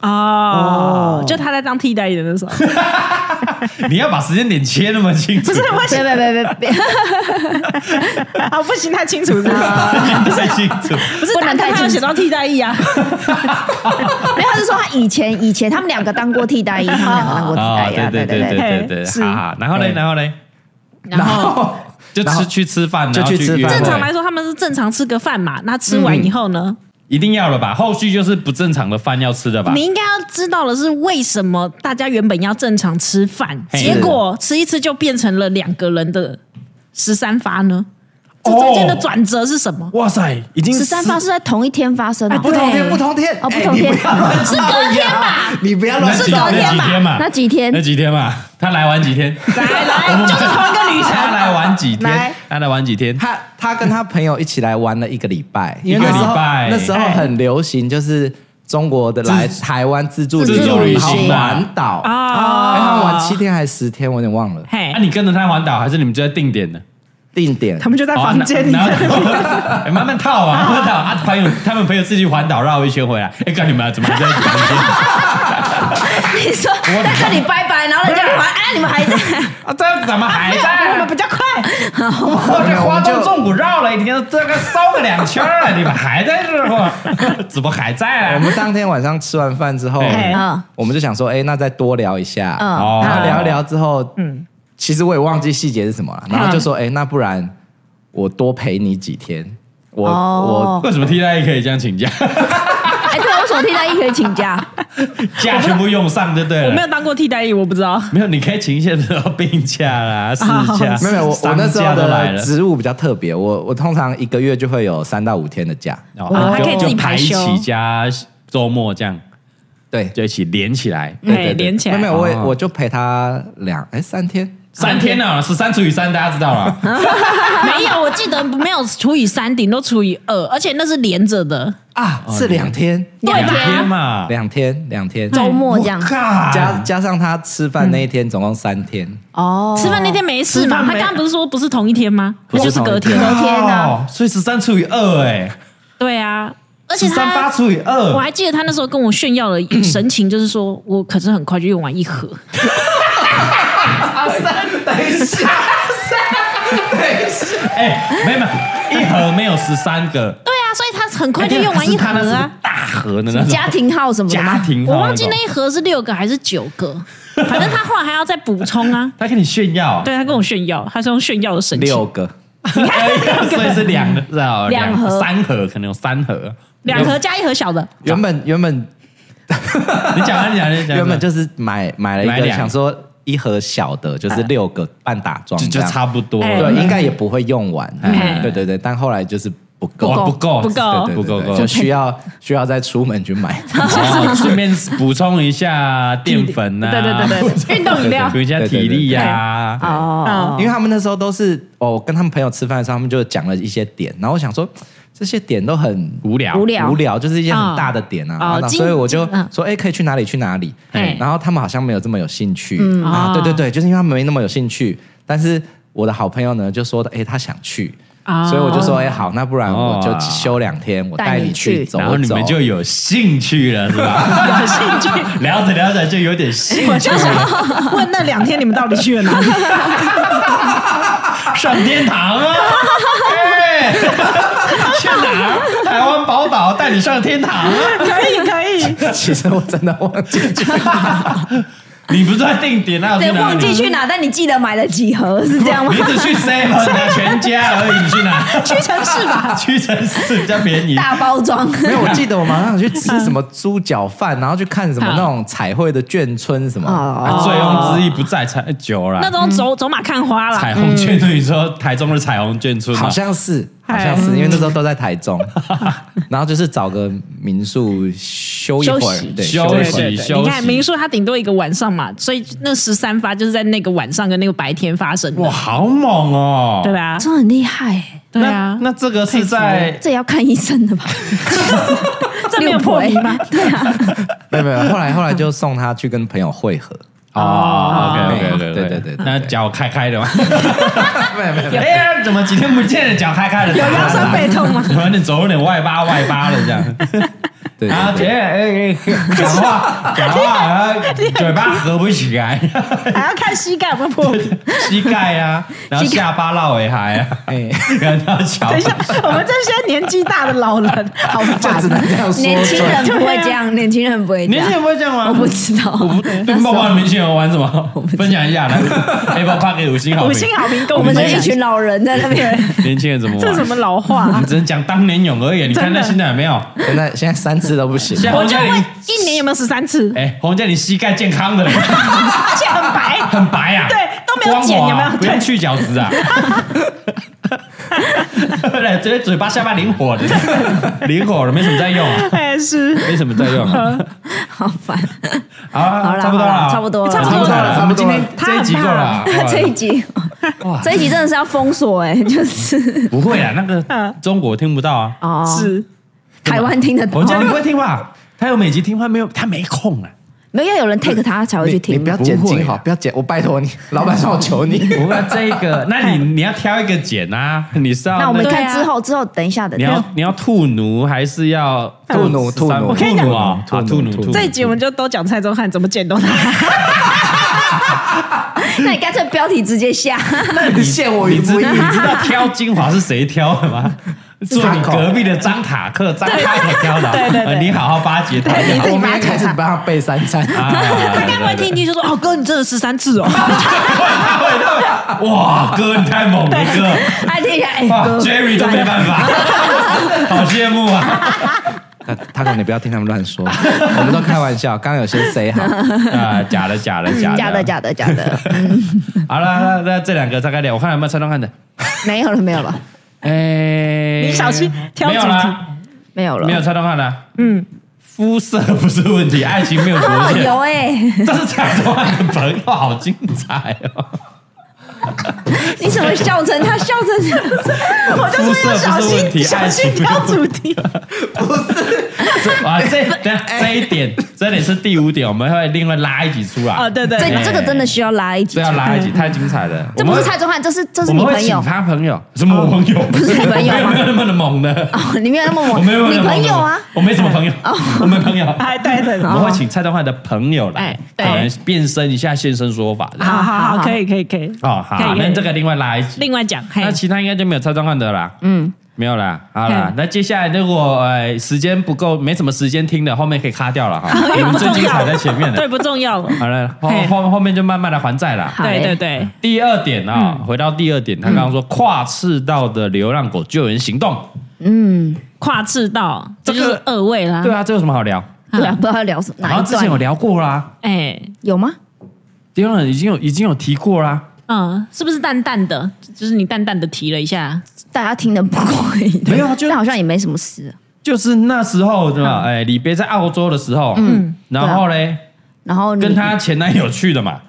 Speaker 3: 哦，就他在当替代役的那时候，
Speaker 1: 你要把时间点切那么清楚，
Speaker 3: 不是我
Speaker 2: 别别别别别，
Speaker 3: 啊，不行，太清楚是
Speaker 2: 啊
Speaker 3: 吧？
Speaker 1: 不太清楚。
Speaker 3: 不是
Speaker 2: 不能
Speaker 3: 打开
Speaker 2: 太
Speaker 3: 他
Speaker 2: 清
Speaker 3: 有
Speaker 2: 楚
Speaker 3: 写到替代役啊，
Speaker 2: 没有，他是说他以前以前他们两个当过替代役，他们两个当过替代役啊，
Speaker 1: 哦对对
Speaker 2: 对
Speaker 1: 对
Speaker 3: 对嘿
Speaker 1: 对
Speaker 3: 是
Speaker 1: 对，哈哈。然后嘞，
Speaker 4: 嗯
Speaker 1: 然后嘞，
Speaker 3: 然后。
Speaker 4: 后
Speaker 1: 就
Speaker 4: 然后
Speaker 1: 吃去吃饭，
Speaker 4: 就
Speaker 1: 然后
Speaker 4: 去吃
Speaker 1: 约
Speaker 4: 饭
Speaker 1: 会
Speaker 3: 正常来说，他们是正常吃个饭嘛。那吃完以后呢，
Speaker 1: 一定要了吧？后续就是不正常的饭要吃的吧
Speaker 3: 你？应该要知道的是，为什么大家原本要正常吃饭，
Speaker 1: 嘿
Speaker 3: 结果吃一吃就变成了两个人的十三发呢？这中间的转折是什么？
Speaker 1: 哇塞，已经
Speaker 2: 十三发是在同一天发生的，
Speaker 4: 不同天不同天
Speaker 2: 哦不
Speaker 4: 哎
Speaker 2: 同天
Speaker 4: 你不要乱
Speaker 1: 那
Speaker 4: 造谣，你不要乱
Speaker 1: 几
Speaker 4: 造
Speaker 1: 那
Speaker 4: 谣
Speaker 1: 几。天嘛？
Speaker 2: 那几天
Speaker 1: 那几天嘛？他来玩几天？
Speaker 3: 来来，就是同一个旅
Speaker 1: 他
Speaker 3: 程。
Speaker 1: 来玩几天
Speaker 4: 来？
Speaker 1: 他来玩几天？
Speaker 4: 他他跟他朋友一起来玩了一个礼拜，因为
Speaker 1: 一个
Speaker 4: 那时候
Speaker 1: 礼拜
Speaker 4: 那时
Speaker 2: 哎
Speaker 4: 候很流行，就是中国的来台湾自助
Speaker 2: 自助
Speaker 4: 旅
Speaker 2: 旅
Speaker 4: 然后
Speaker 2: 行
Speaker 4: 环岛
Speaker 3: 啊
Speaker 4: 哎他们玩七天还是十天，我有点忘了。
Speaker 3: 嘿
Speaker 1: 那，啊你跟着他环岛，还是你们就在定点呢？
Speaker 4: 定点
Speaker 3: 他们就在
Speaker 1: 哦
Speaker 3: 房间里
Speaker 1: 然。后然后哎慢慢套 啊，慢慢套啊。朋友，他们朋友自己环岛绕一圈回来，哎，干你们啊怎么还在房 间里？
Speaker 2: 你说在这里拜拜，然后人家还哎，你们还在，
Speaker 1: 啊，这样怎么还在？
Speaker 3: 比较快，
Speaker 1: 我这花东纵谷绕了一天，这个烧个两圈了，你们还在这晃？ 怎么还在
Speaker 4: 我
Speaker 1: 啊？
Speaker 4: 们当天晚上吃完饭之后，
Speaker 1: 哎
Speaker 2: 嗯
Speaker 4: 我们就想说，哎，那再多聊一下。
Speaker 2: 嗯
Speaker 1: 哦
Speaker 4: 然
Speaker 3: 啊
Speaker 4: 后聊一聊之后，
Speaker 3: 嗯
Speaker 4: 其实我也忘记细节是什么了。然后就说，哎，那不然我多陪你几天，我
Speaker 2: 哦
Speaker 4: 我
Speaker 1: 为什么替代役可以这样请假？
Speaker 2: 哎，对，为什么替代役可以请假？
Speaker 1: 假全部用上就对
Speaker 3: 我没
Speaker 1: 了。
Speaker 3: 有当过替代役，我不知道。
Speaker 1: 没有，你可以请一些什么病假啊啦、事 假、
Speaker 4: 没有没有，我我那时
Speaker 1: 丧假
Speaker 4: 候
Speaker 1: 都来
Speaker 4: 的
Speaker 1: 了，
Speaker 4: 职务比较特别，我我通常一个月就会有三到五天的假，
Speaker 1: 哦
Speaker 3: 哦还可以
Speaker 1: 就
Speaker 3: 自己
Speaker 1: 就排
Speaker 3: 排休
Speaker 1: 期加周末这样。
Speaker 4: 对
Speaker 1: 就一起连起来。
Speaker 4: 对对
Speaker 3: 哎
Speaker 4: 对
Speaker 3: 连起来
Speaker 4: 没有，我也
Speaker 1: 哦
Speaker 4: 我就陪他两哎三天，
Speaker 1: 三天呢、啊，十三除以三，大家知道了。
Speaker 3: 没有，我记得没有除以三，顶多除以二，而且那是连着的，
Speaker 4: 啊，是两天，
Speaker 3: 对
Speaker 1: 哦
Speaker 3: 啊
Speaker 1: 两天
Speaker 3: 吧？
Speaker 1: 嘛，
Speaker 4: 两天，两 天，
Speaker 2: 周末这样
Speaker 1: 我靠
Speaker 4: 加加上他吃饭那一
Speaker 1: 嗯
Speaker 4: 天，总共三天。
Speaker 2: 哦，
Speaker 3: 吃饭那天没事嘛？
Speaker 1: 吃饭
Speaker 3: 他
Speaker 1: 没
Speaker 3: 刚刚不是说不是同一天吗？那就是隔天。
Speaker 2: 隔天啊
Speaker 1: 哦所以十三除以二，哎，
Speaker 3: 对啊，而且
Speaker 1: 十三八
Speaker 3: 他。
Speaker 1: 除以
Speaker 3: 我
Speaker 1: 二，
Speaker 3: 还记得他那时候跟我炫耀的神情，就是说我可是很快就用完一盒，
Speaker 4: 等一下，等一下，
Speaker 1: 哎，没有没有，一盒没有十三个，
Speaker 3: 对啊，所以他很快就用完一盒
Speaker 1: 哎可是它那是
Speaker 3: 啊
Speaker 1: 个。大盒的那种
Speaker 2: 家庭号什么 的
Speaker 1: 家
Speaker 2: 吗？
Speaker 1: 庭号
Speaker 3: 我
Speaker 1: 种，
Speaker 3: 忘记那一盒是六个还是九个，反正他后来还要再补充啊。
Speaker 1: 他跟你炫耀，
Speaker 3: 对他跟我炫耀，他是用炫耀的神
Speaker 4: 六
Speaker 3: 情，
Speaker 4: 个，
Speaker 1: 哎所以是两个，知道
Speaker 2: 两盒
Speaker 1: 三盒，可能有三盒，
Speaker 3: 两盒加一盒小的，
Speaker 4: 原本原本
Speaker 1: 你讲啊，你讲啊，你讲啊，
Speaker 4: 原本就是买买了
Speaker 1: 买
Speaker 4: 一个，
Speaker 1: 两个啊
Speaker 4: 想说一盒小的，就是六个半打装
Speaker 1: 就
Speaker 4: 这
Speaker 1: 就
Speaker 4: 样，
Speaker 1: 差不多了，
Speaker 3: 哎
Speaker 4: 对，应该也不会用完
Speaker 1: 嗯。
Speaker 4: 对对对，但后来就是不够。
Speaker 1: 哦不够
Speaker 3: 不够
Speaker 4: 对对
Speaker 1: 不够
Speaker 4: 对
Speaker 1: 够
Speaker 4: 就需要需要再出门去买。
Speaker 1: 哦，顺便补充一下淀粉啊呐，
Speaker 3: 对对对对对，运动 饮料
Speaker 1: 补，充一下体力呀，
Speaker 3: 嗯
Speaker 2: 哦，
Speaker 4: 因为他们那时候都是哦，我跟他们朋友吃饭的时候，他们就讲了一些点，然后我想说这些点都很
Speaker 1: 无聊
Speaker 2: 无聊
Speaker 4: 无聊，就是一些很大的点啊
Speaker 3: 哦
Speaker 4: 然后
Speaker 3: 哦
Speaker 4: 所以我就
Speaker 3: 经嗯
Speaker 4: 说，哎，可以去哪里去哪里
Speaker 3: 嘿。
Speaker 4: 然后他们好像没有这么有兴趣
Speaker 3: 嗯
Speaker 4: 啊，
Speaker 3: 哦
Speaker 4: 对对对，就是因为他们没那么有兴趣，但是我的好朋友呢就说的，哎，他想去。
Speaker 3: 哦
Speaker 4: 所以我 就说，哎、好，那不然我就
Speaker 1: 哦
Speaker 4: 休两天，我带
Speaker 2: 带你
Speaker 4: 去
Speaker 2: 去
Speaker 4: 走走。
Speaker 1: 然后你们就有兴趣了，是 吧？有兴 趣，聊着聊着就有点兴趣，
Speaker 3: 问那两天你们到底去了 哪里？
Speaker 1: 上天堂啊！ 哎，去哪儿？台湾宝岛带你上天堂啊！
Speaker 3: 可以可以，
Speaker 4: 其实我真的忘记去
Speaker 1: 你不是在定点那？
Speaker 2: 对，
Speaker 1: 去哪里
Speaker 2: 忘记去哪，但你记得买了几盒是这样吗
Speaker 1: 你？只 去 seven 啊，全家而已，你去哪？
Speaker 3: 屈臣氏吧。
Speaker 1: 屈臣氏比较便宜。
Speaker 2: 大包装，
Speaker 4: 没有，我记得我马上去吃什么猪脚饭，然后去看什么那种彩绘的眷村什么。
Speaker 2: 哦
Speaker 1: 啊醉翁之意不在才哎酒啦
Speaker 3: 那。
Speaker 4: 嗯
Speaker 3: 种走走马看花啦，
Speaker 1: 彩虹眷村，你说台中的彩虹眷村啊
Speaker 4: 好像是，
Speaker 3: 哎
Speaker 4: 好像是，因为那时候都在台中，然后就是找个民宿休一会
Speaker 2: 休
Speaker 4: 儿
Speaker 2: 息，
Speaker 4: 对，
Speaker 1: 休
Speaker 4: 一
Speaker 1: 息
Speaker 4: 会儿。
Speaker 1: 休息
Speaker 3: 你看民宿它顶多一个晚上嘛，所以那十三发就是在那个晚上跟那个白天发生
Speaker 1: 哇，
Speaker 3: 的，
Speaker 1: 好猛哦！
Speaker 3: 对吧？
Speaker 2: 这很厉害，
Speaker 3: 对
Speaker 1: 那
Speaker 3: 啊，
Speaker 1: 那这个是在
Speaker 2: 这也要看医生 的吧？
Speaker 3: 这没有破
Speaker 2: 六
Speaker 3: 迷
Speaker 2: 婆
Speaker 3: 吗？
Speaker 4: 没有没有，后来后来就送他去跟朋友会合，
Speaker 1: 哦，OK OK
Speaker 4: 对对对对
Speaker 1: 那脚开开的嘛？
Speaker 4: 没有没有没 有，
Speaker 1: 哎呀，怎么几天不见了，脚开开的？有腰酸背痛吗？有点走有点外八外八的这 样。
Speaker 4: 对
Speaker 1: 然后
Speaker 4: 对
Speaker 1: 觉得
Speaker 4: 对，
Speaker 1: 哎哎哎讲话讲话，然后嘴巴合不起来，
Speaker 3: 还要看膝盖有没有破皮。
Speaker 1: 膝盖啊，然后下巴落尾还啊，
Speaker 4: 哎，
Speaker 1: 然后脚
Speaker 3: 等一下，我们这些年纪大的老人，好
Speaker 4: 就只能这样说。
Speaker 2: 年轻人不会这样，年轻人不会这
Speaker 1: 年轻人
Speaker 2: 样，
Speaker 1: 不会这样吗？
Speaker 2: 我不知 道，
Speaker 1: 我不跟爸爸年轻人玩什么？分享一下来，Apple Park 给五星好
Speaker 3: 五
Speaker 1: 评。
Speaker 3: 星好评，跟
Speaker 2: 我
Speaker 3: 我
Speaker 2: 们啊
Speaker 3: 们
Speaker 2: 这
Speaker 3: 这
Speaker 2: 一
Speaker 3: 一群，
Speaker 2: 群老人在那边，
Speaker 1: 年轻人怎么玩？
Speaker 3: 这是什么老话
Speaker 1: 我
Speaker 3: 啊
Speaker 1: 们？只能讲当年勇而已。你看
Speaker 3: 真的
Speaker 1: 那现在有没有？
Speaker 4: 现在现在三次都不行，
Speaker 1: 现在
Speaker 3: 我
Speaker 1: 洪
Speaker 3: 就
Speaker 1: 嘉
Speaker 3: 问
Speaker 1: 玲，，
Speaker 3: 一年有没有十三 次？
Speaker 1: 哎，洪嘉玲膝盖健康的嘞，
Speaker 3: 而且很白，
Speaker 1: 很白啊，
Speaker 3: 对都没有
Speaker 1: 光滑
Speaker 3: 剪有没有
Speaker 1: 不用
Speaker 3: 对
Speaker 1: 去角质啊。对，觉得嘴巴下巴灵活的，灵活的，没什么在用啊，
Speaker 3: 哎是。
Speaker 1: 没什么在用啊。
Speaker 2: 好烦。
Speaker 1: 好啊，
Speaker 2: 好啦
Speaker 1: 差不多
Speaker 2: 好啦
Speaker 1: 了，
Speaker 2: 差不多了
Speaker 1: 差不多了。我
Speaker 4: 差不
Speaker 1: 们
Speaker 4: 多
Speaker 1: 今
Speaker 4: 了
Speaker 1: 天这一集够了啊，够了
Speaker 2: 这一集，这一集真的是要封锁哎，就是
Speaker 1: 不会啊，那个
Speaker 3: 嗯
Speaker 1: 中国听不到啊。
Speaker 2: 哦，
Speaker 3: 是，
Speaker 2: 台湾听得
Speaker 1: 洪
Speaker 2: 懂，
Speaker 1: 嘉玲不会听吧？他有每集听，他没有，他没空啊。
Speaker 2: 没有有人 take 他才会去
Speaker 4: 你你
Speaker 2: 听
Speaker 4: 不。要剪
Speaker 1: 不会啊
Speaker 4: 精好，不要剪，我拜托你，老板让我求你。
Speaker 1: 我们这 个，那你你要挑一个剪啊，你是要
Speaker 2: 那我们
Speaker 1: 个
Speaker 2: 看
Speaker 3: 对啊
Speaker 2: 之后，之后等一下的
Speaker 1: 你，要你要兔奴还是要
Speaker 4: 兔奴兔奴
Speaker 1: 我
Speaker 4: 我
Speaker 1: 跟
Speaker 4: 跟
Speaker 1: 你
Speaker 4: 你
Speaker 1: 讲
Speaker 4: 讲
Speaker 1: 啊，
Speaker 4: 兔奴
Speaker 1: 啊
Speaker 4: 兔
Speaker 1: 兔奴兔
Speaker 4: 奴
Speaker 1: 奴
Speaker 4: 兔奴
Speaker 3: 这一集我们就都讲蔡宗翰怎么剪都他，
Speaker 2: 那你干脆标题直接下，
Speaker 4: 那你陷我于
Speaker 1: 你知
Speaker 4: 不义。
Speaker 1: 你知道挑精华是谁挑的 吗？坐你隔壁的张塔克，张塔克挑的啊，
Speaker 3: 对对对
Speaker 1: 呃你好好巴结他一下
Speaker 4: 我明天开始帮他背三餐。
Speaker 1: 啊。
Speaker 3: 他该不会
Speaker 1: 对对
Speaker 3: 听一句就说：“哦，哥，你真的十三次哦。
Speaker 1: 对 哇，哥你太猛了，哥！
Speaker 2: 哎，听一下，哎
Speaker 1: 哇
Speaker 2: 哥，
Speaker 1: ，Jerry 都没办法，好羡慕啊！
Speaker 4: 他他可能不要听他们乱说，我们都开玩笑。刚刚有先 say 好，
Speaker 1: 啊，假的，假的，假的，
Speaker 2: 嗯假的假的假的， 嗯
Speaker 1: 好了，那那这两个大概聊，我看有没有蔡东汉的。
Speaker 2: 没有了没有了
Speaker 1: 哎，
Speaker 3: 你小心挑
Speaker 1: 没有
Speaker 3: 主
Speaker 1: 啦，
Speaker 2: 没有了，
Speaker 1: 没有蔡东汉啦。
Speaker 3: 嗯，
Speaker 1: 肤色不是问题，爱情没有
Speaker 2: 他
Speaker 1: 国
Speaker 2: 好
Speaker 1: 界。
Speaker 2: 油哎、
Speaker 1: 这是讲中文的朋友，好精彩哦！
Speaker 2: 你怎么笑成他笑成这样子？我就
Speaker 1: 肤
Speaker 2: 说要
Speaker 1: 色
Speaker 2: 小
Speaker 1: 不是问
Speaker 2: 心
Speaker 1: 题，
Speaker 2: 小
Speaker 1: 爱
Speaker 2: 心
Speaker 1: 情没
Speaker 2: 挑
Speaker 1: 有
Speaker 2: 主题。
Speaker 1: 啊，这
Speaker 2: 哎
Speaker 1: 等下这一点，这一点是第五点，我们会另外拉一集出来。
Speaker 3: 哦，对对
Speaker 2: 这
Speaker 3: 对
Speaker 1: 对
Speaker 2: 这个真的需要拉一集
Speaker 1: 这，要拉一集，太精彩了。
Speaker 2: 这不是蔡宗翰，这是这是
Speaker 1: 我
Speaker 2: 你
Speaker 1: 们会，我们会
Speaker 2: 朋
Speaker 1: 请
Speaker 2: 友哦
Speaker 1: 他朋友，什么我朋友？不
Speaker 2: 是你朋友吗
Speaker 1: 没有那么的猛的，
Speaker 2: 哦，你 没有那么
Speaker 1: 我
Speaker 2: 猛，
Speaker 1: 没有那
Speaker 2: 你
Speaker 1: 么猛的
Speaker 2: 朋友啊？，
Speaker 1: 我没什么朋友，我没朋友。
Speaker 3: 哎，对对
Speaker 1: 我
Speaker 3: 对，
Speaker 1: 们会请蔡宗汉的朋友来
Speaker 3: 哎，
Speaker 1: 可
Speaker 3: 对
Speaker 1: 能变身一下现身说法的。
Speaker 3: 好好
Speaker 2: 好
Speaker 3: 好，
Speaker 2: 好
Speaker 3: 可以可以可以，
Speaker 1: 哦，
Speaker 3: 可以
Speaker 1: 好，
Speaker 3: 可以
Speaker 1: 那这个另外拉一集。
Speaker 3: 另外讲，嘿
Speaker 1: 那，其他应该就没有蔡宗汉的啦。
Speaker 2: 嗯，
Speaker 1: 没有啦，好啦
Speaker 3: 嗯，
Speaker 1: 那接下来如果呃时间不够，没什么时间听的，后面可以卡掉了哈。你们最精彩在前面
Speaker 3: 对
Speaker 1: 的，
Speaker 3: 不重要了，
Speaker 1: 好了，后
Speaker 3: 嘿
Speaker 1: 后后面就慢慢的还债啦。
Speaker 2: 好
Speaker 3: 对对对，
Speaker 1: 第二点啊，
Speaker 3: 嗯
Speaker 1: 回到第二点，他刚刚说跨赤道的流浪狗救援行动，
Speaker 2: 嗯，
Speaker 3: 跨赤道，
Speaker 1: 这
Speaker 3: 这
Speaker 1: 个
Speaker 3: 就是二位啦，
Speaker 1: 对，啊，这有什么好聊？
Speaker 2: 对啊，不知道要聊什么
Speaker 1: 然
Speaker 2: 哪
Speaker 1: 后
Speaker 2: 一
Speaker 1: 之前有
Speaker 2: 段
Speaker 1: 聊过啦，
Speaker 3: 哎，
Speaker 2: 有吗？
Speaker 1: 第二点已经有已经有提过啦，
Speaker 3: 嗯，是不是淡淡的？就是你淡淡的提了一下，
Speaker 2: 大家听得不过瘾，
Speaker 1: 没有啊就
Speaker 2: 但好像也没什么事。
Speaker 1: 就是那时候对吧？哎，李别在澳洲的时候，嗯，然后嘞，
Speaker 2: 然后你
Speaker 1: 跟她前男友去的嘛，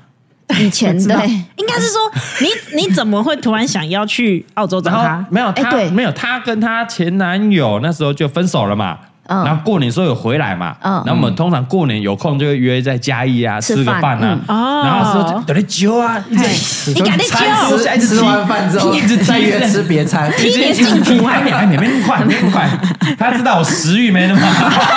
Speaker 2: 以前对，
Speaker 3: 应该是说你你怎么会突然想要去澳洲找
Speaker 1: 然后
Speaker 3: 他？
Speaker 1: 没有
Speaker 2: 哎
Speaker 1: 她
Speaker 2: 对
Speaker 1: 没有她跟她前男友那时候就分手了嘛。
Speaker 2: 嗯
Speaker 1: 然后过年时候有回来嘛，
Speaker 2: 嗯
Speaker 1: 然后我们通常过年有空就会约在嘉义啊
Speaker 2: 吃
Speaker 1: 吃个
Speaker 2: 饭
Speaker 1: 饭啊，
Speaker 3: 嗯哦
Speaker 1: 然后说等你揪啊，一直
Speaker 3: 你赶紧
Speaker 1: 餐
Speaker 3: 揪
Speaker 1: 吃下一直
Speaker 4: 吃
Speaker 1: 踢
Speaker 4: 完饭之后
Speaker 1: 一直
Speaker 4: 再
Speaker 1: 踢
Speaker 4: 约吃别餐，
Speaker 1: 一直一直踢，还哎没还没没那么快，没那么快，他知道我食欲没那么好，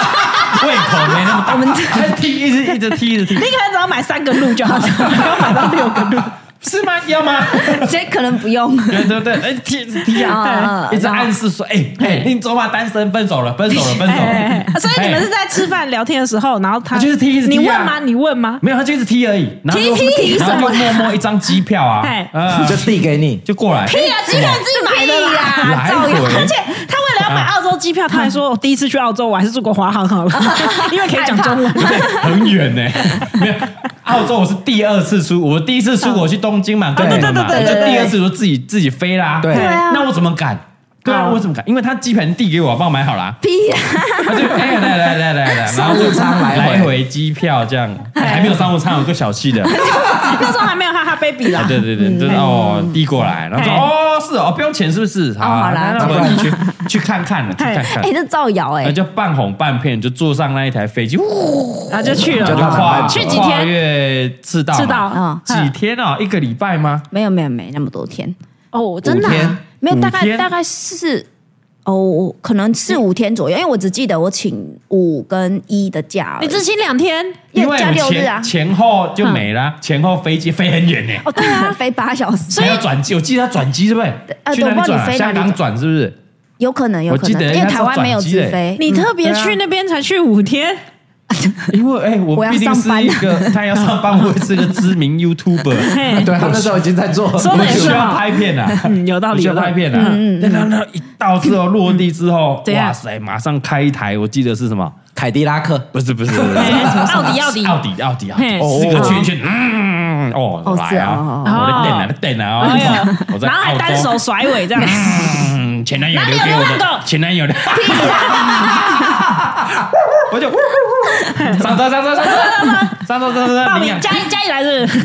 Speaker 1: 胃口没那么大，我们踢一直一直踢一直踢
Speaker 3: 你，可能只要买三个鹿就好了，不要 买到六个鹿。
Speaker 1: 是吗？要吗？
Speaker 2: 这可能不用。
Speaker 1: 对对对， 哎踢踢啊
Speaker 2: 啊，
Speaker 1: 一直暗示说，哎哎，你走吧，单身分手了，分手了，分手
Speaker 3: 哎
Speaker 1: 了，
Speaker 3: 所以你们是在吃饭聊天的时候，然后他
Speaker 1: 就是踢一直踢
Speaker 3: 你
Speaker 1: 啊
Speaker 3: 问吗？你问吗？
Speaker 1: 没有，他就一直踢而已，然后就
Speaker 2: 踢踢
Speaker 1: 然后就默默一张机票啊
Speaker 3: 哎，
Speaker 1: 啊
Speaker 4: 就递给你。
Speaker 1: 就过来，
Speaker 3: 对呀，机票自己买的啦
Speaker 1: 来
Speaker 3: 照样
Speaker 1: 回
Speaker 3: 而且他为了要买澳洲机票，他还说我哦第一次去澳洲，我还是住过华航好了，啊 因为可以讲中文。
Speaker 1: 很远呢、没有，澳洲我是第二次出，我第一次出国去东京嘛，跟你们嘛，
Speaker 3: 啊对
Speaker 1: 我
Speaker 3: 对
Speaker 1: 就
Speaker 2: 对对
Speaker 1: 第二次就自己自己飞啦。哎
Speaker 4: 对对
Speaker 2: 啊
Speaker 1: 那我怎么敢？对啊，
Speaker 3: 哦
Speaker 1: 我怎么敢？因为他机盘递给我，帮我买好啦。
Speaker 2: 屁啦，
Speaker 1: 他就哎来来来来来，然后
Speaker 4: 商务
Speaker 1: 就
Speaker 4: 舱来回
Speaker 1: 来回机票这样，
Speaker 2: 哎
Speaker 1: 还没有商务舱，有个小 气的。
Speaker 3: 那时候还没有哈哈 baby 啦
Speaker 1: 啊，，对对对，
Speaker 2: 嗯
Speaker 1: 就是哦，递过来，然后说
Speaker 3: 嘿
Speaker 1: 哦是哦，不用钱是不是？
Speaker 2: 哎哦
Speaker 1: 啊
Speaker 2: 好啦
Speaker 1: 那我们去去看看了，去看 看
Speaker 2: 哎，。这造谣
Speaker 1: 然后
Speaker 2: 哎，
Speaker 1: 就半哄半骗，就坐上那一台飞机，
Speaker 3: 然后就去
Speaker 4: 就
Speaker 1: 就
Speaker 4: 到
Speaker 3: 了。
Speaker 1: 跨
Speaker 4: 去
Speaker 3: 几天
Speaker 1: 跨越赤道嘛，
Speaker 3: 赤道
Speaker 2: 嗯
Speaker 1: 几天啊？一个礼拜吗？
Speaker 2: 没有没有没那么多天，
Speaker 3: 哦，真的啊
Speaker 1: 五天
Speaker 2: 没有大
Speaker 1: 五
Speaker 2: 概
Speaker 1: 天
Speaker 2: 大概四哦，可能四五天左右，因为我只记得我请五跟一的假而已，
Speaker 3: 你只请两天，
Speaker 1: 因为
Speaker 2: 加
Speaker 1: 我
Speaker 2: 六日
Speaker 1: 前
Speaker 2: 啊，嗯
Speaker 1: 前后就没了，前后飞机飞很远呢，
Speaker 2: 哦对啊， 飞八小时，
Speaker 1: 还要转机。我记得他转机对不对？
Speaker 2: 呃
Speaker 1: 去哪里
Speaker 2: 我不知
Speaker 1: 转
Speaker 2: 道
Speaker 1: 啊？
Speaker 2: 你飞哪
Speaker 1: 香
Speaker 2: 里
Speaker 1: 港转是不是？
Speaker 2: 有可能有
Speaker 1: 我
Speaker 2: 可
Speaker 1: 记得
Speaker 2: 能，因为
Speaker 1: 人家
Speaker 2: 台湾
Speaker 1: 说
Speaker 2: 没有
Speaker 1: 转机
Speaker 2: 直
Speaker 1: 嘞
Speaker 2: 飞，
Speaker 3: 你特别
Speaker 1: 对啊
Speaker 3: 去那边才去五天，
Speaker 1: 因为哎，我
Speaker 2: 我要
Speaker 1: 毕竟
Speaker 2: 上
Speaker 1: 是
Speaker 2: 班
Speaker 1: 一个，他要上班，我也是一个知 名 YouTuber，
Speaker 3: 嘿，
Speaker 4: 对，他啊那时候已经在做，
Speaker 3: 哎说
Speaker 1: 我
Speaker 3: 得也
Speaker 1: 需
Speaker 3: 是
Speaker 1: 要
Speaker 3: 哈
Speaker 1: 拍片啊。
Speaker 3: 嗯， 有道
Speaker 1: 我
Speaker 3: 理，
Speaker 1: 需
Speaker 3: 有
Speaker 1: 要
Speaker 3: 道
Speaker 1: 拍
Speaker 3: 理。嗯
Speaker 1: 片啊，但他那一到之后落地之 后，
Speaker 3: 怎样
Speaker 1: 哇塞，马上开一台，我记得是什么？
Speaker 4: 凯迪拉克，
Speaker 1: 不是不是，不是 不是
Speaker 3: 哎 奥迪，奥迪，
Speaker 1: 奥迪，奥迪，奥迪，
Speaker 3: 嘿
Speaker 1: 四个圈圈，嗯，哦，
Speaker 2: 哦
Speaker 1: 来
Speaker 2: 是啊
Speaker 1: 啊
Speaker 2: 哦，
Speaker 1: 我的电啊，电啊，
Speaker 3: 哎呀
Speaker 1: 哦 我在
Speaker 3: 然后还
Speaker 1: 澳
Speaker 3: 单手
Speaker 1: 洲，
Speaker 3: 甩尾这样，
Speaker 1: 嗯，前男友留给
Speaker 3: 哪里有
Speaker 1: 我
Speaker 3: 流浪
Speaker 1: 的，
Speaker 3: 狗
Speaker 1: 前男友 的，我就上车，上车，上车，上 车，上车，
Speaker 3: 报
Speaker 1: 上
Speaker 3: 名
Speaker 1: 车，
Speaker 3: 加加一来是不是？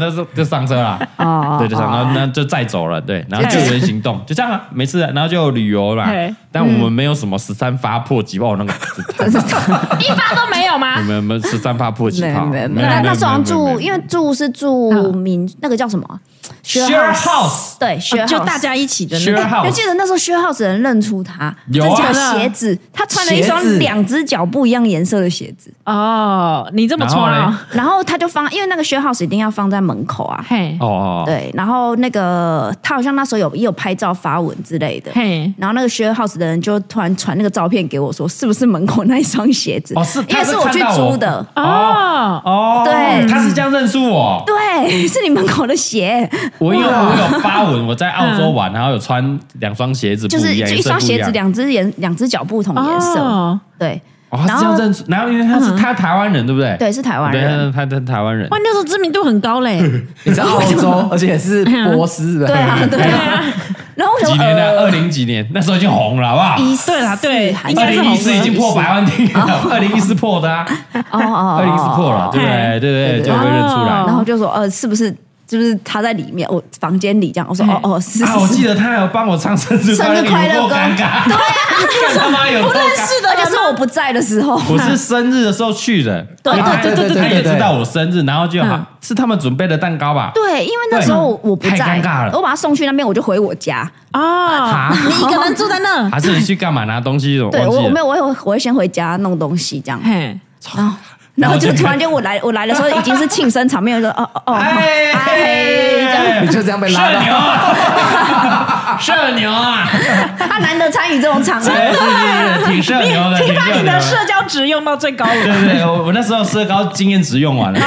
Speaker 1: 那是就上车了，
Speaker 2: 哦
Speaker 1: 对，就上车，那就再走了，对，然后救援行 动就这样啊，没事啊，然后就旅游嘛
Speaker 3: 嘿，
Speaker 1: 但我们没有什么十三发破击炮那 个，
Speaker 3: 一发都没有吗
Speaker 1: 我？们我们十三发破击
Speaker 2: 没
Speaker 1: 炮，
Speaker 2: 没
Speaker 1: 没
Speaker 2: 没，
Speaker 1: 有
Speaker 2: 那
Speaker 1: 没有
Speaker 2: 那时候好像
Speaker 1: 没有没有
Speaker 2: 住，因为住是住民那个叫什么啊
Speaker 1: Share house
Speaker 2: 对，share
Speaker 3: 啊就
Speaker 2: house
Speaker 3: 大。家一起的那
Speaker 1: Share
Speaker 3: 个，
Speaker 2: 我
Speaker 1: house
Speaker 2: 记得那时候 share house 的人认出他，
Speaker 1: 有啊
Speaker 2: 这叫鞋子，他穿了一双
Speaker 4: 鞋子
Speaker 2: 两只脚不一样颜色的鞋子，
Speaker 3: 哦，你这么冲
Speaker 1: 然后嘞
Speaker 3: 啊？
Speaker 2: 然后他就放，因为那个 share house 一定要放在门口啊，
Speaker 3: 嘿，
Speaker 1: 哦哦，哦
Speaker 2: 对，然后那个他好像那时候有也有拍照发文之类的，
Speaker 3: 嘿，
Speaker 2: 然后那个 share house 的人就突然传那个照片给我说，是不是门口那一双鞋子？
Speaker 1: 哦是
Speaker 2: 因
Speaker 1: 他
Speaker 2: 为
Speaker 1: 是
Speaker 2: 是我去
Speaker 1: 看到我
Speaker 2: 租的，
Speaker 3: 哦，
Speaker 1: 哦，
Speaker 2: 对
Speaker 1: 他是这样认输我。
Speaker 2: 对， 是你门口的鞋，
Speaker 1: 我有我有发文，我在澳洲玩，然后有穿两双鞋子不
Speaker 2: 就是
Speaker 1: 一样，
Speaker 2: 就一
Speaker 1: 颜色
Speaker 2: 双
Speaker 1: 不
Speaker 2: 鞋子，
Speaker 1: 样。
Speaker 2: 两只颜，两只脚不同颜色，
Speaker 3: 哦，
Speaker 2: 对
Speaker 1: 哦，他
Speaker 2: 然
Speaker 1: 是
Speaker 2: 后
Speaker 1: 这样认输，然后因为他是他台湾人，对不对？
Speaker 2: 嗯对，是台湾人，
Speaker 1: 对，他他他台湾人
Speaker 3: 哇，。那 时候知名度很高嘞，
Speaker 4: 你在澳洲，而且是波斯的，
Speaker 2: 啊对啊，对啊，然后我想
Speaker 1: 几
Speaker 2: 说，
Speaker 1: 年了？
Speaker 2: 呃
Speaker 1: 二零几年，那时候已经红了，好不好？
Speaker 2: 一
Speaker 3: 对啦，对，应
Speaker 1: 二
Speaker 3: 该是
Speaker 1: 零
Speaker 3: 红
Speaker 1: 一四已
Speaker 3: 了
Speaker 1: 经破百万订阅了，二零一四破的啊，
Speaker 2: 哦哦，
Speaker 1: 二零一四破了，对不对？
Speaker 3: 对
Speaker 1: 对对，就被认出来。啊
Speaker 2: 然后就说呃，是不是是不是他在里面？我房间里这样，我说哦哦是
Speaker 1: 啊，我
Speaker 2: 是
Speaker 1: 记
Speaker 2: 是，
Speaker 1: 得他还有帮我唱生日
Speaker 2: 生日快
Speaker 1: 快乐
Speaker 2: 乐
Speaker 1: 有够
Speaker 2: 歌
Speaker 1: 尴尬， 对啊，他妈有够尴尬。
Speaker 2: 而且是我不在的时候，
Speaker 1: 我是生日的时候去的，
Speaker 3: 对
Speaker 1: 因为他
Speaker 4: 对对对对
Speaker 1: 他也
Speaker 4: 对对
Speaker 1: 知道我生日，然后就
Speaker 3: 嗯
Speaker 1: 是他们准备的蛋糕吧？
Speaker 2: 对，因为那时候
Speaker 1: 对
Speaker 2: 我不
Speaker 1: 太
Speaker 2: 在
Speaker 1: 尴尬，了
Speaker 2: 我把他送去那边，我就回我家。
Speaker 3: 啊，
Speaker 1: 啊，
Speaker 3: 你一个人住 在那，
Speaker 1: 还是你去干嘛拿东西？我
Speaker 2: 对
Speaker 1: 忘
Speaker 2: 我
Speaker 1: 记
Speaker 2: 我没
Speaker 1: 了。
Speaker 2: 有，我会我会先回家弄东西 这样，
Speaker 3: 嘿，
Speaker 2: 然后然后就突然间我来我来的时候已经是庆生场面，我就说哦哦哦，
Speaker 1: 哎
Speaker 2: 哎，
Speaker 4: 你就这样被拉
Speaker 1: 社牛
Speaker 4: 到，
Speaker 1: 啊，社牛啊，
Speaker 2: 他难得参与这种场合，
Speaker 1: 哎是是是挺社牛的，
Speaker 3: 可
Speaker 1: 挺
Speaker 3: 以把
Speaker 1: 社
Speaker 3: 你
Speaker 1: 牛
Speaker 3: 的社交值用到最高
Speaker 1: 对
Speaker 3: 了。
Speaker 1: 对对，我我那时候社高经验值用完 了，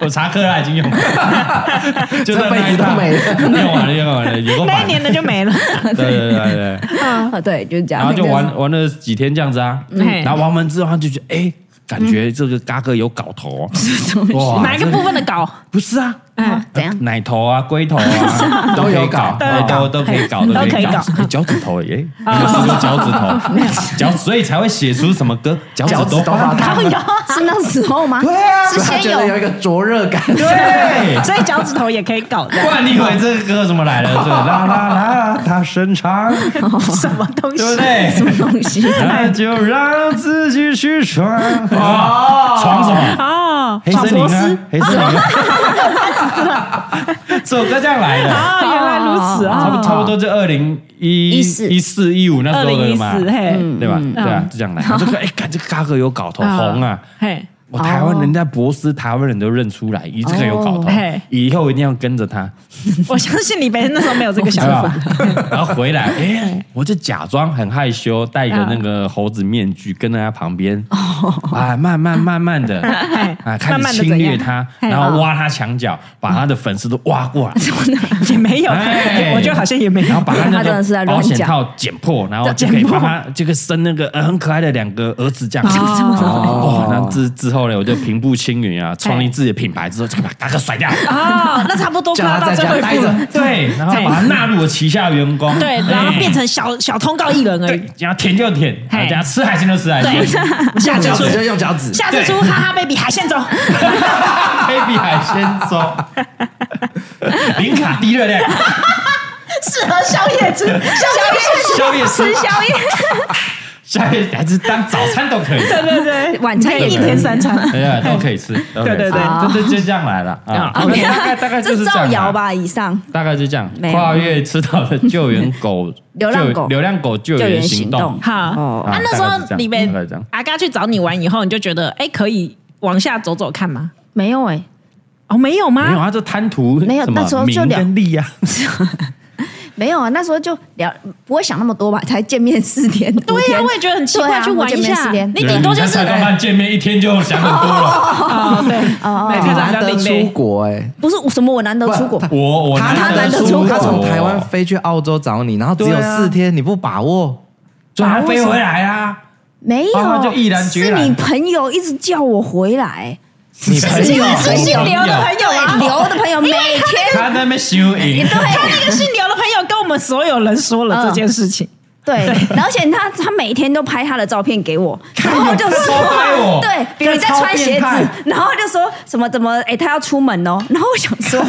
Speaker 1: 我查克拉已经用完了，就在
Speaker 4: 这辈
Speaker 1: 那一
Speaker 4: 子都
Speaker 1: 趟
Speaker 4: 没了
Speaker 1: 用完了，用完了，有个
Speaker 3: 那一
Speaker 1: 烦。
Speaker 3: 年的就没了，
Speaker 1: 对对对对，
Speaker 2: 啊对，就是这样，
Speaker 1: 然后就
Speaker 2: 这个是
Speaker 1: 玩玩了几天这样子啊，
Speaker 3: 嗯
Speaker 1: 然后玩完之后他就觉得，哎，感觉这个嘎哥有搞头哦，
Speaker 4: 嗯
Speaker 1: 哇
Speaker 3: 哪一个部分的搞？
Speaker 1: 不是啊，
Speaker 3: 嗯，
Speaker 2: 怎样？
Speaker 1: 奶头啊、龟头啊
Speaker 4: 都有搞
Speaker 1: 可以
Speaker 4: 都
Speaker 1: 都
Speaker 4: 有
Speaker 1: 都可以搞，
Speaker 3: 都
Speaker 1: 可
Speaker 3: 可以
Speaker 1: 搞
Speaker 3: 搞。
Speaker 1: 哎脚趾头 耶，你
Speaker 4: 哦
Speaker 1: 们是说脚趾头，脚所以才会写出什么歌，脚趾
Speaker 4: 脚趾
Speaker 1: 头
Speaker 4: 都发
Speaker 1: 烫。
Speaker 4: 烫，
Speaker 2: 是那时候吗？
Speaker 4: 对啊，
Speaker 2: 是
Speaker 4: 他
Speaker 2: 先
Speaker 4: 觉得有
Speaker 2: 有
Speaker 4: 一个灼热感，
Speaker 1: 对，
Speaker 3: 所以脚趾头也可以搞 的，
Speaker 1: 不然你以为这个歌怎么来的？是啦啦啦，它伸 长，
Speaker 3: 什么东西
Speaker 1: 对不？对？
Speaker 2: 东西，
Speaker 1: 那就让自己去闯啊！闯什么？
Speaker 3: 哦，
Speaker 1: 黑
Speaker 3: 闯
Speaker 1: 森
Speaker 3: 螺
Speaker 1: 林
Speaker 3: 丝
Speaker 1: 啊，黑森啊林啊！ 这首歌这样来的，
Speaker 3: 哦，原来如此
Speaker 1: 差不
Speaker 3: 啊！
Speaker 1: 差不多就二零一
Speaker 2: 14
Speaker 1: 一四一五那
Speaker 3: 二
Speaker 1: 时候
Speaker 3: 零
Speaker 1: 的
Speaker 3: 一
Speaker 1: 嘛，
Speaker 3: 四，嘿，嗯
Speaker 1: 对吧？对啊，就这 样来。我就说，哎，看这个嘎哥有搞头，
Speaker 3: 啊
Speaker 1: 红啊！
Speaker 3: 嘿，
Speaker 1: 我台湾人在博斯，台湾人都认出来，咦，这个有搞头
Speaker 3: 哦嘿，
Speaker 1: 以后一定要跟着他。
Speaker 3: 我相信你没那时候没有这个想
Speaker 1: 对
Speaker 3: 法
Speaker 1: 吧，？ 然后回来，哎、我就假装很害羞，戴个那个猴子面具，跟在他旁边，啊，慢慢慢慢的，
Speaker 3: 哦 哎
Speaker 1: 啊，开始
Speaker 3: 慢慢地
Speaker 1: 侵
Speaker 3: 怎
Speaker 1: 略
Speaker 3: 样
Speaker 1: 他，
Speaker 3: 哎
Speaker 1: 然后挖他墙角，把他的粉丝都挖过 来，
Speaker 3: 也没有
Speaker 1: 哎，
Speaker 3: 我觉得好像也没
Speaker 1: 然后
Speaker 3: 有。
Speaker 1: 把他那
Speaker 2: 他真的是
Speaker 1: 个
Speaker 2: 在乱
Speaker 1: 保险
Speaker 2: 讲
Speaker 1: 套剪破，然后就可以帮他这个生那个呃很可爱的两个儿子这样。哦
Speaker 4: 哦，
Speaker 1: 那之之后呢，我就平步青云
Speaker 3: 哎
Speaker 1: 啊，创立自己的品牌之后，就把大哥甩掉。
Speaker 3: 哦，那差不多快要到最后一步了。
Speaker 1: 对，然后把他纳入我旗下员工，哎
Speaker 3: 对，然后变成小小通告艺人而
Speaker 1: 对
Speaker 3: 已。，
Speaker 1: 然后舔就舔，
Speaker 3: 嘿
Speaker 1: 然后吃海鲜就吃海
Speaker 3: 对，
Speaker 1: 鲜
Speaker 3: 下次
Speaker 4: 用脚
Speaker 3: 出
Speaker 4: 趾就用脚趾，
Speaker 3: 下次出哈哈 baby 海鲜粥，
Speaker 1: ，baby 海鲜粥，零卡低热量，
Speaker 3: 适合宵夜吃，宵夜
Speaker 1: 宵夜吃，
Speaker 3: 宵夜，
Speaker 1: 宵夜还是当早餐都可以，
Speaker 3: 对对对，
Speaker 2: 晚餐也
Speaker 3: 一天三餐。
Speaker 1: 哎呀，都可以吃，都可以吃
Speaker 3: 对对
Speaker 2: 对
Speaker 1: 就就就这样来了啊，
Speaker 3: 啊
Speaker 1: 大概大概就是
Speaker 2: 这是
Speaker 1: 这
Speaker 2: 造
Speaker 1: 样
Speaker 2: 谣
Speaker 1: 啊。
Speaker 2: 吧？以上
Speaker 1: 大概就这样
Speaker 2: 没，有
Speaker 1: 跨越吃到了救援狗、
Speaker 2: 流浪狗
Speaker 1: 救流浪狗救
Speaker 2: 救
Speaker 1: 援
Speaker 2: 援
Speaker 1: 行
Speaker 2: 行
Speaker 1: 动
Speaker 2: 动，
Speaker 3: 好，
Speaker 2: 哦
Speaker 3: 啊，那时候你
Speaker 1: 大概是
Speaker 3: 们
Speaker 1: 这样
Speaker 3: 阿嘎去找你玩以后，你就觉得哎，可以往下走走看吗？
Speaker 2: 没有哎，
Speaker 3: 哦，没有
Speaker 1: 没有，
Speaker 3: 吗？
Speaker 1: 他就贪图
Speaker 2: 没有
Speaker 1: 什么
Speaker 2: 那时候就
Speaker 1: 名
Speaker 2: 两
Speaker 1: 跟利啊，
Speaker 2: 没有啊，那时候就聊，不会想那么多吧？才见面四天，五
Speaker 3: 对呀，
Speaker 2: 天
Speaker 3: 我也觉得很奇怪，
Speaker 2: 对啊
Speaker 3: 去玩一
Speaker 2: 我见面
Speaker 3: 下
Speaker 2: 四。天
Speaker 3: 你顶多就是
Speaker 1: 才刚刚见面一天就想很多了，
Speaker 3: 哦，对，每
Speaker 4: 你
Speaker 3: 天早
Speaker 4: 难
Speaker 3: 上
Speaker 4: 得
Speaker 3: 领
Speaker 4: 出
Speaker 3: 杯，
Speaker 4: 国哎。
Speaker 2: 不是什么我难得出国，
Speaker 1: 我我
Speaker 2: 他
Speaker 4: 他他
Speaker 2: 难得
Speaker 4: 出
Speaker 2: 出国
Speaker 4: 他从台湾飞去澳洲找你，然后只有
Speaker 1: 对啊
Speaker 4: 四天，你不把握，
Speaker 1: 所以他飞回来啊，
Speaker 2: 没有，
Speaker 1: 啊就毅然决然哎
Speaker 2: 是你朋友一直叫我回来，
Speaker 1: 你
Speaker 2: 是啊你是
Speaker 3: 是姓刘的朋友
Speaker 2: 对，
Speaker 3: 啊，
Speaker 2: 刘的朋友每天
Speaker 1: 他在那边修营，
Speaker 2: 啊
Speaker 3: 他那个姓刘的朋友跟我们所有人说了这件事情，
Speaker 2: 对，然后而且他他每天都拍他的照片给我，然后就说
Speaker 1: 偷拍我
Speaker 2: 对，比如在穿鞋子，然后就说什么怎么哎他要出门哦，然后我想说，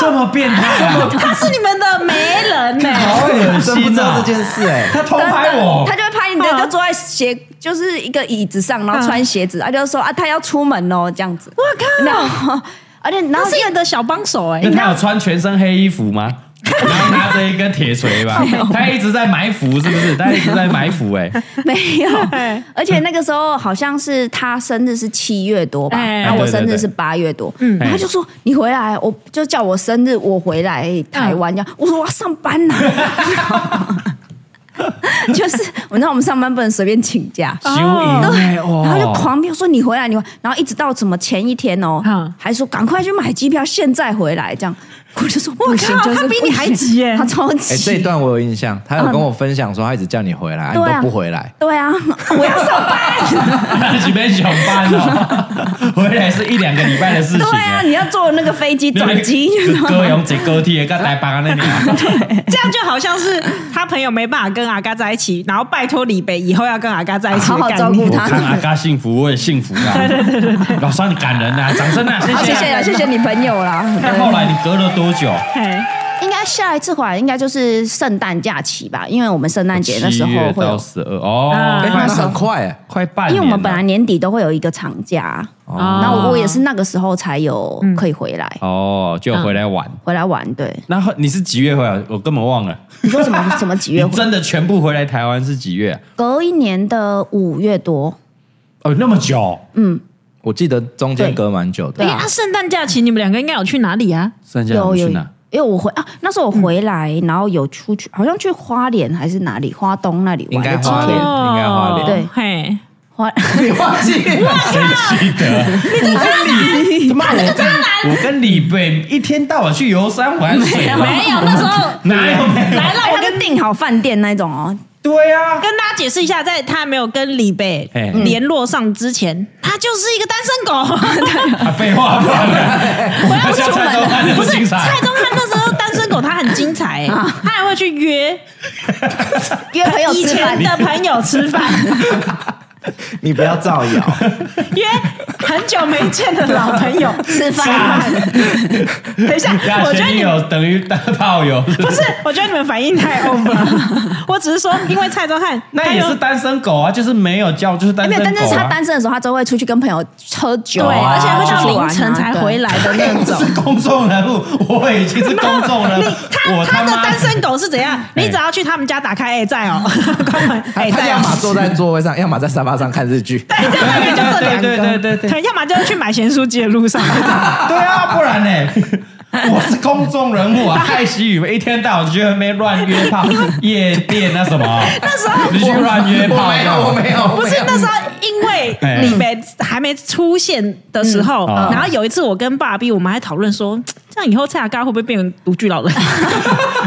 Speaker 1: 这么变态啊，
Speaker 3: 他是你们的媒人呢。
Speaker 1: 好恶
Speaker 4: 真不知
Speaker 1: 心
Speaker 4: 道
Speaker 1: 啊
Speaker 4: 这！件事哎。
Speaker 1: 他偷拍我
Speaker 2: 他，就会拍你
Speaker 3: 嗯
Speaker 2: 的，就坐在鞋就是一个椅子上，然后穿鞋子，他就说啊他要出门哦这样子，
Speaker 3: 我嗯靠，
Speaker 2: 然后而且然
Speaker 3: 他
Speaker 2: 后
Speaker 3: 是你的小帮手哎
Speaker 1: 那，他有穿全身黑衣服吗？ 然后拿着一根铁锤吧，他一直在埋伏，是不是？他一直在埋伏，哎，
Speaker 2: 没有
Speaker 3: 哎，
Speaker 2: 而且那个时候好像是他生日是七月多吧，
Speaker 3: 哎
Speaker 2: 然后我生
Speaker 1: 对对
Speaker 2: 日
Speaker 1: 对
Speaker 2: 是八月多，
Speaker 3: 嗯
Speaker 2: 然后他就说你回来，我就叫我生日我回来台湾
Speaker 3: 嗯
Speaker 2: 这样，我说我要上班呐、 就是 我知道我们上班不能随便请假。
Speaker 1: 修营哎，哦，
Speaker 2: 然后就狂飙说你回来，你回来，然后一直到什么前一天哦
Speaker 3: 嗯，
Speaker 2: 还说赶快去买机票，现在回来这样。我就说
Speaker 3: 我
Speaker 2: 不行，
Speaker 3: 靠
Speaker 2: 就是
Speaker 3: 他比
Speaker 2: 不
Speaker 3: 你
Speaker 2: 行
Speaker 3: 还急耶
Speaker 2: 他超
Speaker 4: 哎、
Speaker 2: 急。
Speaker 4: 这一段我有印象，他有跟我分享说他一直叫你回来，啊你
Speaker 2: 对啊
Speaker 4: 都不回来。
Speaker 2: 对啊，我要上班。
Speaker 1: 几杯酒班哦，回来是一两个礼拜的事情
Speaker 2: 对啊，
Speaker 1: 啊。
Speaker 2: 你要坐那个飞机转 机，
Speaker 1: 哥用这高 铁跟台北那里，
Speaker 3: 这样就好像是他朋友没办法跟阿嘎在一起，然后拜托李北以后要跟阿嘎在一起
Speaker 2: 好
Speaker 3: 的
Speaker 2: 好
Speaker 3: 概念，
Speaker 2: 照顾
Speaker 1: 我
Speaker 2: 他
Speaker 1: 看阿嘎幸福，我也幸福啊。老三你感人啊，掌声啊，谢
Speaker 2: 好谢
Speaker 1: 谢
Speaker 2: 谢。啦，谢谢你朋友啦。
Speaker 1: 那后来你隔了多久？
Speaker 3: 嘿
Speaker 2: 应该下一次回来应该就是圣诞假期吧，因为我们圣诞节那时
Speaker 1: 七
Speaker 2: 候
Speaker 1: 月
Speaker 2: 会
Speaker 1: 到
Speaker 2: 有，
Speaker 1: 十二哦，
Speaker 3: 啊
Speaker 4: 哎、
Speaker 1: 快
Speaker 4: 那很快、哎
Speaker 1: 快半
Speaker 2: 因
Speaker 1: 年了，
Speaker 2: 为我们本来年底都会有一个长假，
Speaker 3: 哦
Speaker 2: 然后我也是那个时候才有可以回来
Speaker 1: 哦就回来
Speaker 3: 啊
Speaker 1: 玩。
Speaker 2: 回来玩。对，
Speaker 1: 然后你是几月回来？我根本忘了。
Speaker 2: 你说什么什么几月
Speaker 1: 你
Speaker 2: 回？
Speaker 1: 真的全部回来台湾是几月啊？
Speaker 2: 隔一年的五月多，
Speaker 1: 哦，那么久，
Speaker 4: 我记得中间隔蛮久的
Speaker 2: 对。
Speaker 3: 哎、
Speaker 2: 啊
Speaker 3: 啊，圣诞假期你们两个应该有去哪里啊？
Speaker 1: 剩下
Speaker 2: 有
Speaker 1: 你
Speaker 2: 有
Speaker 1: 去
Speaker 2: 有
Speaker 1: 哪？，
Speaker 2: 因为我回啊，那时候我回来，然后有出去，好像去花莲还是哪里，花东那里
Speaker 4: 应
Speaker 2: 玩
Speaker 4: 该
Speaker 2: 了几
Speaker 4: 花莲
Speaker 2: 天。
Speaker 3: 哦
Speaker 4: 应该花莲
Speaker 2: 对
Speaker 3: 嘿，
Speaker 2: 花
Speaker 4: 你忘记？
Speaker 1: 记得，你跟李，妈，我跟我跟李贝一天到晚去游山玩水吗，
Speaker 3: 没有，那时候
Speaker 1: 哪有没有？
Speaker 3: 来了，
Speaker 2: 我
Speaker 3: 我跟
Speaker 2: 跟订好饭店那种哦，
Speaker 1: 对啊，
Speaker 3: 跟大家解释一下，在他没有跟李贝
Speaker 1: 嘿
Speaker 3: 联络上之前，他就是一个单身狗。
Speaker 1: 啊，废话，不然
Speaker 3: 我要出
Speaker 1: 蔡宗汉那
Speaker 3: 门了，不
Speaker 1: 么
Speaker 3: 是
Speaker 1: 精彩
Speaker 3: 蔡宗汉那时候单身狗，他很精彩、欸，他还会去约
Speaker 2: 约啊朋友
Speaker 3: 以
Speaker 2: 吃
Speaker 3: 前
Speaker 2: 饭，
Speaker 3: 的朋友吃饭，
Speaker 4: 你不要造谣。
Speaker 3: 约很久没见的老朋 友。
Speaker 2: 吃饭，
Speaker 3: 等一下，
Speaker 1: 大
Speaker 3: 我觉得
Speaker 1: 前女
Speaker 3: 你们
Speaker 1: 友等于大炮友，
Speaker 3: 不是，我觉得你们反应太 over 了。我只是说，因为蔡宗汉
Speaker 1: 那也是单身狗啊，就是没有叫，就是单
Speaker 2: 哎没
Speaker 1: 身狗
Speaker 2: 有，
Speaker 1: 啊。
Speaker 2: 但是他单身的时候，他都会出去跟朋友喝酒
Speaker 3: 对，
Speaker 2: 啊，
Speaker 3: 而且会
Speaker 2: 出
Speaker 3: 到
Speaker 2: 去玩
Speaker 3: 凌
Speaker 2: 啊
Speaker 3: 晨才回。来的那种。
Speaker 1: 是公众人物，我已经是公众人
Speaker 3: 你
Speaker 1: 物，
Speaker 3: 他
Speaker 1: 我
Speaker 3: 他的
Speaker 1: 妈
Speaker 3: 单身狗是怎样？你只要去他们家打开，哎，在哦，
Speaker 2: 嗯
Speaker 3: 关门，
Speaker 4: 他
Speaker 3: 哎，
Speaker 4: 他
Speaker 3: 在
Speaker 4: 要么
Speaker 3: 哦。
Speaker 4: 坐在座位上，要么在沙发上看日剧。
Speaker 3: 对，就大概就这两个，
Speaker 1: 对对对对对
Speaker 3: 要么就是去买咸酥鸡的路上，
Speaker 1: 对啊，不然呢？我是公众人物啊，害喜雨一天到晚去那边乱约炮、夜店那什么，那时候你去乱约炮，
Speaker 4: 我没有，我没有，
Speaker 3: 不是那时候，因为李梅还没出现的时候，
Speaker 1: 嗯
Speaker 3: 然后有一次我跟爸比，我们还讨论说，这样以后蔡雅嘎会不会变成独居老人？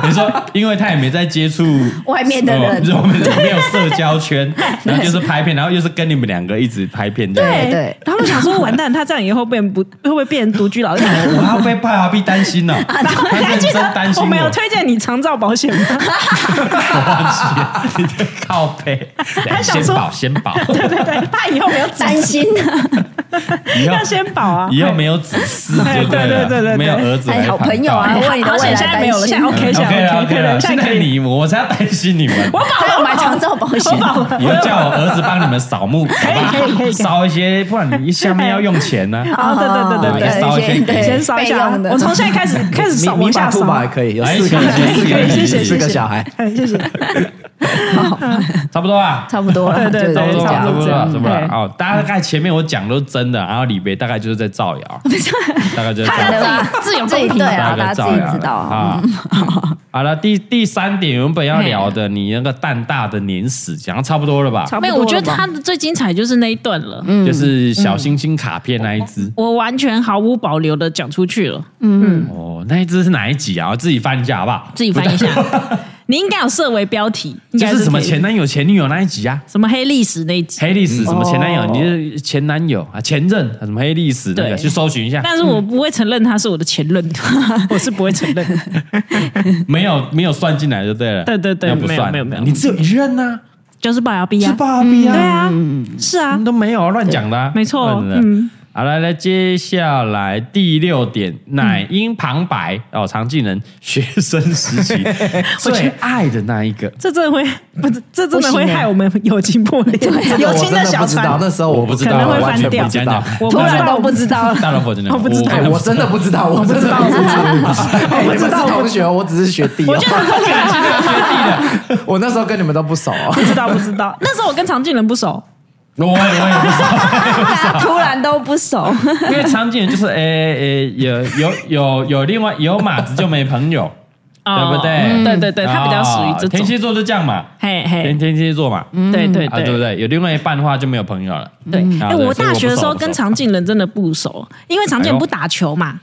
Speaker 1: 你说，因为他也没在接触
Speaker 2: 外面的人
Speaker 1: 我们没有社交圈，然后就是拍片，然后又是跟你们两个一直拍片这样。
Speaker 2: 对对
Speaker 3: 然后我想说，完蛋，他这样以后变不会不会变成独居老人？
Speaker 1: 我要被爸爸比担心了，
Speaker 3: 然后
Speaker 1: 他
Speaker 3: 你还
Speaker 1: 认
Speaker 3: 记
Speaker 1: 真担
Speaker 3: 得
Speaker 1: 心
Speaker 3: 啊我
Speaker 1: 我，
Speaker 3: 们有推荐你长照保险吗？
Speaker 1: 我忘记了你的靠背，来
Speaker 3: 想
Speaker 1: 先
Speaker 3: 说
Speaker 1: 保先 保，
Speaker 3: 对对对，怕以后没有子
Speaker 2: 担 心啊，
Speaker 1: 以后
Speaker 3: 要先保啊，
Speaker 1: 以后没有子嗣就
Speaker 3: 哎 对
Speaker 1: 了，
Speaker 3: 对对对对哎
Speaker 1: 没有儿子来
Speaker 2: 还
Speaker 1: 扛
Speaker 2: 好
Speaker 1: 道，
Speaker 2: 朋友啊，为你的
Speaker 3: 好
Speaker 2: 未
Speaker 3: 险
Speaker 2: 来
Speaker 3: 现在没
Speaker 2: 担
Speaker 3: 有了，现
Speaker 2: 心
Speaker 3: 在。OK，
Speaker 1: 嗯。
Speaker 3: 现
Speaker 1: 哎 OK
Speaker 3: 在
Speaker 1: 了 OK 了，
Speaker 3: 现
Speaker 1: 现
Speaker 3: 在可
Speaker 1: 在
Speaker 3: 以。
Speaker 1: 你我才要担心你们，
Speaker 3: 我保
Speaker 2: 还
Speaker 3: 了，
Speaker 2: 有
Speaker 3: 我
Speaker 2: 买
Speaker 3: 保
Speaker 2: 长
Speaker 3: 了，
Speaker 2: 照保险
Speaker 3: 我，保了，
Speaker 1: 以后叫我儿子帮你们扫墓，好吧
Speaker 3: 可以可以可以
Speaker 1: 烧一些，不然你下面要用钱呢。
Speaker 2: 哦
Speaker 3: 啊，对对对对
Speaker 1: 对
Speaker 3: 对，
Speaker 1: 烧一些
Speaker 2: 对，
Speaker 3: 先扫一下
Speaker 2: 备用，的
Speaker 3: 我从现在开始开始
Speaker 4: 米
Speaker 3: 扫，
Speaker 4: 米
Speaker 3: 往下
Speaker 4: 巴兔
Speaker 3: 扫。
Speaker 4: 吧也可以，有
Speaker 1: 哎
Speaker 4: 四个
Speaker 1: 可以
Speaker 4: 人，四个
Speaker 1: 可
Speaker 4: 人
Speaker 1: 以谢谢
Speaker 4: 四个
Speaker 3: 谢谢
Speaker 4: 小孩。
Speaker 3: 哎 谢谢。
Speaker 1: 差不多啊。
Speaker 2: 差不多了，
Speaker 3: 对
Speaker 2: 就
Speaker 3: 对
Speaker 1: 差不
Speaker 2: 是
Speaker 1: 多
Speaker 2: 这
Speaker 1: 啦，
Speaker 2: 样
Speaker 1: 差不多啦，
Speaker 3: 嗯
Speaker 1: 差不多啦。哦，大概前面我讲都是真的，然后李贝大概就是在造谣，大概就是造
Speaker 2: 大
Speaker 1: 谣。
Speaker 2: 家自己自有公平，对啊，大家自己知道啊。
Speaker 1: 啊。好了，第第三点原本要聊的，你那个蛋大的碾死，讲得差不多了吧？
Speaker 2: 差不
Speaker 3: 没
Speaker 2: 多
Speaker 3: 有，
Speaker 2: 了吧
Speaker 3: 我觉得他的最精彩就是那一段了。
Speaker 1: 就是小星星卡片那一只。
Speaker 3: 我完全毫无保留的讲出去了，
Speaker 1: 哦，那一只是哪一集啊？我自己翻一下好不好？
Speaker 3: 自己翻一下。你应该有设为标题，应
Speaker 1: 就
Speaker 3: 该
Speaker 1: 是什么
Speaker 3: 可以
Speaker 1: 前男友、前女友那一集啊？
Speaker 3: 什么黑历史那一集。
Speaker 1: 黑历史什么前男友，
Speaker 2: 哦
Speaker 1: 你就是前男友啊，前任啊什么黑历史那个，
Speaker 3: 对
Speaker 1: 去搜寻一下。
Speaker 3: 但是我不会承认他是我的前任，我是不会承认。
Speaker 1: 没有没有算进来就对了。
Speaker 3: 对对对
Speaker 1: 那不算，
Speaker 3: 没有没有没
Speaker 1: 你
Speaker 3: 有
Speaker 1: 只有一任呐，
Speaker 3: 就是龅牙 B
Speaker 1: 是
Speaker 3: 啊，
Speaker 1: 爸比
Speaker 3: 对
Speaker 1: 啊，
Speaker 3: 啊，是啊
Speaker 1: 你，都没有啊乱讲的啊，
Speaker 3: 没错
Speaker 1: 乱的
Speaker 3: 嗯。
Speaker 1: 好，来来，接下来第六点，奶音旁白哦，常进人学生时期最爱的那一个，
Speaker 3: 这真的会不是，这真的
Speaker 2: 不
Speaker 3: 会
Speaker 2: 行欸
Speaker 3: 害我们友情破裂， 友
Speaker 4: 我
Speaker 3: 情
Speaker 4: 真的
Speaker 3: 小
Speaker 4: 不知
Speaker 3: 船
Speaker 4: 道，。那时候啊我
Speaker 1: 我不知
Speaker 3: 道可能会
Speaker 4: 完全
Speaker 3: 翻掉
Speaker 4: 不知道。
Speaker 3: 我
Speaker 2: 突
Speaker 3: 不知
Speaker 2: 然
Speaker 3: 道
Speaker 2: 都不知道 了，
Speaker 1: 大老婆真的，
Speaker 3: 我不知道
Speaker 1: 看
Speaker 4: 哎我真的不知道，我真的不 知道，哎你们是同学，我只是学弟哦。我那时候跟你们都不熟哦
Speaker 3: 不。知道不知道，那时候我跟常静人不熟，
Speaker 1: 我也我也不知道。
Speaker 2: 大家突然都不熟，
Speaker 1: 因为常见就是诶诶、有有有有另外有马子就没朋友，
Speaker 3: 哦
Speaker 1: 对不对？
Speaker 3: 嗯对对对，他比较属于这
Speaker 1: 哦天
Speaker 3: 种，
Speaker 1: 蝎座就这样嘛，
Speaker 3: 嘿
Speaker 1: 天
Speaker 3: 嘿，
Speaker 1: 天蝎座嘛，
Speaker 3: 对对
Speaker 1: 啊，对不
Speaker 3: 对。
Speaker 1: 对？有另外一半的话就没有朋友了。
Speaker 3: 对，
Speaker 1: 啊
Speaker 3: 哎，
Speaker 1: 对
Speaker 3: 我
Speaker 1: 所以
Speaker 3: 大学的时候
Speaker 1: 不熟哎
Speaker 3: 跟常静人真的不熟，因为常静人不打球嘛，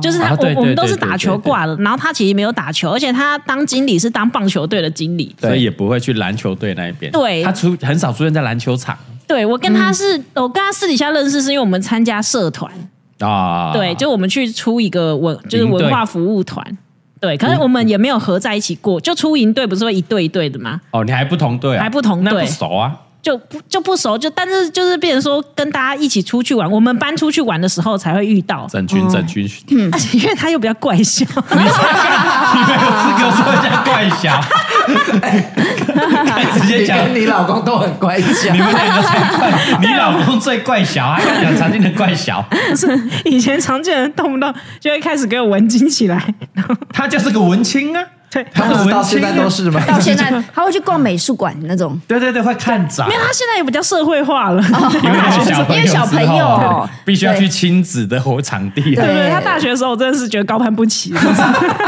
Speaker 3: 就是他，
Speaker 1: 啊对
Speaker 3: 我我
Speaker 1: 对对
Speaker 3: 们都是
Speaker 1: 对
Speaker 3: 打
Speaker 1: 对
Speaker 3: 球
Speaker 1: 对
Speaker 3: 挂的，然后他其实没有打球，而且他当经理是当棒球队的经理。
Speaker 4: 对
Speaker 1: 所以也不会去篮球队那一边。
Speaker 3: 对
Speaker 1: 他出很少出现在篮球场
Speaker 3: 对我跟他是，我跟他私底下认识是因为我们参加社团，
Speaker 1: 啊。
Speaker 3: 对，就我们去出一个文，就是
Speaker 1: 营队嗯
Speaker 3: 文化服务团。对，可是我们也没有合在一起过，就出营队不是会一队一队的吗？
Speaker 1: 哦，你还不同队啊？
Speaker 3: 还不同队
Speaker 1: 那不熟啊。
Speaker 3: 就不就不熟，就但是就是变成说跟大家一起出去玩，我们班出去玩的时候才会遇到，
Speaker 1: 整群整群， 你
Speaker 3: 而且因为他又比较怪笑，
Speaker 1: 没有资格说人家怪小，看直接
Speaker 4: 你
Speaker 1: 讲。
Speaker 4: 跟你老公都很乖巧
Speaker 1: 你，们两个最怪，你老公最怪小，他刚讲常见的怪小，
Speaker 3: 以前常见人动不动就会开始给我文经 起来，然后
Speaker 1: 他就是个文青啊，
Speaker 3: 对
Speaker 4: 他
Speaker 1: 很
Speaker 4: 们
Speaker 1: 文
Speaker 4: 到
Speaker 1: 青
Speaker 4: 现
Speaker 1: 啊
Speaker 4: 在都，是吗？
Speaker 2: 到现在他会去逛美术馆那种，
Speaker 1: 对对对，会看展
Speaker 3: 没，有他现在也比较社会化了，
Speaker 1: 因为是小朋友
Speaker 2: 因为
Speaker 1: 之后
Speaker 2: 小
Speaker 1: 啊，
Speaker 2: 朋友哦
Speaker 1: 必须要
Speaker 2: 对
Speaker 1: 去亲子的活场地啊，
Speaker 3: 对不对？
Speaker 2: 对
Speaker 3: 他大学的时候我真的是觉得高攀不 起，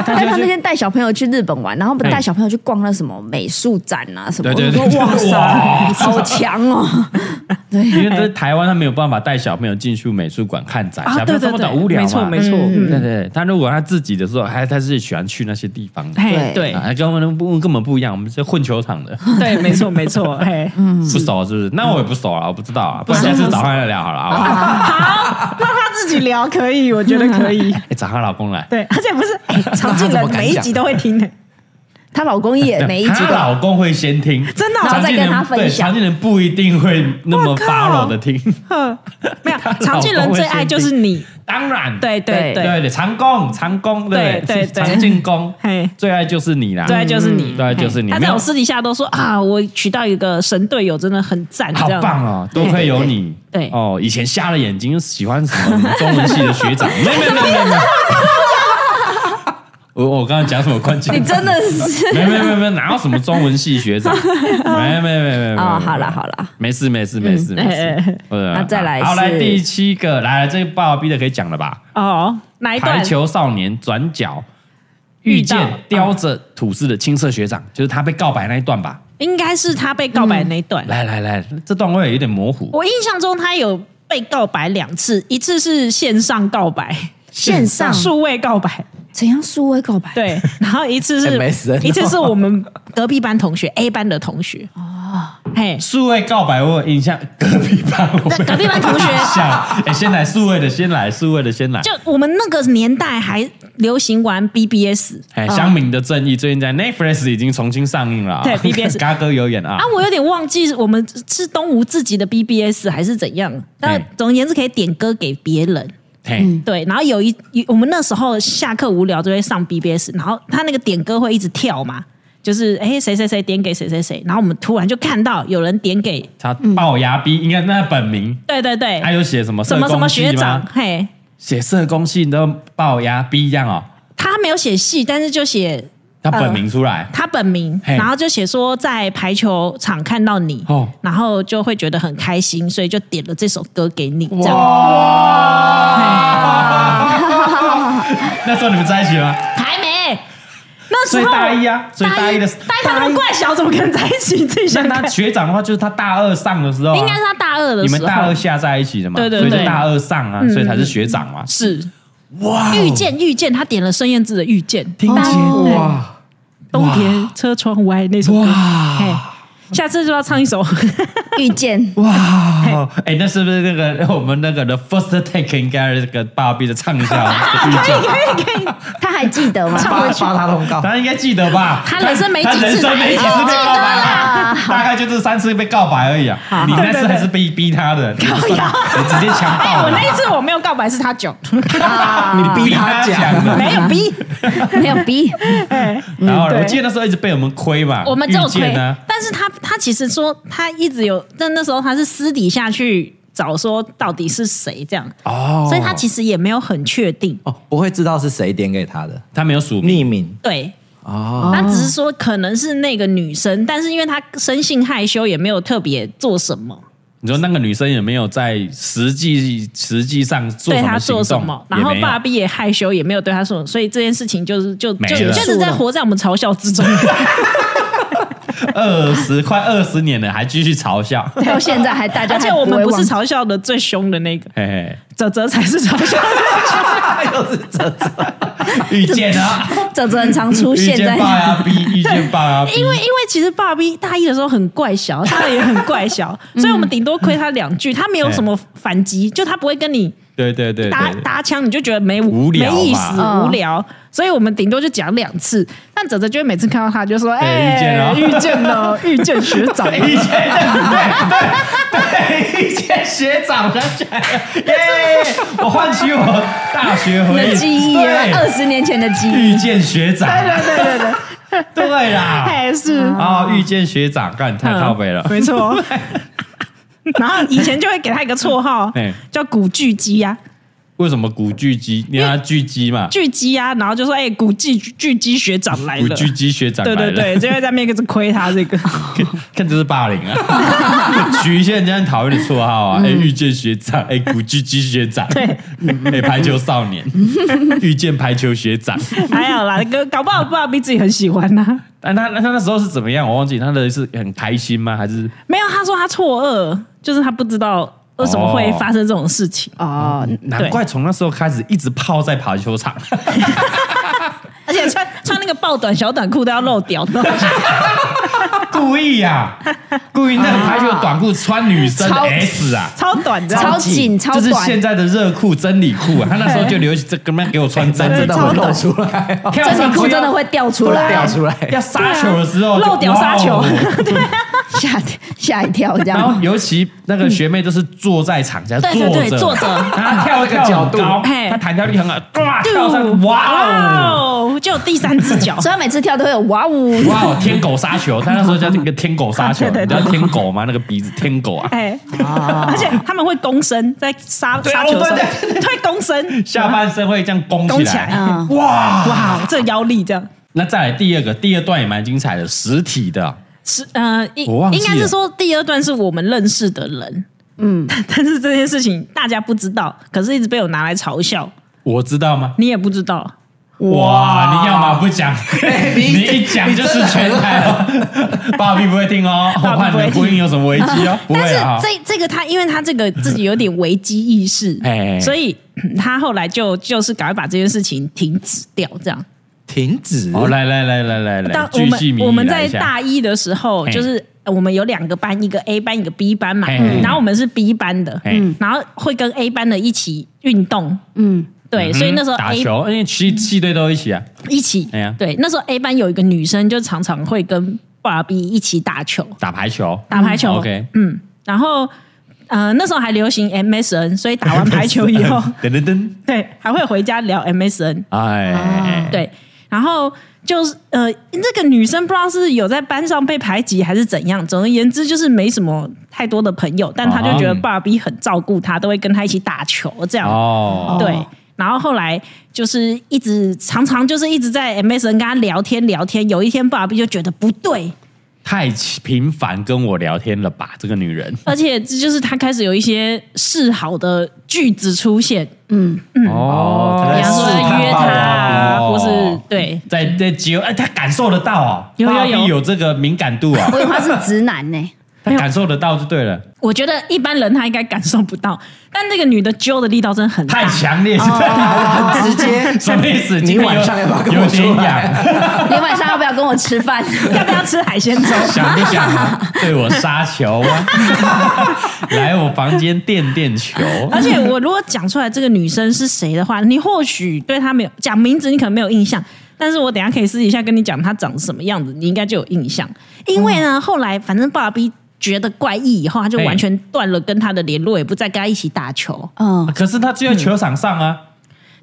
Speaker 2: 但他那天带小朋友去日本玩，然后带小朋友去逛那什么美术展啊什
Speaker 1: 对
Speaker 2: 么，
Speaker 1: 对
Speaker 2: 我就
Speaker 1: 对，
Speaker 2: 说哇塞，
Speaker 1: 哇
Speaker 2: 好强哦！
Speaker 1: 因为在台湾，他没有办法带小朋友进去美术馆看展，
Speaker 3: 啊
Speaker 1: 小朋友这么
Speaker 3: 对对
Speaker 1: 早
Speaker 3: 对
Speaker 1: 无聊
Speaker 3: 没错
Speaker 1: 嘛，
Speaker 3: 没错
Speaker 1: 嗯对对对。他如果他自己的时候，还他是喜欢去那些地方的，
Speaker 3: 嘿，对
Speaker 1: 啊，跟我们不根本不一样，我们是混球场的，
Speaker 3: 对， 没错没错，嘿，
Speaker 1: 不熟是不
Speaker 3: 嗯
Speaker 1: 是？那我也不熟啊，我不知道啊，不然下次找他来聊好了好不
Speaker 3: 啊
Speaker 1: 好。
Speaker 3: 让他自己聊可以，我觉得 可以，
Speaker 1: 哎，找她老公来，
Speaker 3: 对，而且不是 哎常进人每一集都会听的，
Speaker 2: 她老公也每一集
Speaker 1: 她
Speaker 2: 都
Speaker 1: 老公会先听，
Speaker 3: 真的哦
Speaker 1: 常见人
Speaker 2: 然后再跟她分享
Speaker 1: 对常见人不一定会那么
Speaker 3: 我靠
Speaker 1: follow 的听，
Speaker 3: 呵 没有常进人最爱就是你，
Speaker 1: 当然，
Speaker 3: 对对
Speaker 1: 对
Speaker 3: 对，
Speaker 1: 对，长工长工对不
Speaker 3: 对对对
Speaker 1: 长进工，
Speaker 3: 嘿。
Speaker 1: 最爱就是你啦，
Speaker 3: 最爱就是你，
Speaker 1: 嗯最爱就是你，
Speaker 3: 嘿他
Speaker 1: 没
Speaker 3: 在
Speaker 1: 有
Speaker 3: 我私底下都说啊，我娶到一个神队友，真的很赞，
Speaker 1: 好
Speaker 3: 这样
Speaker 1: 棒哦，多亏有你。
Speaker 3: 对对对
Speaker 1: 哦，以前瞎了眼睛，又喜欢什么中文系的学 长？没有没有没有没有没有。 我我刚刚讲什么关键？
Speaker 2: 你真的是
Speaker 1: 没有没有没有没有，哪有什么中文系学 长？没有没有没有没有。没有
Speaker 2: 哦，好啦好，啦，嗯
Speaker 1: 没事没事没事没
Speaker 3: 哎
Speaker 1: 事
Speaker 3: 哎。
Speaker 1: 呃
Speaker 2: 那再来
Speaker 1: 好来
Speaker 2: 是
Speaker 1: 第七个，来这个爸爸逼的可以讲了吧？
Speaker 3: 哦，哪一段
Speaker 1: 排？球少年转角遇
Speaker 3: 遇到
Speaker 1: 见叼着
Speaker 2: 嗯
Speaker 1: 吐司的青涩学长，就是他被告白那一段吧？
Speaker 3: 应该是他被告白的那一段。
Speaker 1: 来来来，这段我也有点模糊。
Speaker 3: 我印象中他有被告白两次，一次是线上告白，
Speaker 2: 线上
Speaker 3: 数位告白，
Speaker 2: 怎样数位告白？
Speaker 3: 对，然后一次是
Speaker 4: MSN
Speaker 3: 一次是我们隔壁班同学 A 班的同学哦，嘿。
Speaker 1: 数位告白我有印象，隔壁班我
Speaker 3: 隔壁班同学
Speaker 1: 想，哎、先来数位的，先来数位的，先来。
Speaker 3: 就我们那个年代还流行玩 BBS
Speaker 1: 哎，乡民的正义最近在 Netflix 已经重新上映了啊、
Speaker 3: 对 BBS
Speaker 1: 嘎哥有演啊
Speaker 3: 啊，，我有点忘记我们是东吴自己的 BBS 还是怎样，但
Speaker 1: 嘿
Speaker 3: 总而言之可以点歌给别人。
Speaker 1: 嘿、
Speaker 3: 对，然后有一有我们那时候下课无聊就会上 BBS，然后他那个点歌会一直跳嘛，就是哎谁谁谁点给谁谁谁，然后我们突然就看到有人点给，
Speaker 1: 他龅牙逼，应该那本名，
Speaker 3: 对对对，
Speaker 1: 他有写什么社
Speaker 3: 什
Speaker 1: 工
Speaker 3: 么
Speaker 1: 系
Speaker 3: 嗯什
Speaker 1: 吗
Speaker 3: 么学长，，嘿，
Speaker 1: 写社工系你都龅牙逼一样
Speaker 3: 嗯
Speaker 1: 哦，
Speaker 3: 他没有写戏，但是就写
Speaker 1: 他本名出来，
Speaker 3: 他本名，
Speaker 1: 嘿
Speaker 3: 然后就写说在排球场看到你，
Speaker 1: 哦
Speaker 3: 然后就会觉得很开心，所以就点了这首歌给你，这样
Speaker 1: 哇！ 那时候你们在一起吗？
Speaker 3: 还没。那时
Speaker 1: 所以
Speaker 3: 候
Speaker 1: 大一啊，所以大一的
Speaker 3: 大一他们怪小，怎么可能在一起？自己想
Speaker 1: 那
Speaker 3: 看
Speaker 1: 他，学长的话，就是他大二上的时候啊、
Speaker 3: 应该是他大二的
Speaker 1: 你
Speaker 3: 时
Speaker 1: 们
Speaker 3: 候，
Speaker 1: 大二下在一起的嘛，
Speaker 3: 对对
Speaker 1: 所以
Speaker 3: 对嗯
Speaker 1: 就大二上啊，所以才是学长嘛。
Speaker 3: 是
Speaker 1: 哇
Speaker 3: 遇见遇见，他点了孙燕姿的《遇见》，
Speaker 1: 听见
Speaker 4: 哇，
Speaker 3: 冬天车窗外那首歌。嘿下次就要唱 一首，
Speaker 2: 遇见
Speaker 1: 哇，哎，那是不是那个 我们那个的 first take 应该是这个爸爸逼着唱一 下啊遇见，
Speaker 2: 他还记 得吗？
Speaker 4: 发发他通告，
Speaker 1: 大家应该记得吧？
Speaker 3: 他人生没几
Speaker 1: 他
Speaker 3: 次
Speaker 1: 人生没几次被告白
Speaker 2: 啊
Speaker 1: 啦，大概就是三次被告白而已啊。你那次还是被逼他的，你不算你直接强
Speaker 3: 哎，
Speaker 1: 暴
Speaker 3: 我
Speaker 1: 的
Speaker 3: 那一次我没有告白，是 他囧，
Speaker 4: 你逼
Speaker 1: 他
Speaker 4: 他
Speaker 1: 讲
Speaker 4: 讲
Speaker 1: 的
Speaker 4: 的，
Speaker 3: 没有逼，
Speaker 2: 没有逼，
Speaker 1: 然后
Speaker 3: 对
Speaker 1: 我记得那时候一直被我们亏嘛，
Speaker 3: 我们只有
Speaker 1: 遇见
Speaker 3: 亏
Speaker 1: 啊。
Speaker 3: 但是他他其实说他一直有，但那时候他是私底下去找说到底是谁这样，
Speaker 1: 哦
Speaker 3: 所以他其实也没有很确定。
Speaker 4: 哦，不会知道是谁点给他的，
Speaker 1: 他没有署名，
Speaker 4: 匿名
Speaker 3: 对，
Speaker 4: 哦，
Speaker 3: 他只是说可能是那个女生，但是因为他生性害羞，也没有特别做什么。
Speaker 1: 你说那个女生有没有在实际实际上做
Speaker 3: 对
Speaker 1: 什
Speaker 3: 他
Speaker 1: 么
Speaker 3: 做
Speaker 1: 行
Speaker 3: 什
Speaker 1: 动？
Speaker 3: 么，然后
Speaker 1: 也没有
Speaker 3: 爸比也害羞，也没有对他说，所以这件事情就是就
Speaker 1: 没
Speaker 3: 就
Speaker 1: 了
Speaker 3: 就是在活在我们嘲笑 之中，
Speaker 1: 二十快二十年了，还继续嘲笑。
Speaker 2: 到现在还大家
Speaker 3: 而且
Speaker 2: 还
Speaker 3: 我们
Speaker 2: 会
Speaker 3: 不
Speaker 2: 忘
Speaker 3: 是
Speaker 2: 记
Speaker 3: 嘲笑的最凶的那个，
Speaker 1: 嘿嘿，
Speaker 3: 泽泽才是嘲笑。
Speaker 4: 又是这这
Speaker 1: 遇见啊，
Speaker 2: 泽泽很常 出
Speaker 1: 遇
Speaker 2: 现
Speaker 1: 见
Speaker 2: 在
Speaker 1: 爸呀 B，遇见爸呀 B，
Speaker 3: 因为因为其实爸比大一的时候很怪小，大二也很怪小，
Speaker 1: 嗯
Speaker 3: 所以我们顶多亏他两句，他没有什么反击，就他不会跟你
Speaker 1: 对对嗯对
Speaker 3: 搭
Speaker 1: 对对
Speaker 3: 搭腔，你就觉得没
Speaker 1: 无聊嘛
Speaker 3: 没意思、
Speaker 2: 嗯
Speaker 3: 无聊，所以我们顶多就讲两次。但泽泽就会每次看到他就说：“哎、
Speaker 1: 遇见了
Speaker 3: 遇见了，遇见学 长。
Speaker 1: 对，遇见对对对，遇见学长，想起来了，耶！我唤起我大学
Speaker 2: 你
Speaker 1: 回
Speaker 2: 的
Speaker 1: 忆，
Speaker 2: 记忆，啊二
Speaker 1: 对，
Speaker 2: 十年前的记忆。
Speaker 1: 遇见学长，对对对对对， 对啦，
Speaker 3: 哎，是，
Speaker 1: 啊，遇见学长，干太靠
Speaker 3: 嗯
Speaker 1: 北了，
Speaker 3: 没错。 然后以前就会给他一个绰号
Speaker 1: 哎，
Speaker 3: 叫古巨基呀、
Speaker 1: 为什么古巨基？你让他巨基嘛，
Speaker 3: 巨基呀、然后就说：“哎、古巨巨基学长来
Speaker 1: 古
Speaker 3: 了。”
Speaker 1: 巨基学长来
Speaker 3: 对对
Speaker 1: 了，
Speaker 3: 对，就会在那边一直亏他这 个。
Speaker 1: 看这是霸凌啊！ 取一些人家很讨厌的绰号
Speaker 2: 嗯
Speaker 1: 啊，哎、遇见学长，哎、古巨基学长， 哎、排球少年， 遇见排球学长。
Speaker 3: 还好啦，搞搞不好不好比自己很喜欢呐、
Speaker 1: 啊，那那他那时候是怎么样？我忘记他的是很开心吗？还是
Speaker 3: 没有，他说他错愕，就是他不知道为什么会发生这种事情，
Speaker 2: 哦，
Speaker 1: 难怪从那时候开始一直泡在排球 场，
Speaker 3: 而且穿穿那个爆短小短裤都要露 屌的，
Speaker 1: 故意呀、啊，故意那个排球短裤穿女生的
Speaker 3: 超
Speaker 1: S 啊。
Speaker 3: 超短的，
Speaker 2: 超紧超
Speaker 1: 就是
Speaker 2: 短
Speaker 1: 现在的热裤、真理裤啊，他那时候就流行这哥们给我穿真理
Speaker 4: 真的会
Speaker 1: 裤，
Speaker 4: 露 出来，
Speaker 1: 跳
Speaker 2: 真
Speaker 1: 上
Speaker 2: 理
Speaker 1: 去
Speaker 2: 裤
Speaker 1: 要
Speaker 2: 真的会掉出来，
Speaker 1: 啊
Speaker 4: 掉出来，
Speaker 1: 要杀球的时候就
Speaker 3: 漏屌杀球
Speaker 1: 哇哦
Speaker 2: 吓吓一跳这
Speaker 1: 然
Speaker 2: 样。
Speaker 1: 后尤其那个学妹都是坐在场下坐
Speaker 3: 对对对
Speaker 1: 着，
Speaker 3: 坐着
Speaker 1: 她跳一个角度高，
Speaker 3: 嘿
Speaker 1: 她弹跳力很好，哇，
Speaker 3: 对
Speaker 1: 跳上哇哦，
Speaker 3: 哦，就有第三只 脚，
Speaker 2: 所以他每次跳都会有哇呜，
Speaker 1: 哇哦，天狗杀球，她那时候叫这个天狗杀球，
Speaker 3: 对对
Speaker 1: 你知
Speaker 3: 对
Speaker 1: 道天狗吗？那个鼻子天狗 啊，
Speaker 3: 哎，而且他们会躬身，在杀
Speaker 1: 对啊
Speaker 3: 杀球的时
Speaker 1: 我对对
Speaker 3: 候会躬身，
Speaker 1: 下半身会这样弓
Speaker 3: 弓
Speaker 1: 起
Speaker 3: 起来，
Speaker 1: 来，
Speaker 3: 嗯
Speaker 1: 哇！
Speaker 3: 哇，这腰力这样。
Speaker 1: 那再来第二个，第二段也蛮精彩的，实体的
Speaker 3: 是呃，应
Speaker 1: 我忘记
Speaker 3: 应
Speaker 1: 了
Speaker 3: 该是说第二段是我们认识的人，嗯，但是这件事情大家不知道，可是一直被我拿来嘲笑，
Speaker 1: 我知道吗？
Speaker 3: 你也不知道，
Speaker 1: 哇！你要嘛不 讲，你
Speaker 4: 你
Speaker 1: 一 讲就是全台哦，爸比不会听哦，我
Speaker 3: 爸
Speaker 1: 怕
Speaker 3: 比不
Speaker 1: 你
Speaker 3: 会
Speaker 1: 的婚姻有什么危机哦，不会
Speaker 3: 但是
Speaker 1: 啊。，
Speaker 3: 这这个他，因为他这个自己有点危机意 识
Speaker 1: 哎
Speaker 3: 所以嗯他后来就就是赶快把这件事情停止掉，这样。
Speaker 4: 停止。
Speaker 1: 好，来来来来来来
Speaker 3: 当，我们
Speaker 1: 巨细靡遗
Speaker 3: 我们
Speaker 1: 来
Speaker 3: 在
Speaker 1: 一下
Speaker 3: 大一的时候，
Speaker 1: 嘿
Speaker 3: 就是呃我们有两个班，一个 A 班，一个 B 班嘛，
Speaker 1: 嘿嘿嘿
Speaker 3: 然后我们是 B 班的
Speaker 1: 嗯嘿，
Speaker 3: 然后会跟 A 班的一起运动，
Speaker 2: 嗯，
Speaker 3: 对，
Speaker 1: 嗯
Speaker 3: 所以那时候
Speaker 1: 打
Speaker 3: A 嗯
Speaker 1: 球，因为七七队都一起啊，
Speaker 3: 一起
Speaker 1: 哎呀，
Speaker 3: 对，那时候 A 班有一个女生，就常常会跟爸比一起打球，
Speaker 1: 打排球，
Speaker 3: 打排球。
Speaker 1: 嗯，OK
Speaker 3: 嗯，然后呃，那时候还流行 MSN，所以打完排球以后，
Speaker 1: 噔噔噔，
Speaker 3: 对，还会回家聊 MSN，
Speaker 1: 哎，
Speaker 3: 对，然后。就是呃，这个女生不知道是有在班上被排挤还是怎样，总而言之就是没什么太多的朋友，但她就觉得
Speaker 1: 嗯
Speaker 3: 爸比很照顾她，都会跟她一起打球这样。
Speaker 1: 哦，
Speaker 3: 对。然后后来就是一直常常就是一直在 MSN 跟他聊天聊天，有一天爸比就觉得不对，
Speaker 1: 太频繁跟我聊天了吧，这个女人，
Speaker 3: 而且这就是他开始有一些示好的句子出现，嗯
Speaker 1: 哦，
Speaker 3: 比
Speaker 4: 她在
Speaker 3: 方说
Speaker 4: 试探
Speaker 3: 约
Speaker 4: 爸
Speaker 3: 他
Speaker 4: 爸
Speaker 3: 啊，或是对
Speaker 1: 在在揪，哎，她感受得到哦，
Speaker 3: 有有
Speaker 1: 爸比
Speaker 3: 有哎
Speaker 1: 有这个敏感度啊
Speaker 2: 我，以为他是直男呢，
Speaker 1: 她感受得到就对了，
Speaker 3: 我觉得一般人他应该感受不到，但那个女的揪的力道真的很
Speaker 1: 太
Speaker 3: 大。
Speaker 1: 强烈，
Speaker 3: 哦
Speaker 1: 很
Speaker 4: 啊直接
Speaker 1: 什么意思？
Speaker 4: 你晚上要不要跟
Speaker 1: 有
Speaker 4: 我
Speaker 1: 点
Speaker 4: 出来？
Speaker 1: 痒，
Speaker 2: 你晚上要不要跟我吃 饭？
Speaker 3: 要不要吃海鲜粥？
Speaker 1: 想不想啊对我杀球啊？ 来我房间垫垫球，
Speaker 3: 而且我如果讲出来这个女生是谁的话，你或许对她没有讲名字，你可能没有印象。但是我等一下可以私底下跟你讲她长什么样子，你应该就有印象。因为呢，后来反正爸比觉得怪异，以后他就
Speaker 1: 嘿
Speaker 3: 完全断了跟她的联络，也不再跟她一起打球。
Speaker 2: 嗯，
Speaker 1: 啊可是他只有球场上啊，
Speaker 3: 嗯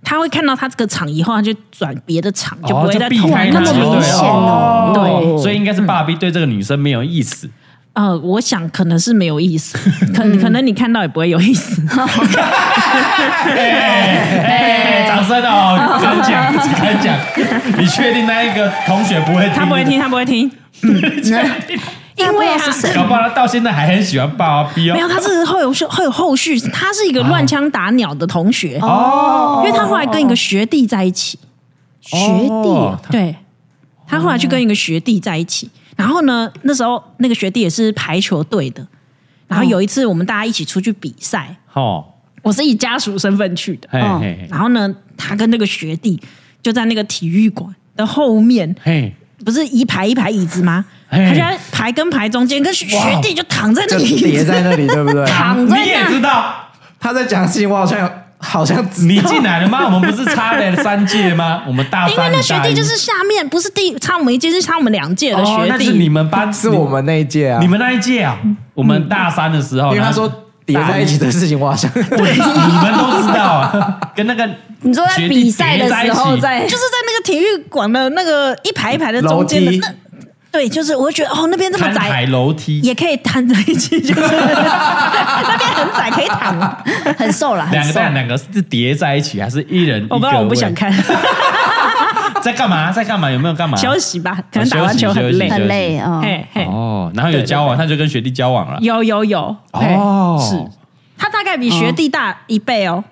Speaker 3: 他会看到他这个场以后，他就转别的场，就
Speaker 1: 哦
Speaker 3: 不会再
Speaker 1: 避
Speaker 3: 同
Speaker 1: 开
Speaker 3: 一
Speaker 1: 他啊
Speaker 3: 个
Speaker 2: 那么
Speaker 3: 场
Speaker 2: 明显哦
Speaker 3: 对
Speaker 1: 所以应该是爸比对这个女生没有意 思，
Speaker 3: 呃，我想可能是没有意思， 可可能你看到也不会有意思。
Speaker 1: 哎，掌声哦！敢讲，敢讲，你确定那一个同学不会听？
Speaker 3: 他不会听，，他不会听， 因为啊
Speaker 2: 嗯那不知道是谁
Speaker 1: 搞不好他到现在还很喜欢爸比
Speaker 3: 没有，
Speaker 1: 哦。
Speaker 3: 他是会有会有后续，他是一个乱枪打鸟的同学，
Speaker 1: 哦，
Speaker 3: 因为他后来跟一个学弟在一起，
Speaker 2: 学
Speaker 1: 哦
Speaker 2: 弟，啊
Speaker 3: 对，他后来去跟一个学弟在一起，然后呢，那时候那个学弟也是排球队的，然后有一次我们大家一起出去比赛，
Speaker 1: 哦，
Speaker 3: 我是以家属身份去的。
Speaker 1: 嘿
Speaker 2: 哦
Speaker 1: 嘿
Speaker 3: 然后呢，他跟那个学弟就在那个体育馆的后面，
Speaker 1: 嘿，
Speaker 3: 不是一排一排椅子吗？
Speaker 1: 哎
Speaker 3: 他就在排跟排中间，跟学
Speaker 4: 哇
Speaker 3: 学弟就躺在那
Speaker 4: 就
Speaker 3: 个椅
Speaker 4: 叠
Speaker 3: 子。
Speaker 4: 在那里，对不 对？
Speaker 2: 躺在
Speaker 1: 你也
Speaker 2: 那
Speaker 1: 知道，
Speaker 4: 他在讲事情，我好像有，好像知道
Speaker 1: 你进来了吗？我们不是差了三届吗？我们大三，
Speaker 3: 因为那
Speaker 1: 你
Speaker 3: 学
Speaker 1: 大
Speaker 3: 弟
Speaker 1: 一
Speaker 3: 就是下面不是第差我们一届，是差我们两届的
Speaker 1: 哦，
Speaker 3: 学
Speaker 1: 那
Speaker 3: 弟。嗯
Speaker 1: 是你们班，
Speaker 4: 是我们那一届啊，
Speaker 1: 你们那一届啊。我们大三的时候，
Speaker 4: 因为他说叠在一起的事情，我好像
Speaker 1: 然后，对，你们都知道 啊，跟那个
Speaker 2: 你说在
Speaker 1: 学弟
Speaker 2: 比赛的
Speaker 1: 叠在一
Speaker 2: 时
Speaker 1: 起
Speaker 2: 候在
Speaker 3: 就是在那个体育馆的那个一排一排的
Speaker 4: 楼
Speaker 3: 中间的
Speaker 4: 梯
Speaker 3: 那，对，就是我会觉得哦，那边这么
Speaker 1: 看
Speaker 3: 窄
Speaker 1: 台，楼梯，
Speaker 3: 也可以摊在一 起，就是那边很窄，可以躺。
Speaker 2: 很瘦了，很
Speaker 1: 两个
Speaker 2: 瘦。
Speaker 1: 蛋，两个是叠在一起，还是一人一个？
Speaker 3: 我哦不知道，我不想
Speaker 1: 看。
Speaker 3: 看，
Speaker 1: 在干嘛？在干嘛？有没有干嘛？
Speaker 3: 休息吧，可能打完球
Speaker 1: 啊休
Speaker 3: 很
Speaker 1: 息
Speaker 3: 累。
Speaker 2: 很累啊。哦
Speaker 3: 嘿嘿，
Speaker 1: 哦，然后有交往，他就跟学弟交往了。
Speaker 3: 有有有，嘿
Speaker 1: 哦，
Speaker 3: 是他大概比学弟大一倍哦，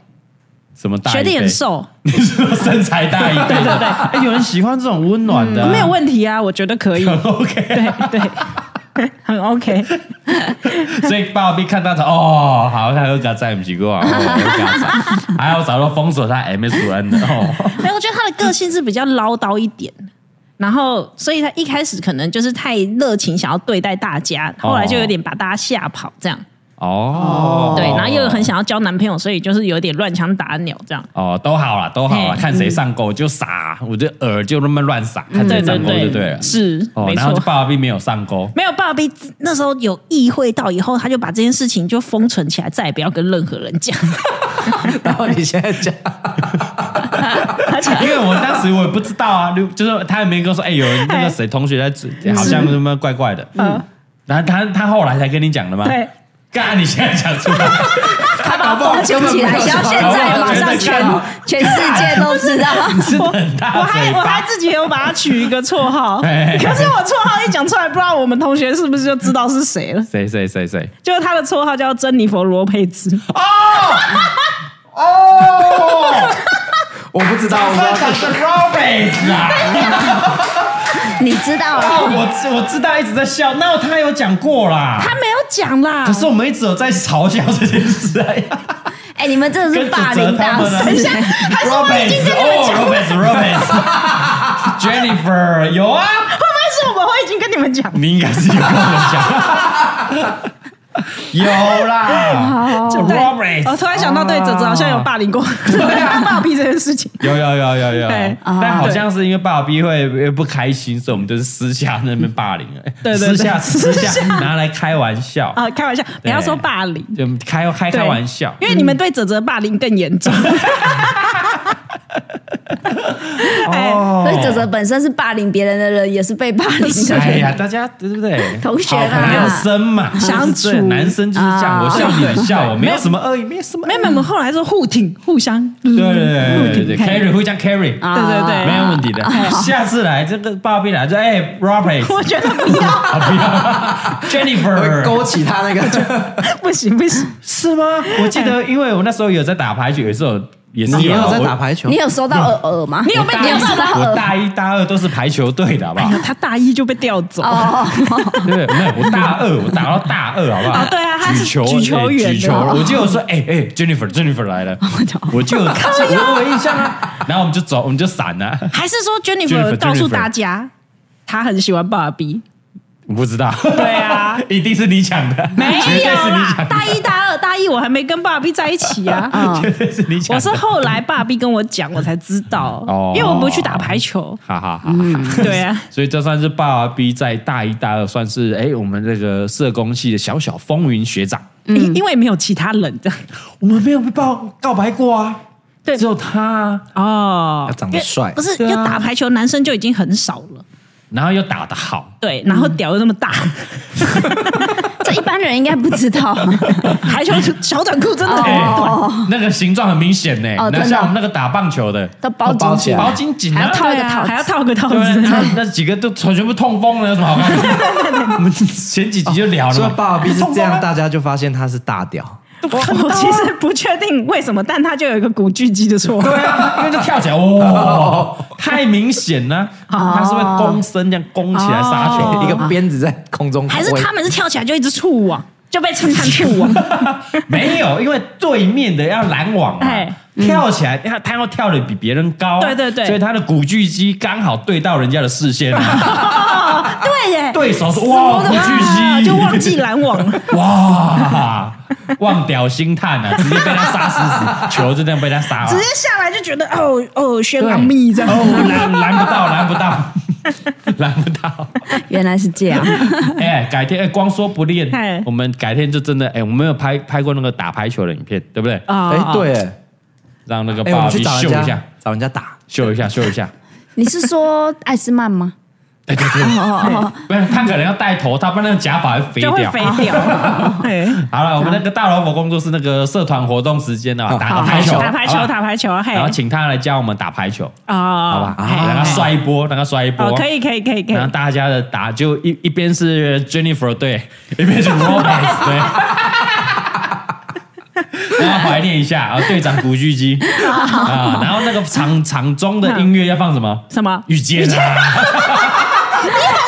Speaker 1: 什么大一
Speaker 3: 学
Speaker 1: 倍？
Speaker 3: 弟很瘦，
Speaker 1: 你说 身材大一 倍？对对对。哎，有人喜欢这种温暖的啊，
Speaker 3: 没有问题啊，我觉得可以，
Speaker 1: OK。
Speaker 3: 对对， 很 OK。
Speaker 1: 所以爸爸被看到他哦，好，他又给他再不几个啊， 哦又给他载还有找到封锁他 MSN 的哦。
Speaker 3: 没有，我觉得他的个性是比较唠叨一点，然后所以他一开始可能就是太热情，想要对待大家，后来就有点把大家吓跑这样。
Speaker 1: 哦，
Speaker 3: 对，然后又很想要交男朋友，所以就是有点乱枪打鸟这样。
Speaker 1: 哦，都好了，都好了，
Speaker 3: 嘿
Speaker 1: 看谁上钩就撒，我的饵就那么乱撒，看
Speaker 3: 对
Speaker 1: 谁
Speaker 3: 对
Speaker 1: 上钩就
Speaker 3: 嗯对，
Speaker 1: 嗯对了。
Speaker 3: 是、
Speaker 1: 哦，
Speaker 3: 没
Speaker 1: 然后
Speaker 3: 错
Speaker 1: 就。爸爸并没有上钩，
Speaker 3: 没有爸比那时候有意会到以后，他就把这件事情就封存起来，再也不要跟任何人 讲。
Speaker 4: 然后你现在讲，
Speaker 1: 因为我当时我也不知道啊，就就是他也没跟我说，哎、有人那个谁同学在指，好像什么怪怪的，嗯，然后他他后来才跟你讲的吗？，
Speaker 3: 啊对，
Speaker 1: 干你现在讲出来，
Speaker 4: 他把
Speaker 2: 封存 起来，想要现在马上全
Speaker 1: 搞不好
Speaker 2: 全世界都知道。
Speaker 1: 是很
Speaker 3: 我
Speaker 1: 大
Speaker 3: 还
Speaker 1: 嘴
Speaker 3: 我还
Speaker 1: 巴，
Speaker 3: 自己有把他取一个绰号，
Speaker 1: 哎
Speaker 3: 可是我绰号一讲出来，不知道我们同学是不是就知道是谁了。
Speaker 1: 谁谁谁谁，
Speaker 3: 就是他的绰号叫珍妮佛罗 佩兹，
Speaker 4: 我不知道，啊我不知道，
Speaker 1: 是 Robert 啊，
Speaker 2: 你知道啊了，
Speaker 1: 哦，我知我知道一直在笑，那他有讲过啦。
Speaker 3: 他没有讲啦。
Speaker 1: 可是我们一直有在嘲笑这件事啊，
Speaker 2: 哎，你们真的
Speaker 1: 跟指
Speaker 2: 是霸
Speaker 1: 责
Speaker 2: 凌
Speaker 1: 他
Speaker 2: 大
Speaker 1: 们啊
Speaker 2: 师。
Speaker 1: r o b e r t
Speaker 3: Oh,
Speaker 1: 哦 r o b e r t r o b e r t j e n n i f e r 有啊，
Speaker 3: 会不会是我们会已经跟你们讲？
Speaker 1: 你应该是有跟我们讲，有啦，就
Speaker 3: 对
Speaker 1: Robert，
Speaker 3: 哦
Speaker 2: 哦
Speaker 3: 我突然想到，对，泽泽好像有霸 凌过，
Speaker 1: 啊
Speaker 3: 霸凌这件事情。
Speaker 1: 有有有有有
Speaker 3: 啊对，
Speaker 1: 但好像是因为爸爸逼会呃不开心，所以我们就是私下那边霸凌，哎
Speaker 3: 对对对
Speaker 1: 私下私
Speaker 3: 私下
Speaker 1: 下拿来开玩笑，
Speaker 3: 啊，开玩笑，不要说霸凌，
Speaker 1: 就开开
Speaker 3: 对
Speaker 1: 开玩笑。嗯
Speaker 3: 因为你们对泽泽霸凌更严重。
Speaker 1: 哦
Speaker 3: 哎，
Speaker 2: 所以哲哲本身是霸凌别人的人，也是被霸凌的
Speaker 1: 哎
Speaker 2: 人。
Speaker 1: 呀，大家对不对？
Speaker 2: 同学
Speaker 1: 好
Speaker 2: 啦
Speaker 1: 男生嘛，
Speaker 3: 相
Speaker 1: 就是这
Speaker 3: 处
Speaker 1: 男生就是这样，
Speaker 2: 啊
Speaker 1: 我笑你，你笑 我，没有什么恶意，没有什么恶
Speaker 3: 没
Speaker 1: 意。
Speaker 3: 有，没有我们后来是互挺，互相对
Speaker 1: 对对对对对
Speaker 3: 互挺
Speaker 1: ，carry 互相 carry，
Speaker 2: 啊
Speaker 3: 对对对，
Speaker 1: 没有问题
Speaker 3: 啊
Speaker 1: 的。下次来这个爸爸来就哎，Robert，
Speaker 3: 我觉得不要，
Speaker 1: 啊不要
Speaker 4: 会
Speaker 1: ，Jennifer，
Speaker 4: 勾起他 那个，
Speaker 3: 不行不行，
Speaker 1: 是吗？我记
Speaker 3: 哎
Speaker 1: 得，因为我那时候有在打排球，有时候也是
Speaker 4: 你也有在打
Speaker 1: 排。
Speaker 4: 排球
Speaker 2: 你，有收到耳耳吗？
Speaker 3: 你有被
Speaker 1: 我
Speaker 3: 你有
Speaker 2: 收到
Speaker 1: 大一我
Speaker 2: 耳
Speaker 1: 大一大二都是排球队的，好不好
Speaker 3: 哎？呦，他大一就被调走了。
Speaker 2: 哦，
Speaker 1: 对，没有，我大 二，我打到大二，好不好？
Speaker 3: 哦对啊他是
Speaker 1: 举球，
Speaker 3: 举球员
Speaker 1: 哎举球
Speaker 3: 哦。
Speaker 1: 我就有说，哎哎，Jennifer，Jennifer 来 了，我就有我有印象啊。然后我们就走，我们就闪了，
Speaker 3: 还是说
Speaker 1: Jennifer，
Speaker 3: Jennifer 告诉大家，她很喜欢爸比？
Speaker 1: 我不知道，
Speaker 3: 对啊，
Speaker 1: 一定是你讲的，
Speaker 3: 没
Speaker 1: 绝 对
Speaker 3: 有
Speaker 1: 是你
Speaker 3: 啦
Speaker 1: 讲，的，
Speaker 3: 大一、大二、大一我还没跟爸比在一起 啊。
Speaker 2: 嗯
Speaker 1: 绝对是 你讲的。
Speaker 3: 我是后来爸比跟我讲，我才知道
Speaker 1: 哦，
Speaker 3: 因为我不去打排球。
Speaker 1: 哈哈哈哈！
Speaker 3: 对啊，
Speaker 1: 所以这算是爸爸 B 在大一、大二算是哎，我们这个社工系的小小风云学长。
Speaker 3: 因因为没有其他人的
Speaker 1: 我们没有被告告白过啊，
Speaker 3: 对
Speaker 1: 只有他啊，
Speaker 3: 哦
Speaker 4: 他，长得帅
Speaker 3: 不，是
Speaker 1: 对啊
Speaker 3: 就打排球，男生就已经很少了。
Speaker 1: 然后又打得好，
Speaker 3: 对，然后屌又那么 大，
Speaker 2: 这一般人应该不知道。
Speaker 3: 排球小短裤真的
Speaker 1: 哎、
Speaker 3: 很短，
Speaker 1: 那个形状很明显呢、那、
Speaker 2: 哦真的
Speaker 1: 像我们那个打棒球的，
Speaker 2: 都包
Speaker 4: 包
Speaker 2: 紧
Speaker 4: 起
Speaker 2: 紧
Speaker 4: 来，
Speaker 1: 包紧紧
Speaker 2: 还
Speaker 1: 啊
Speaker 2: 要，套一
Speaker 3: 对
Speaker 2: 个
Speaker 3: 啊
Speaker 2: 套
Speaker 3: 还要
Speaker 2: 子。
Speaker 3: 套个套
Speaker 1: 对啊，
Speaker 3: 子。
Speaker 1: 那那几个都全部痛风了，有什么好看的？我们前几集就聊了
Speaker 4: 所
Speaker 1: 嘛，
Speaker 4: 以爸爸是
Speaker 1: 痛
Speaker 4: 这
Speaker 1: 风啊
Speaker 4: 样，大家就发现他是大屌。
Speaker 3: 我
Speaker 1: 啊
Speaker 3: 其实不确定为什么，但他就有一个古巨基的绰号。
Speaker 1: 对啊，因为就跳起来，哦，太明显了，他是会躬身这样弓起来杀球，
Speaker 3: 哦
Speaker 4: 哎一个鞭子在空中挥，
Speaker 3: 还是他们是跳起来就一直触网，就被称探兔 王。
Speaker 1: 没有，因为对面的要拦网嘛
Speaker 3: 哎，
Speaker 1: 跳起来，他他要跳的比别人高，啊
Speaker 3: 对对对
Speaker 1: 所以他的古巨基刚好对到人家的视线，啊
Speaker 2: 对耶，
Speaker 1: 对手说哇， 古
Speaker 3: 啊
Speaker 1: 巨基
Speaker 3: 就忘记拦 网了。
Speaker 1: 哇，忘屌星探啊，直接被他杀死死，球就这样被他杀了
Speaker 3: 直，接下来就觉得哦哦，轩
Speaker 1: 对
Speaker 3: 昂密这样。
Speaker 1: 哦，拦拦不到，拦不到， 拦不到。
Speaker 2: 原来是这样。
Speaker 1: 哎，改天哎，光说不练
Speaker 3: 哎，
Speaker 1: 我们改天就真的哎，我们有拍拍过那个打排球的影片，对不对？
Speaker 3: 啊
Speaker 4: 哎，，对，
Speaker 1: 让那个
Speaker 4: 哎，我
Speaker 1: 爸
Speaker 4: 们
Speaker 1: 比
Speaker 4: 去找
Speaker 1: 秀
Speaker 4: 人
Speaker 1: 一
Speaker 4: 家
Speaker 1: 下，
Speaker 4: 找人家打，
Speaker 1: 秀一下，秀一 下。哎
Speaker 2: 你是说艾斯曼吗？
Speaker 1: 对对对，
Speaker 2: 哦
Speaker 1: 不然他可能要戴头套，不然那个假发会飞
Speaker 3: 就会
Speaker 1: 掉
Speaker 3: 飞。 掉。哎
Speaker 1: 好了，我们那个大老虎工作室那个社团活动时间啊，
Speaker 4: 好
Speaker 1: 打
Speaker 3: 好
Speaker 1: 个排球，
Speaker 3: 打排球，
Speaker 1: 好吧
Speaker 3: 打排球，嘿
Speaker 1: 然后请他来教我们打排球，
Speaker 3: 啊，
Speaker 1: 好吧？
Speaker 3: 嘿
Speaker 1: 让他摔一波，让他摔一波
Speaker 3: 哦，。可以，可以，可以，可以
Speaker 1: 然后。大家的打就一一边是 Jennifer 队，一边是 Robert 队， 然后怀念一下啊，队长古巨 基啊，然后那个场场中的音乐要放什么？
Speaker 3: 什么？
Speaker 1: 遇见啊，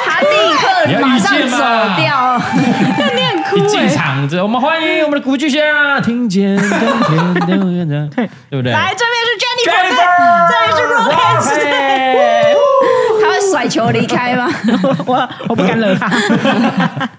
Speaker 2: 他立
Speaker 1: 你要
Speaker 2: 刻
Speaker 1: 遇
Speaker 2: 马上
Speaker 1: 见
Speaker 2: 走
Speaker 1: 嘛
Speaker 2: 掉，
Speaker 1: 一进场这我们欢迎我们的古巨基啊，听见冬天的温 暖，对不对？
Speaker 3: 来，这边是
Speaker 1: Jennifer，
Speaker 3: 这里是 Rockets
Speaker 1: Rockets
Speaker 2: 他会甩球离开吗？
Speaker 3: Jennifer，我 我不敢惹 他。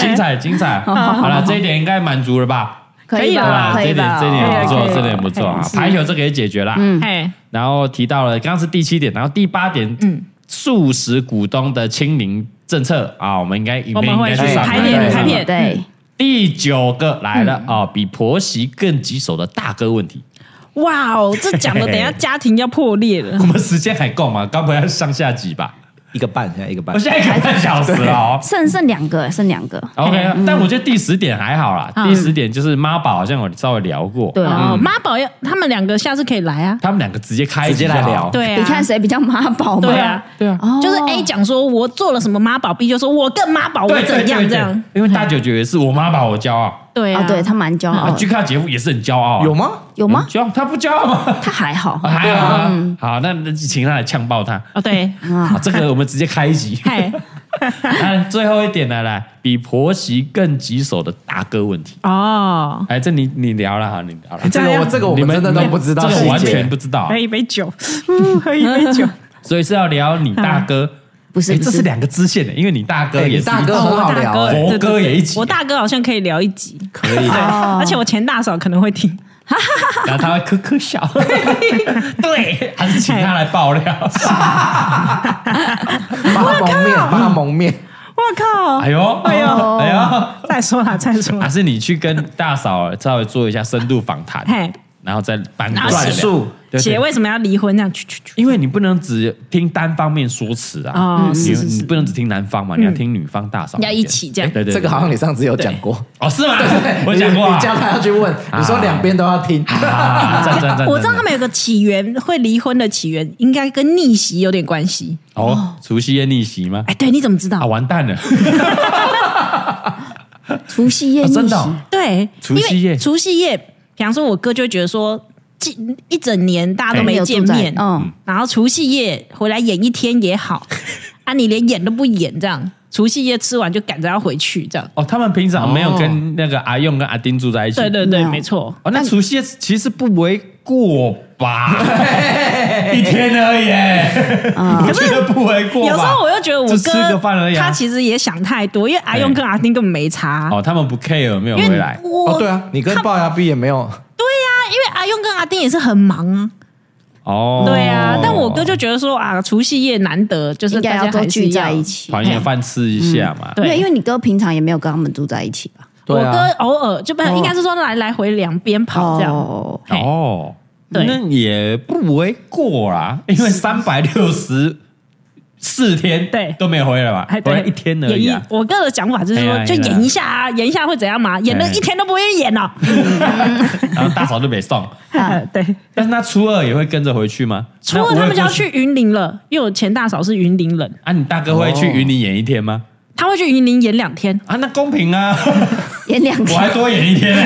Speaker 1: 精彩精 彩，好了，这一点应该满足了吧？
Speaker 2: 可
Speaker 3: 以
Speaker 2: 以吧？
Speaker 3: 啦
Speaker 2: 可
Speaker 1: 这
Speaker 2: 以
Speaker 1: 一点
Speaker 2: 吧？哦
Speaker 1: 这一点不
Speaker 3: 啊可以
Speaker 1: 错，
Speaker 3: 可以
Speaker 1: 这点不错啊
Speaker 3: 可以，是
Speaker 1: 排球这个也解决了。
Speaker 3: 哎，
Speaker 1: 然后提到了刚刚是第七点，然后第八点，嗯，素食股东的清零政策啊，我们应该影
Speaker 3: 我
Speaker 1: 片
Speaker 3: 们
Speaker 1: 应
Speaker 3: 会
Speaker 1: 该
Speaker 3: 去
Speaker 1: 上
Speaker 3: 拍
Speaker 4: 片
Speaker 1: 对
Speaker 4: 拍
Speaker 3: 片
Speaker 2: 对，
Speaker 1: 第九个来了
Speaker 3: 嗯
Speaker 1: 啊，比婆媳更棘手的大哥问题，
Speaker 3: 哇哦，这讲的等一下家庭要破裂了
Speaker 1: 我。们时间还够吗？刚不要上下集 吧？
Speaker 4: 一个半，现在一个半
Speaker 1: 我，现在一个半小时了哦。
Speaker 2: 剩剩两个，剩两个。
Speaker 1: OK，但我觉得第十点还好啦，
Speaker 3: 嗯
Speaker 1: 第十点就是妈宝，好像我稍微聊过，
Speaker 2: 对啊，
Speaker 3: 哦，妈宝要他们两个下次可以来啊。
Speaker 1: 他们两个直接开一集
Speaker 4: 直接来
Speaker 1: 就好
Speaker 4: 聊
Speaker 3: 对啊，
Speaker 2: 你看谁比较妈宝吗？
Speaker 3: 对啊，
Speaker 1: 对啊。
Speaker 2: 哦，
Speaker 3: 就是 A 讲说我做了什么妈宝，B 就说我更妈宝，我
Speaker 1: 对对
Speaker 3: 怎
Speaker 1: 对
Speaker 3: 样这
Speaker 1: 对
Speaker 3: 样。，
Speaker 1: 因为大九九也是我妈宝，我骄傲
Speaker 3: 对
Speaker 2: 啊，对他蛮骄
Speaker 3: 嗯
Speaker 2: 傲
Speaker 1: 啊。
Speaker 2: 的
Speaker 1: 巨，卡杰夫也是很骄傲啊，
Speaker 4: 有吗？
Speaker 2: 有吗？
Speaker 1: 骄傲？他不骄傲吗？
Speaker 2: 他还好
Speaker 1: 啊还好啊，好，那那请他来呛爆他。
Speaker 3: 哦对，。
Speaker 1: 啊
Speaker 2: 啊，，
Speaker 1: 这个我们直接开一集
Speaker 3: 嘿，
Speaker 1: 那最后一点来来，比婆媳更棘手的大哥问题。
Speaker 3: 哦，
Speaker 1: 哎，这你你聊了哈，你聊了
Speaker 4: 哎。这个我这个我
Speaker 1: 你
Speaker 4: 们真的都不知道
Speaker 1: 这
Speaker 4: 细
Speaker 1: 个
Speaker 4: 节，
Speaker 1: 我完全不知道
Speaker 3: 喝，一杯 酒，喝一杯酒。
Speaker 1: 所以是要聊你大哥。
Speaker 2: 不是
Speaker 1: 哎
Speaker 2: 不
Speaker 1: 这
Speaker 2: 是
Speaker 1: 是两个支线的，因为你大哥
Speaker 4: 哎
Speaker 1: 也
Speaker 4: 你
Speaker 1: 是
Speaker 4: 大哥很好聊，哎
Speaker 1: 佛
Speaker 3: 对对
Speaker 1: 哥
Speaker 3: 对
Speaker 1: 也一起
Speaker 3: 哦我大哥好像可以聊一集，
Speaker 4: 可以
Speaker 3: 对，
Speaker 4: 的。
Speaker 3: 而且我前大嫂可能会听，
Speaker 1: 然后他会咯咯笑。对，还是请他来爆料。
Speaker 4: 八蒙面，八蒙面，
Speaker 3: 我靠，
Speaker 1: 哎呦，
Speaker 3: 哎呦，
Speaker 1: 哎呦，
Speaker 3: 再说啦，再说
Speaker 1: 还
Speaker 3: 啦，
Speaker 1: 是你去跟大嫂稍微做一下深度访谈，
Speaker 3: 嘿，
Speaker 1: 然后再搬过来
Speaker 3: 转
Speaker 4: 述
Speaker 1: 对对
Speaker 3: 姐为什么要离婚？这样去去去，
Speaker 1: 因为你不能只听单方面说辞啊，
Speaker 3: 哦
Speaker 1: 你
Speaker 3: 是是嗯
Speaker 1: 你不能只听男方嘛，你要听女方大嫂，
Speaker 3: 要一起这样
Speaker 1: 哎对对，对
Speaker 4: 这个好像你上次有讲过，
Speaker 1: 哦是吗？ 我讲过
Speaker 4: 你
Speaker 1: 啊
Speaker 4: 你，叫他要去问，你说两边都要听，
Speaker 1: 啊赞赞赞，
Speaker 3: 我知道
Speaker 1: 赞
Speaker 3: 他们有个起源，会离婚的起源应该跟逆袭有点关系。
Speaker 1: 哦，除夕夜逆袭吗？
Speaker 3: 哎，对，你怎么知
Speaker 1: 啊，
Speaker 3: 道？
Speaker 1: 完蛋了，
Speaker 2: 除夕夜
Speaker 1: 啊
Speaker 2: 逆
Speaker 1: 真
Speaker 2: 袭
Speaker 1: 的哦
Speaker 3: 对，
Speaker 1: 除夕夜
Speaker 3: 因为除夕夜，比方说，我哥就会觉得说，近一整年大家都没见面，
Speaker 2: 嗯，
Speaker 3: 然后除夕夜回来演一天也好， 啊，你连演都不演，这样除夕夜吃完就赶着要回去，这样。
Speaker 1: 哦，他们平常没有
Speaker 4: 哦
Speaker 1: 跟那个阿用跟阿丁住在一起，
Speaker 3: 对对对，
Speaker 2: No
Speaker 3: 没错。
Speaker 1: 哦，那除夕夜其实不为过吧， 一天而已， 我觉得不为过吧。
Speaker 3: 啊有时候我又觉得我
Speaker 1: 就
Speaker 3: 哥
Speaker 1: 吃个饭而已啊
Speaker 3: 他其实也想太多，因为阿
Speaker 1: 对
Speaker 3: 用跟阿丁根本没差。
Speaker 1: 哦，他们不龅没有
Speaker 3: 啊因
Speaker 1: 回
Speaker 3: 为
Speaker 1: 来，
Speaker 3: 我、
Speaker 4: 哦，对啊，你跟龅牙 B 也没有，
Speaker 3: 对呀、因为阿用跟阿丁也是很忙啊，
Speaker 1: 哦，
Speaker 3: 对啊。但我哥就觉得说啊，除夕夜难得，就是
Speaker 2: 应
Speaker 3: 大
Speaker 2: 该
Speaker 3: 家
Speaker 2: 要多
Speaker 3: 还是
Speaker 2: 聚在
Speaker 3: 要
Speaker 2: 一。起。
Speaker 1: 团圆饭吃一下嘛，
Speaker 2: 因为
Speaker 3: 对，
Speaker 2: 因
Speaker 3: 因为
Speaker 2: 为你哥平常也没有跟他们住在一起吧？
Speaker 3: 我
Speaker 4: 对啊
Speaker 3: 哥，偶尔就不应该是说来来回两边跑这样。
Speaker 2: 哦，
Speaker 3: 嘿
Speaker 1: 哦，
Speaker 3: 对
Speaker 1: 那也不为过啦，因为三百六十四天
Speaker 3: 对
Speaker 1: 都没有回来嘛，
Speaker 3: 哎，
Speaker 1: 回来
Speaker 3: 对，
Speaker 1: 一天而已
Speaker 3: 演
Speaker 1: 啊
Speaker 3: 一。我哥的讲法就是
Speaker 1: 哎
Speaker 3: 说，
Speaker 1: 呀
Speaker 3: 就
Speaker 1: 哎呀
Speaker 3: 演一下啊，演一下会怎样嘛？演了
Speaker 1: 哎
Speaker 3: 一天都不愿意演了。
Speaker 1: 然后大嫂就没送，
Speaker 3: 对，
Speaker 1: 但是他初二也会跟着回去吗？
Speaker 3: 初二他们
Speaker 1: 那我
Speaker 3: 就要
Speaker 1: 也过去
Speaker 3: 去云林了，因为我前大嫂是云林人。
Speaker 1: 啊，你大哥会去
Speaker 4: 哦
Speaker 1: 云林演一天吗？
Speaker 3: 他会去云林演两天，
Speaker 1: 啊，那公平 啊，
Speaker 2: 演两
Speaker 1: 我还
Speaker 2: 天，
Speaker 1: 多演一天呢、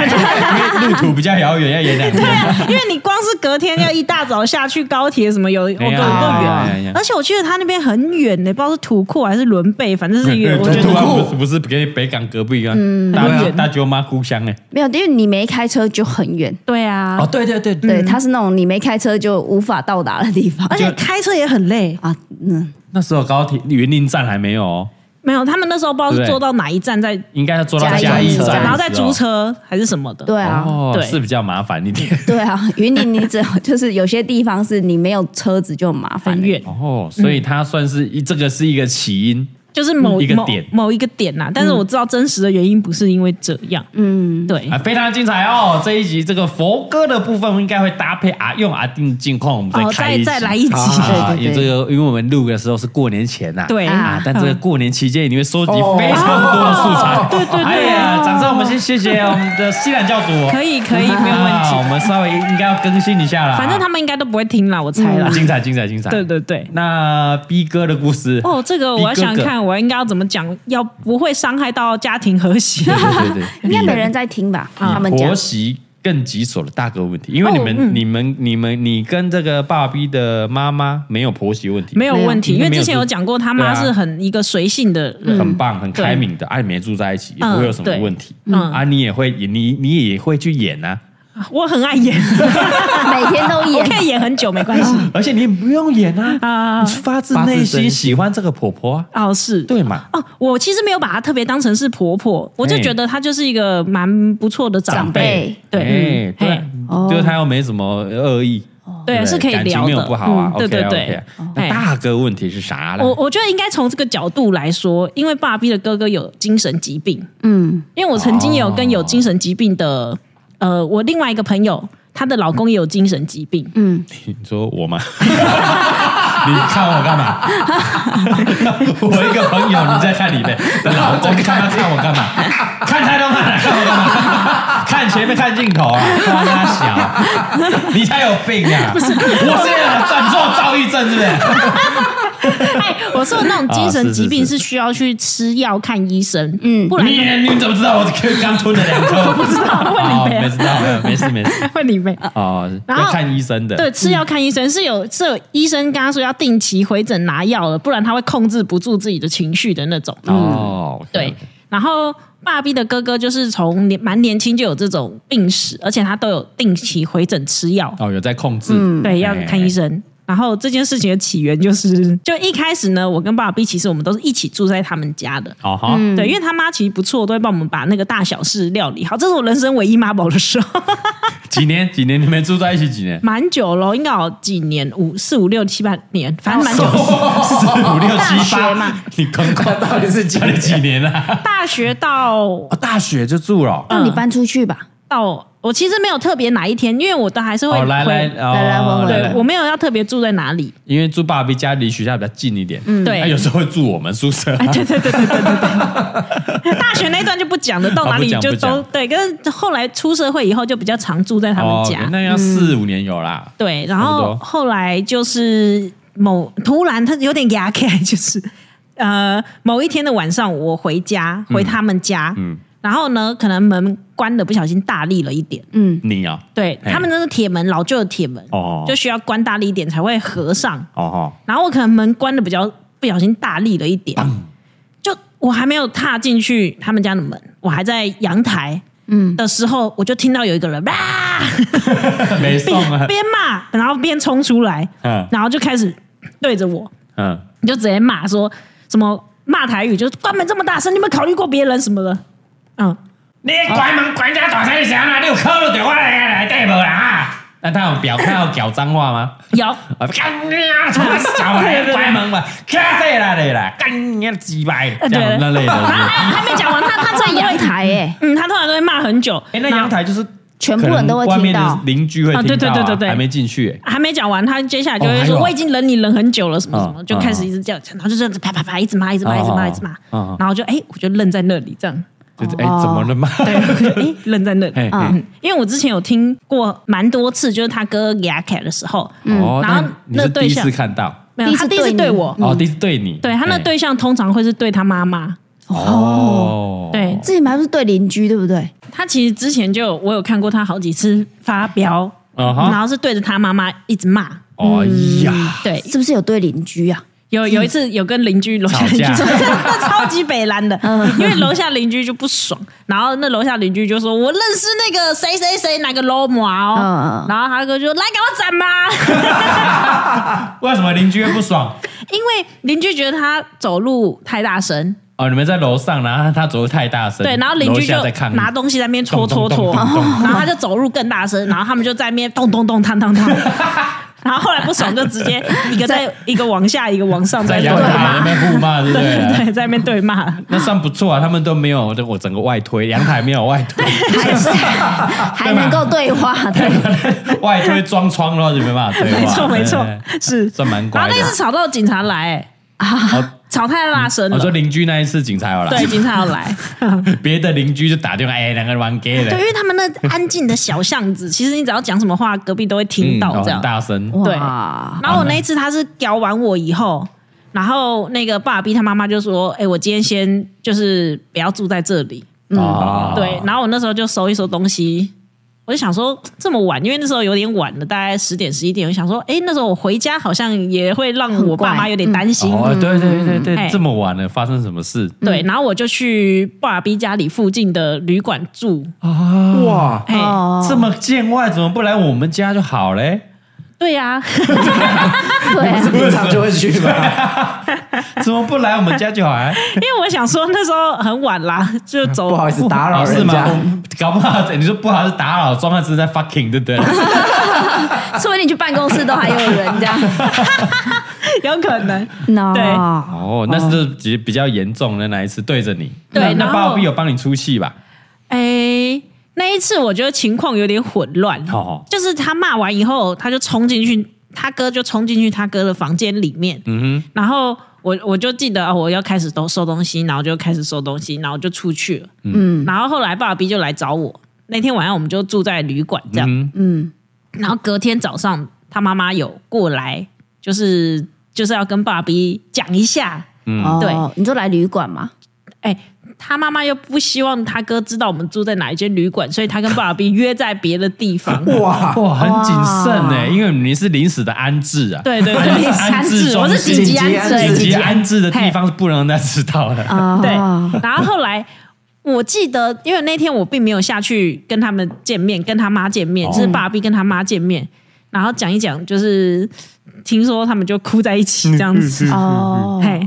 Speaker 1: 因为路途比较遥远，要演两
Speaker 3: 对
Speaker 1: 天。
Speaker 3: 啊，因为你光是隔天要一大早下去高铁什么有，我更更
Speaker 1: 哎呀哎呀哎
Speaker 3: 远
Speaker 1: 呀。
Speaker 3: 而且我记得他那边很远呢、不知道是土库还是伦贝，反 正是远。我觉
Speaker 1: 土
Speaker 3: 得
Speaker 1: 啊，不是不是给北港隔壁啊，
Speaker 3: 嗯
Speaker 1: 大
Speaker 4: 对啊
Speaker 1: 大舅妈故乡哎、
Speaker 2: 没有，因为你没开车就很远。
Speaker 3: 对啊，
Speaker 4: 哦，对对对，
Speaker 2: 对，它是那种你没开车就无法到达的地方
Speaker 3: 而且开车也很累。
Speaker 2: 啊，嗯，
Speaker 1: 那时候高铁云林站还没有哦，
Speaker 3: 没有，他们那时候不知道是坐到哪一站再，
Speaker 1: 应该要坐到
Speaker 2: 嘉义
Speaker 1: 嘉义站的时候，
Speaker 2: 站
Speaker 3: 然后再租车还是什么的。
Speaker 2: 对啊，
Speaker 1: 哦，
Speaker 3: 对
Speaker 1: 是比较麻烦一点。
Speaker 2: 对啊，云林你只有 就是有些地方是你没有车子就很麻烦
Speaker 3: 很
Speaker 2: 了，
Speaker 3: 远，
Speaker 1: 哦，所以它算是一这个是一个起因，
Speaker 3: 就是某
Speaker 1: 一个
Speaker 3: 某
Speaker 1: 点
Speaker 3: 某一个点呐、但是我知道真实的原因不是因为这样，
Speaker 2: 嗯，
Speaker 3: 对
Speaker 1: 啊，，非常精彩哦！这一集这个佛歌的部分应该会搭配啊，用啊定镜框，我们
Speaker 3: 哦，
Speaker 1: 开
Speaker 3: 再
Speaker 1: 一
Speaker 3: 再来
Speaker 1: 集。
Speaker 3: 一集，
Speaker 1: 啊，
Speaker 2: 对
Speaker 1: 也
Speaker 2: 对
Speaker 1: 这
Speaker 2: 对
Speaker 1: 个，因为我们录的时候是过年前呐、
Speaker 3: 对嗯
Speaker 1: 啊，但这个过年期间你会收集
Speaker 4: 哦
Speaker 1: 非常多的素材，
Speaker 3: 哦对对对
Speaker 1: 哎呀，掌声我们先谢谢我们的西兰教主，哦
Speaker 3: 可以可以，没有问
Speaker 1: 啊，我
Speaker 3: 题。
Speaker 1: 们稍微应该要更新一下啦，
Speaker 3: 反正他们应该都不会听啦，我猜啦
Speaker 1: 啊。 精彩精彩精彩，
Speaker 3: 对对 对。
Speaker 1: 那 B 哥的故事
Speaker 3: 哦，这个我要想想，看，我应该要怎么讲，要不会伤害到家庭和谐
Speaker 1: B 哥哥对对对对，
Speaker 2: 应该没人在听吧？
Speaker 3: 啊嗯
Speaker 2: 他们讲
Speaker 1: 婆媳更棘手的大哥问题，因为你
Speaker 3: 哦
Speaker 1: 们、你们、你们、你跟这个爸比的妈妈没有婆媳问题，
Speaker 3: 没有嗯问题，
Speaker 1: 没
Speaker 3: 因
Speaker 1: 有
Speaker 3: 为之前有讲过，他妈
Speaker 1: 对啊
Speaker 3: 是很一个随性的人，
Speaker 1: 很棒、很开明的，啊，你们也住在一起，也
Speaker 3: 嗯
Speaker 1: 不会有什么问题，
Speaker 3: 对嗯
Speaker 1: 啊，你也会，你你也会去演啊，
Speaker 3: 我很爱 演，
Speaker 2: 每天都
Speaker 3: 我
Speaker 2: 演，
Speaker 3: 可以演很久没关系
Speaker 1: 而且你也不用演啊，
Speaker 3: 嗯啊
Speaker 1: 你。发自
Speaker 4: 发自
Speaker 1: 内
Speaker 4: 真
Speaker 1: 心
Speaker 4: 心
Speaker 1: 喜欢这个婆婆啊，
Speaker 3: 哦，是
Speaker 1: 对嘛？
Speaker 3: 哦，我其实没有把她特别当成是婆婆，我就
Speaker 1: 嘿
Speaker 3: 觉得她就是一个蛮不错的长
Speaker 2: 长
Speaker 3: 辈，
Speaker 2: 辈
Speaker 3: 对嗯
Speaker 1: 哎对
Speaker 3: 嘿，
Speaker 2: 哦
Speaker 1: 就是他又没什么恶意，
Speaker 3: 对，
Speaker 1: 不
Speaker 3: 是可以
Speaker 1: 感情
Speaker 3: 聊
Speaker 1: 没有
Speaker 3: 的，
Speaker 1: 不好啊
Speaker 3: 嗯对
Speaker 1: ，OK
Speaker 3: 对
Speaker 1: OK
Speaker 3: 对。。
Speaker 1: 那
Speaker 3: 嘿哦
Speaker 1: 大哥问题是啥呢
Speaker 3: 我？我觉得应该从这个角度来说，因为爸比的哥哥有精神疾病，
Speaker 2: 嗯，
Speaker 3: 因为我曾经也有跟有精神疾病的，呃，我另外一个朋友，她的老公也有精神疾病，
Speaker 1: 你说我吗？ 你看我干 嘛？我一个朋友，你在看你呗，老公看他看我干 嘛？看太动漫了，看我干嘛？看前面看镜头啊，看他小，你才有病啊！我现在转做躁郁症是不是？
Speaker 3: 哎，我说的那种精神疾病
Speaker 1: 啊是
Speaker 3: 是需要去吃药看医生，嗯， 不然
Speaker 1: 你你怎么知道我刚吞了两颗？我不知
Speaker 3: 道问你呗
Speaker 1: 没知道，没事没 事。
Speaker 3: 会理没。
Speaker 1: 哦，
Speaker 3: 然后
Speaker 1: 要看医生的。
Speaker 3: 对，吃药看医生是有是有医生跟他说要定期回诊拿药了，不然他会控制不住自己的情绪的那种。
Speaker 1: 哦，
Speaker 3: 嗯对，然后爸比的哥哥就是从年蛮年轻就有这种病史，而且他都有定期回诊吃药，
Speaker 1: 哦，有在控制。
Speaker 3: 对，要
Speaker 1: 哎
Speaker 3: 看医生。然后这件事情的起源就是，就一开始呢，我跟爸比其实我们都是一起住在他们家的。
Speaker 1: 好好，
Speaker 3: 对，因为他妈其实不错，都会帮我们把那个大小事料理好。这是我人生唯一妈宝的时候，
Speaker 1: 几年几年你们住在一起几年？
Speaker 3: 蛮久了，应该有几年，五四五六七八年，反正蛮久。
Speaker 1: 哦四五六七八
Speaker 2: 学嘛，
Speaker 1: 你刚刚
Speaker 4: 到底是几
Speaker 1: 教了几年啊了？
Speaker 3: 大学到
Speaker 4: 哦，大学就住了哦，
Speaker 2: 那你
Speaker 3: 嗯
Speaker 2: 搬出去吧，
Speaker 3: 到，我其实没有特别哪一天，因为我都还是会
Speaker 1: 哦，来
Speaker 3: 回
Speaker 1: 来
Speaker 2: 来来
Speaker 1: 哦，
Speaker 2: 回回
Speaker 3: 对我没有要特别住在哪里。
Speaker 1: 因为住爸比家离学校比较近一点，嗯
Speaker 3: 对哎
Speaker 1: 他有时候会住我们宿舍。
Speaker 3: 对对对对对对对，大学那一段就不讲 了，到哪里
Speaker 1: 哦不讲
Speaker 3: 就
Speaker 1: 不
Speaker 3: 都
Speaker 1: 讲
Speaker 3: 对。跟后来出社会以后，就比较常住在他们
Speaker 1: 哦
Speaker 3: 家。，嗯
Speaker 1: 那要四五年有啦。
Speaker 3: 对，然
Speaker 1: 差不
Speaker 3: 后
Speaker 1: 多
Speaker 3: 后来就是某突然他有点牙开， 就是呃某一天的晚上，我回家回他们家，
Speaker 1: 嗯，
Speaker 3: 然后呢可能门关的不小心大力了一点，
Speaker 2: 嗯，
Speaker 1: 你啊，
Speaker 3: 对
Speaker 1: 嘿
Speaker 3: 他们那是铁门老旧的铁门，
Speaker 1: 哦
Speaker 3: 就需要关大力一点才会合上。
Speaker 1: 哦哦，
Speaker 3: 然后我可能门关的比较不小心大力了一点，就我还没有踏进去他们家的门，我还在阳台。嗯的时候，我就听到有一个人啊，
Speaker 1: 没送啊
Speaker 3: 边，边骂，然后边冲出来，
Speaker 1: 嗯
Speaker 3: 然后就开始对着我，
Speaker 1: 嗯，
Speaker 3: 你就直接骂说什么骂台语，就是关门这么大声，你有没有考虑过别人什么的？嗯，
Speaker 1: 你关门关家大声啥啦？你有考虑到我来来对无啊啦？那他有表他有讲脏话吗？
Speaker 3: 有，
Speaker 1: 啊，干你啊！他小孩 关门吧，卡死啦你啦，干你啊鸡巴！
Speaker 3: 呃
Speaker 1: 这样
Speaker 3: 对
Speaker 1: 那类 的。
Speaker 3: 然后还还没讲完，他他
Speaker 2: 在
Speaker 3: 啊这
Speaker 2: 阳
Speaker 3: 阳台，
Speaker 2: 台 哎，
Speaker 3: 嗯，他通常都会骂很久，
Speaker 1: 哎，那
Speaker 3: 然后
Speaker 1: 阳台就是
Speaker 2: 全部人都会
Speaker 1: 可能外
Speaker 2: 听
Speaker 1: 面
Speaker 2: 到
Speaker 1: 的，邻居会听到、
Speaker 3: 啊对对对对对
Speaker 1: 还没进去、欸。
Speaker 3: 还没讲完，他接下来就
Speaker 1: 哦
Speaker 3: 会
Speaker 1: 还
Speaker 3: 说：“
Speaker 1: 有
Speaker 3: 我已经忍你忍很久了，什么什么
Speaker 1: 嗯，
Speaker 3: 就开始一直这样讲，然后就这样子啪啪啪，一直骂，一直骂，
Speaker 1: 哦
Speaker 3: 一直骂，一直骂
Speaker 1: 哦哦，
Speaker 3: 然后就哎，我就愣在那里，这样，
Speaker 1: 就是哎、怎么了嘛？
Speaker 3: 哦对，我就哎愣在那里
Speaker 1: 嘿，
Speaker 3: 嗯，因为我之前有听过蛮多次，就是他哥给他凯的时候，
Speaker 1: 哦，
Speaker 3: 然
Speaker 1: 那
Speaker 3: 后
Speaker 1: 你是
Speaker 3: 那
Speaker 1: 第
Speaker 3: 对
Speaker 1: 一
Speaker 3: 象
Speaker 1: 次看到，
Speaker 3: 嗯没有，他第一次
Speaker 2: 对
Speaker 3: 对
Speaker 2: 你
Speaker 3: 我，
Speaker 1: 哦，第一次对你，哦
Speaker 3: 对他那
Speaker 1: 哎
Speaker 3: 对象通常会是对他妈妈，
Speaker 1: 哦，
Speaker 3: 对，
Speaker 2: 自己买不是对邻居对不对？
Speaker 3: 他其实之前就有我有看过他好几次发飙，
Speaker 1: 啊
Speaker 3: 然
Speaker 1: 哈，
Speaker 3: 后是对着他妈妈一直骂。
Speaker 1: 哎
Speaker 3: 嗯
Speaker 1: 呀，
Speaker 3: 对，
Speaker 2: 是不是有对邻居 啊？
Speaker 3: 有有一次有跟邻居楼下邻居
Speaker 1: 嗯吵
Speaker 3: 吵架， 超级北蓝的，
Speaker 2: 嗯
Speaker 3: 因为楼下邻居就不爽，然后那楼下邻居就说：“我认识那个谁谁谁哪个罗母啊哦
Speaker 2: 嗯。
Speaker 3: 然后他哥就说：“来给我斩吧！”
Speaker 1: 为什么邻居会不爽？
Speaker 3: 因为邻居觉得他走路太大声，
Speaker 1: 哦，你们在楼上，然后他走路太大声，
Speaker 3: 对，然后邻
Speaker 1: 楼
Speaker 3: 居就
Speaker 1: 下在看
Speaker 3: 拿东西在那边戳戳戳，
Speaker 1: 咚咚
Speaker 3: 然
Speaker 1: 咚咚
Speaker 3: 后他就走路更大声，然后他们就在那边咚咚咚、烫烫 烫。然后后来不爽就直接一个在一个往下，一个往上，
Speaker 1: 在
Speaker 3: 对
Speaker 1: 阳台那
Speaker 3: 骂，
Speaker 1: 边互骂，对不啊
Speaker 3: 对对
Speaker 1: 对？
Speaker 3: 对，在那边对骂。
Speaker 1: 那算不错啊，他们都没有我整个外推，阳台没有外推，
Speaker 2: 还是 还能够对话？对，
Speaker 1: 外推装窗的话就没办法推话。
Speaker 3: 没错，
Speaker 1: 对
Speaker 3: 没错
Speaker 1: 对对，
Speaker 3: 是。
Speaker 1: 算蛮
Speaker 3: 然
Speaker 1: 乖
Speaker 3: 后
Speaker 1: 的哦
Speaker 3: 那。次吵到警察来、啊， 吵太大声了
Speaker 1: 我。说邻居那一次警察有
Speaker 3: 对，
Speaker 1: 来，
Speaker 3: 警察要来。
Speaker 1: 别的邻居就打电话，哎，两个人玩 gay
Speaker 3: 对，
Speaker 1: 了，
Speaker 3: 因为他们那安静的小巷子，其实你只要讲什么话，隔壁都会听
Speaker 1: 嗯
Speaker 3: 到
Speaker 1: 哦
Speaker 3: 这样。
Speaker 1: 很大声，
Speaker 3: 对
Speaker 2: 哇，
Speaker 3: 然后我那一次他是屌完我以后，然后那个爸比他妈妈就说：“哎、我今天先就是不要住在这里。
Speaker 1: 哦
Speaker 3: 对，然后我那时候就收一收东西。我就想说这么晚，因为那时候有点晚了，大概十点十一点。我想说，哎、那时候我回家好像也会让我爸妈有点担心。
Speaker 1: 哦，对对对对，
Speaker 3: 哎
Speaker 1: 这么晚了，发生什么事？
Speaker 3: 对，
Speaker 4: 嗯
Speaker 3: 然后我就去爸比家里附近的旅馆住。
Speaker 4: 哇，
Speaker 3: 哎、
Speaker 2: 哦
Speaker 1: 这么见外，怎么不来我们家就好嘞？
Speaker 3: 对啊呀、
Speaker 2: 对啊，
Speaker 4: 平常就会去吧？
Speaker 1: 怎么不来我们家就好啊？
Speaker 3: 因为我想说那时候很晚啦， 就走。
Speaker 4: 不好意思打扰
Speaker 1: 哦是
Speaker 4: 人
Speaker 1: 吗
Speaker 4: 家？
Speaker 1: 我，们搞不好你说不好是打扰，装的是在 fucking 对不对？
Speaker 2: 说不定你去办公室都还有人这样。
Speaker 3: 有可 能。
Speaker 2: 那
Speaker 3: 对
Speaker 1: 哦，那是比比较严重的那一次对着你，那
Speaker 3: 对然
Speaker 1: 那
Speaker 3: 后
Speaker 1: 爸比有帮你出气吧？
Speaker 3: 哎、那一次我觉得情况有点混乱，
Speaker 1: 哦，
Speaker 3: 就是他骂完以后，他就冲进去，他哥就冲进去他哥的房间里面，
Speaker 1: 嗯
Speaker 3: 然后我我就记得、哦、我要开始都收东西，然后就开始收东西，然后就出去了，嗯，然后后来爸比就来找我，那天晚上我们就住在旅馆这样，
Speaker 1: 嗯，
Speaker 2: 嗯，
Speaker 3: 然后隔天早上他妈妈有过来，就是就是要跟爸比讲一下，
Speaker 1: 嗯
Speaker 2: 哦
Speaker 3: 对，
Speaker 2: 你就来旅馆 嘛，
Speaker 3: 哎、他妈妈又不希望他哥知道我们住在哪一间旅馆，所以他跟爸比约在别的地 方。
Speaker 4: 哇，
Speaker 1: 哇，很谨慎
Speaker 2: 哇
Speaker 1: 呢，因为你是临时的安置啊，
Speaker 3: 对对
Speaker 1: 你
Speaker 3: 对，
Speaker 1: 是安置中
Speaker 3: 我是
Speaker 1: 心
Speaker 3: 紧急安置，
Speaker 1: 紧急
Speaker 3: 紧急
Speaker 1: 安置的地方是不能让大家知道的。
Speaker 2: 啊，
Speaker 3: 对，
Speaker 1: 哦
Speaker 3: 然后后来我记得，因为那天我并没有下去跟他们见面，跟他妈见面，
Speaker 1: 哦
Speaker 3: 就是爸比跟他妈见面，然后讲一讲，就是听说他们就哭在一起
Speaker 1: 嗯
Speaker 3: 这样子。
Speaker 2: 哦，
Speaker 3: 嘿，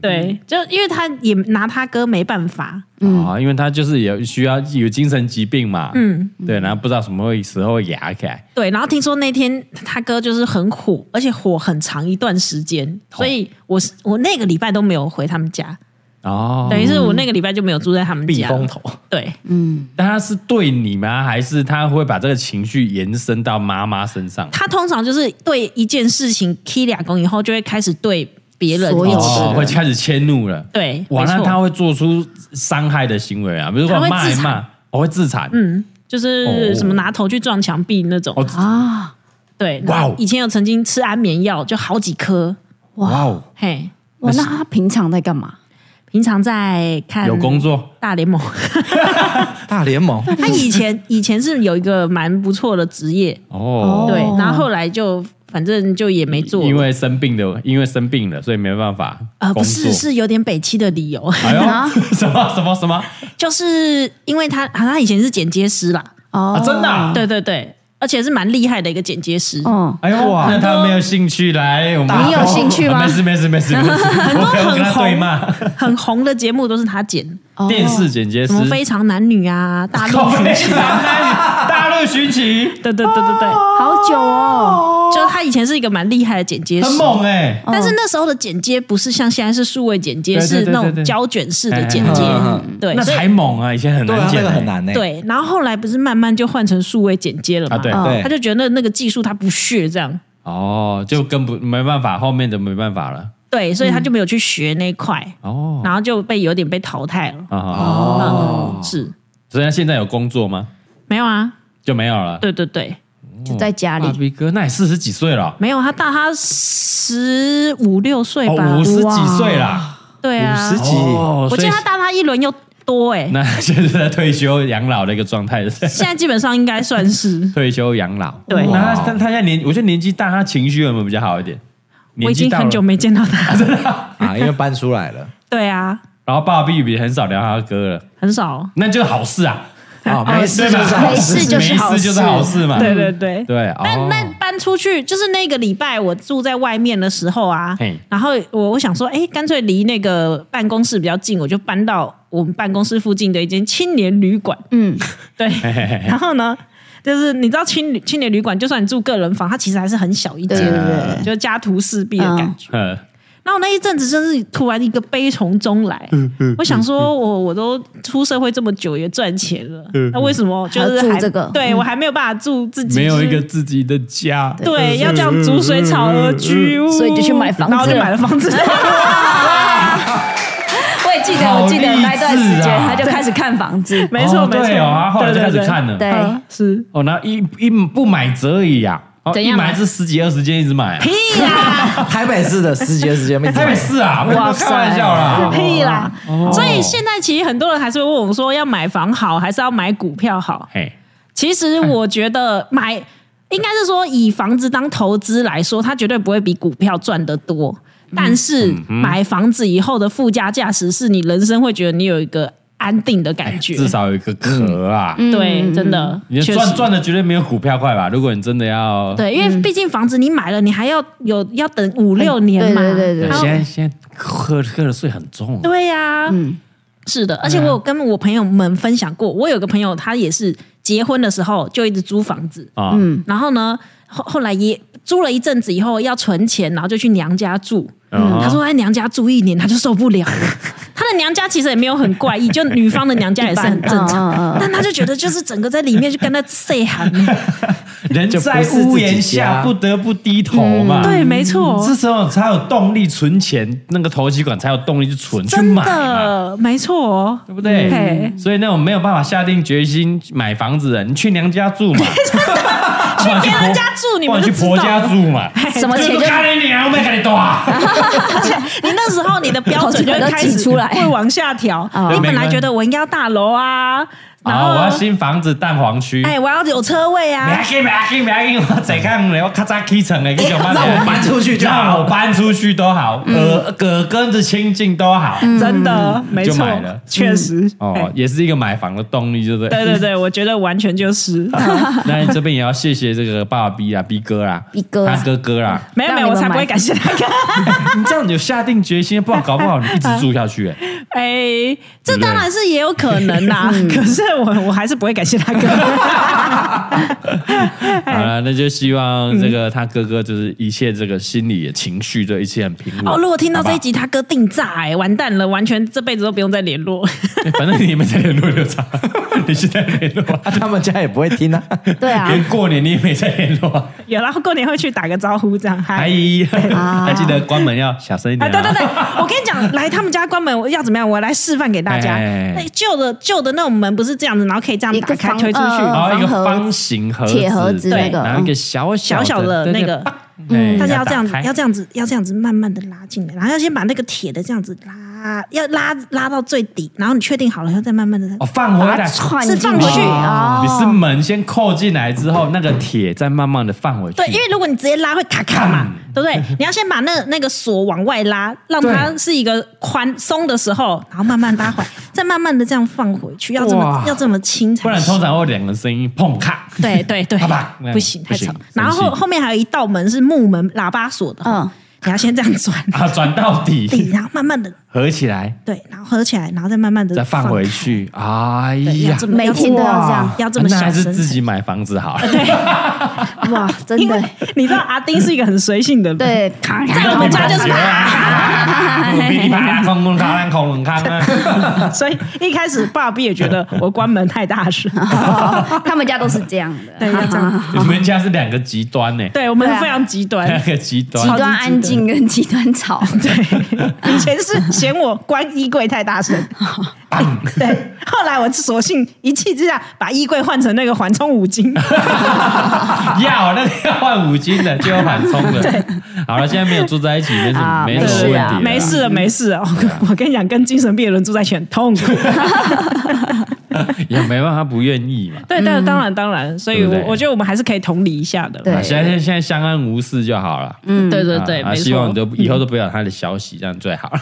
Speaker 3: 对，就因为他也拿他哥没办法，
Speaker 1: 啊，因为他就是有需要有精神疾病嘛，嗯，对，然后不知道什么会时候会压起来，
Speaker 3: 对，然后听说那天他哥就是很火，而且火很长一段时间，所以我是我那个礼拜都没有回他们家，
Speaker 1: 哦，
Speaker 3: 等于是我那个礼拜就没有住在他们
Speaker 4: 避
Speaker 3: 家。
Speaker 4: 风头，
Speaker 3: 对，
Speaker 2: 嗯
Speaker 1: 但他是对你吗？还是他会把这个情绪延伸到妈妈身上？
Speaker 3: 他通常就是对一件事情 k 两公以后，就会开始对别人
Speaker 2: 所
Speaker 3: 一
Speaker 2: 有
Speaker 3: 起。
Speaker 2: 人
Speaker 1: 哦，会开始迁怒了。
Speaker 3: 对，
Speaker 1: 哇，
Speaker 3: 没
Speaker 1: 那
Speaker 3: 错
Speaker 1: 他会做出伤害的行为啊，比如说
Speaker 3: 他会
Speaker 1: 骂一
Speaker 3: 自残
Speaker 1: 骂，我会自残。
Speaker 3: 嗯，就是
Speaker 1: 哦
Speaker 3: 什么拿头去撞墙壁那种。
Speaker 1: 哦
Speaker 2: 啊，
Speaker 3: 对，
Speaker 1: 哇哦
Speaker 3: 以前有曾经吃安眠药，就好几颗。
Speaker 1: 哇哦，
Speaker 3: 嘿，
Speaker 2: 哇，那他平常在干嘛？
Speaker 3: 平常在看
Speaker 1: 有工作
Speaker 3: 大 联盟。
Speaker 4: 大联盟
Speaker 3: 他以前以前是有一个蛮不错的职业，
Speaker 1: 哦，
Speaker 3: 对，然后后来就反正就也没做了，
Speaker 1: 因为生病的，因为生病了，所以没办法
Speaker 3: 呃不
Speaker 1: 工
Speaker 3: 是
Speaker 1: 作。
Speaker 3: 是有点北七的理由，
Speaker 1: 哎呦
Speaker 2: 啊，
Speaker 1: 什么什么啊什么
Speaker 3: 就是因为他啊他以前是剪接师啦，
Speaker 1: 啊？
Speaker 2: 哦，
Speaker 1: 真的啊？
Speaker 3: 对对对，而且是蛮厉害的一个剪接师。
Speaker 2: 哦，
Speaker 1: 哎呦，
Speaker 4: 哇
Speaker 1: 那他没有兴趣来我们？
Speaker 2: 你有兴趣吗
Speaker 1: 啊没事没事没事没事，我跟我跟他对骂。
Speaker 3: 很红的节目都是他剪，
Speaker 2: 哦
Speaker 1: 电视剪接
Speaker 3: 什
Speaker 1: 师，
Speaker 3: 么《非常男女》 啊，《大陆
Speaker 1: 靠
Speaker 3: 寻
Speaker 1: 非
Speaker 3: 奇
Speaker 1: 常》男女大陆寻奇，
Speaker 3: 对对对对
Speaker 1: 哦
Speaker 3: 对，
Speaker 2: 好久哦，
Speaker 3: 就是他以前是一个蛮厉害的剪接师
Speaker 1: 很，猛哎！
Speaker 3: 但是那时候的剪接不是像现在是数位剪接，
Speaker 1: 对对对哎
Speaker 3: 是那
Speaker 1: 对对
Speaker 3: 种
Speaker 1: 对
Speaker 3: 胶卷式的剪接
Speaker 4: 嗯嗯嗯，
Speaker 3: 对
Speaker 1: 那，
Speaker 3: 所以
Speaker 1: 才猛啊！以前很
Speaker 4: 对
Speaker 1: 难
Speaker 4: 啊，那
Speaker 1: 剪
Speaker 4: 个
Speaker 1: 欸，
Speaker 4: 很难呢。
Speaker 3: 对，然后后来不是慢慢就换成数位剪接了嘛
Speaker 1: 啊，，对
Speaker 4: 对
Speaker 3: 他就觉得那个技术他不屑这样，
Speaker 1: 哦，就跟不没办法，后面的没办法了
Speaker 3: 对，所以他就没有去学那一块，
Speaker 1: 哦
Speaker 3: 然后就被有点被淘汰了，
Speaker 1: 啊哦，
Speaker 3: 嗯，是
Speaker 1: 所以他现在有工作吗？
Speaker 3: 没有啊，
Speaker 1: 就没有了。
Speaker 3: 对对对，
Speaker 2: 就在家
Speaker 1: 爸
Speaker 2: 里，
Speaker 1: 比哥，那也四十几岁了，
Speaker 3: 没有，他大他十五六岁吧，
Speaker 1: 哦哦，五十几岁啦，
Speaker 3: 对啊
Speaker 4: 五十，几
Speaker 1: 哦
Speaker 3: 我记
Speaker 1: 所以
Speaker 3: 得他大他一轮又多哎、
Speaker 1: 那现在是在退休养老的一个状态，是不是
Speaker 3: 现在基本上应该算是
Speaker 1: 退休养老。
Speaker 3: 对
Speaker 1: 那他
Speaker 4: 哇
Speaker 1: 他他现在年，我觉得年纪大，他情绪有没有比较好一点？
Speaker 3: 我
Speaker 1: 年
Speaker 3: 已
Speaker 1: 纪
Speaker 3: 经
Speaker 1: 大了
Speaker 3: 很久没见到他了。
Speaker 4: 啊，因为搬出来了
Speaker 3: 对啊，
Speaker 1: 然后爸爸比比很少聊他的歌了，
Speaker 3: 很少。
Speaker 1: 那就是好事啊，
Speaker 4: 啊，没事就是好
Speaker 2: 没
Speaker 4: 事。
Speaker 2: 事就是好
Speaker 1: 没
Speaker 2: 事
Speaker 1: 事就是好事嘛。
Speaker 3: 对对对。
Speaker 1: 对，哦
Speaker 3: 但但搬出去就是那个礼拜，我住在外面的时候啊
Speaker 1: 嘿，
Speaker 3: 然后我我想说，哎，干脆离那个办公室比较近，我就搬到我们办公室附近的一间青年旅馆。
Speaker 2: 嗯，
Speaker 3: 对，
Speaker 1: 嘿嘿嘿嘿
Speaker 3: 然后呢，就是你知道青旅青年旅馆，就算你住个人房，它其实还是很小一
Speaker 2: 对
Speaker 3: 间，
Speaker 2: 对
Speaker 1: 啊
Speaker 2: 对，
Speaker 3: 就家徒四壁的感觉。
Speaker 2: 嗯
Speaker 1: 呃，
Speaker 3: 然后那一阵子真是突然一个悲从中来，
Speaker 2: 嗯
Speaker 3: 我想说我我都出社会这么久也赚钱了，那为什么就
Speaker 2: 嗯
Speaker 3: 是
Speaker 2: 还要住
Speaker 3: 还
Speaker 2: 这个
Speaker 3: 对
Speaker 2: 嗯
Speaker 3: 我还没有办法住自己
Speaker 1: 没有一个自己的家，
Speaker 3: 对要这样逐水草而
Speaker 1: 嗯
Speaker 3: 居，
Speaker 2: 所以就去买房子
Speaker 3: 然后就买了房 子。
Speaker 2: 我也记得，我记得那一段时间
Speaker 1: 好励志啊
Speaker 2: 他就开始看房子，
Speaker 3: 没错
Speaker 1: 哦
Speaker 3: 没错，
Speaker 1: 对哦，他后来就
Speaker 3: 对
Speaker 1: 开
Speaker 3: 对
Speaker 1: 始
Speaker 3: 对
Speaker 1: 看了，
Speaker 2: 对，
Speaker 3: 嗯是
Speaker 1: 哦，然后一一不买则已呀，哦，
Speaker 5: 怎
Speaker 1: 一
Speaker 5: 样买
Speaker 1: 买是十几二十间一直买啊，
Speaker 3: 屁啦
Speaker 4: 台北市的世界世界妹，
Speaker 1: 台北市啊，我
Speaker 2: 哇塞
Speaker 1: 开玩笑啦，哦
Speaker 3: 屁啦，所以现在其实很多人还是会问我们说，要买房好还是要买股票好？
Speaker 1: 嘿，
Speaker 3: 其实我觉得买应该是说以房子当投资来说，它绝对不会比股票赚得多。
Speaker 2: 嗯
Speaker 3: 但是买房子以后的附加价值是你人生会觉得你有一个安定的感觉，
Speaker 1: 哎至少有一个壳啊，
Speaker 2: 嗯
Speaker 3: 对，真的，
Speaker 1: 你
Speaker 3: 嗯确
Speaker 1: 赚
Speaker 3: 实
Speaker 1: 赚的绝对没有股票快吧？如果你真的要，
Speaker 3: 对，因
Speaker 2: 嗯
Speaker 3: 为毕竟房子你买了，你还要有要等五六年
Speaker 2: 对
Speaker 3: 嘛，
Speaker 2: 对对对
Speaker 1: 对，
Speaker 3: 然后
Speaker 1: 现在现在喝喝的税很重，啊
Speaker 3: 对呀、
Speaker 2: 嗯
Speaker 3: 是的，而且我有跟我朋友们分享过，我有个朋友他也是结婚的时候就一直租房子，
Speaker 1: 啊，
Speaker 3: 然后呢后后来也租了一阵子以后要存钱，然后就去娘家住。
Speaker 1: 嗯
Speaker 3: 他说在娘家住一年他就受不 了了，他的娘家其实也没有很怪异，就女方的娘家也是很正常，
Speaker 2: 嗯嗯嗯
Speaker 3: 但他就觉得就是整个在里面就跟他 say 寒，
Speaker 1: 嗯人
Speaker 4: 就不
Speaker 1: 在
Speaker 4: 是自己
Speaker 1: 屋檐下
Speaker 4: 家
Speaker 1: 不得不低头嘛，
Speaker 3: 嗯对，没错，
Speaker 1: 这时候才有动力存钱，那个投机款才有动力去存去
Speaker 3: 真
Speaker 1: 买嘛，
Speaker 3: 的没错哦，
Speaker 1: 对不对？
Speaker 3: 嘿
Speaker 1: 所以那种没有办法下定决心买房子的，你去娘家 住嘛，去
Speaker 3: 别人家住你们就
Speaker 1: 去
Speaker 3: 知道
Speaker 1: 婆家
Speaker 3: 了
Speaker 1: 住嘛，
Speaker 2: 什么钱就
Speaker 1: 咖喱娘，我没跟你多啊，
Speaker 3: 你那时候你 的标准就会开
Speaker 2: 口气
Speaker 3: 始
Speaker 2: 都挤出来
Speaker 3: 会往下调
Speaker 2: 哦。
Speaker 3: 你本来觉得我应该要大楼啊，
Speaker 1: 哦
Speaker 3: 然
Speaker 1: 好，我要
Speaker 3: 后
Speaker 1: 新房子蛋黄区。
Speaker 3: 哎，我要有车位
Speaker 1: 不要
Speaker 3: 啊，
Speaker 1: 紧，不要紧，不要紧，我再看嘞，我咔嚓起床嘞，跟小妈
Speaker 4: 让我搬出去就好
Speaker 1: 让我搬出去都好，耳耳根子清净都好。
Speaker 3: 真的
Speaker 1: 嗯
Speaker 3: 没
Speaker 1: 就
Speaker 3: 错
Speaker 1: 买了，
Speaker 3: 确实。
Speaker 1: 哦
Speaker 3: 哎，
Speaker 1: 也是一个买房的动力，对不对？
Speaker 3: 对对对，我觉得完 全就是
Speaker 2: 啊
Speaker 1: 那这边也要谢谢这个爸爸 B 啊，B 哥啦
Speaker 2: B 哥啊
Speaker 1: 他哥哥啦。
Speaker 3: 没有没
Speaker 2: 让
Speaker 3: 有，
Speaker 2: 你们
Speaker 3: 我才不
Speaker 2: 买
Speaker 3: 会感谢他。
Speaker 1: 你这样有下定决心，不然搞不好你一直住下去。哎
Speaker 3: 哎，这当然是也有可能 啦，
Speaker 2: 嗯
Speaker 3: 可是我我还是不会感谢他 哥。
Speaker 1: 好了，那就希
Speaker 3: 嗯
Speaker 1: 望这个他哥哥就是一切这个心理情绪的一切很平稳。
Speaker 3: 哦，如果听到这一
Speaker 1: 好
Speaker 3: 集他哥定炸，哎，完蛋了，完全这辈子都不用再联络。
Speaker 1: 不 好，反正你们在联络就差，你现在联络啊，
Speaker 4: 他们家也不会听 啊。
Speaker 2: 对啊，
Speaker 1: 连过年你也没在联络啊。
Speaker 3: 有啦，过年会去打个招呼，这样嗨
Speaker 1: 阿。姨，还记得关门要小声一点
Speaker 3: 啊，
Speaker 1: 啊。
Speaker 3: 哎对对对，我跟你讲，来他们家关门我要怎么样？我来示范给大家。
Speaker 1: 哎
Speaker 3: 那旧的旧的那种门不是这样子，然后可以这嗯样
Speaker 2: 一
Speaker 3: 打
Speaker 2: 个
Speaker 3: 开
Speaker 2: 方
Speaker 3: 推出
Speaker 1: 然
Speaker 3: 去，
Speaker 2: 呃
Speaker 1: 后一个
Speaker 2: 方盒
Speaker 1: 方形盒子，
Speaker 2: 铁盒子
Speaker 1: 对
Speaker 2: 那个
Speaker 1: 然后一个小小
Speaker 3: 小小的那个，
Speaker 1: 嗯
Speaker 3: 大家要这样子，要
Speaker 1: 样，
Speaker 3: 这样子，要这样子慢慢的拉进来，然后要先把那个铁的这样子拉，要拉拉到最底，然后你确定好了，然后再慢慢的。
Speaker 1: 哦，放回来。哦
Speaker 2: 串
Speaker 3: 是放进去哦
Speaker 2: 啊，
Speaker 1: 你是门先扣进来之后，那个铁再慢慢的放回去。
Speaker 3: 对，因为如果你直接拉会卡卡
Speaker 1: 嗯
Speaker 3: 嘛，对不对？你要先把那那个锁往外拉，让它是一个宽松的时候，然后慢慢拉回来，再慢慢的这样放回去，要这么
Speaker 1: 哇
Speaker 3: 要这么轻才
Speaker 1: 不
Speaker 3: 行。
Speaker 1: 然通常会有两个声音碰咔。
Speaker 3: 对对对
Speaker 1: 好吧，那
Speaker 3: 不行
Speaker 1: 不
Speaker 3: 太
Speaker 1: 行
Speaker 3: 吵
Speaker 1: 生气。
Speaker 3: 然后后后面还有一道门是木门喇叭锁的，
Speaker 2: 嗯
Speaker 3: 嗯，你要先这样转
Speaker 1: 啊，转到
Speaker 3: 底，
Speaker 1: 底，
Speaker 3: 然后慢慢的
Speaker 1: 合起来
Speaker 3: 对，然后合起来，然后再慢慢的
Speaker 1: 再放回，去。哎
Speaker 3: 对，
Speaker 1: 呀
Speaker 3: 要这，么
Speaker 2: 每天都要这样，
Speaker 3: 要这么
Speaker 1: 那
Speaker 3: 小
Speaker 1: 还是
Speaker 3: 声
Speaker 1: 自己买房子好。
Speaker 2: 哇，真
Speaker 3: 因为
Speaker 2: 的，
Speaker 3: 你知道阿丁是一个很随性的人，
Speaker 2: 对，
Speaker 3: 在我们家就 是
Speaker 1: 啊，噼里啪啦，空空康康，空空康啊。
Speaker 3: 所以一开始爸比也觉 得我关门太大声，
Speaker 2: 啊他们家都是这样的，
Speaker 3: 对，要这样，
Speaker 1: 你们家是两个极端呢，
Speaker 3: 对我们
Speaker 2: 对啊
Speaker 3: 非常极端，
Speaker 1: 两个极端
Speaker 2: 极。端安进跟极端吵，
Speaker 3: 对，以前是嫌我关衣柜太大声， 对，后来我索性一气之下把衣柜换成那个缓冲五金，
Speaker 1: 要那个要换五金的，就要缓冲的。好了，现在没有住在一起，没什么
Speaker 2: 啊
Speaker 1: 没什么
Speaker 2: 没事
Speaker 1: 问
Speaker 2: 啊
Speaker 1: 题啊了，
Speaker 3: 没事了，没事了。 我我跟你讲，跟精神病的人住在一起很痛 苦。
Speaker 1: 也没办法，不愿意嘛。
Speaker 3: 对，但当然当然，所以
Speaker 1: 对不
Speaker 3: 我
Speaker 1: 对
Speaker 3: 我觉得我们还是可以同理一下的。
Speaker 2: 对
Speaker 1: 啊，现在现在相安无事就好了。
Speaker 3: 嗯，对对嗯
Speaker 1: 啊啊希望你都以后都不要有他的消息，这样最好了。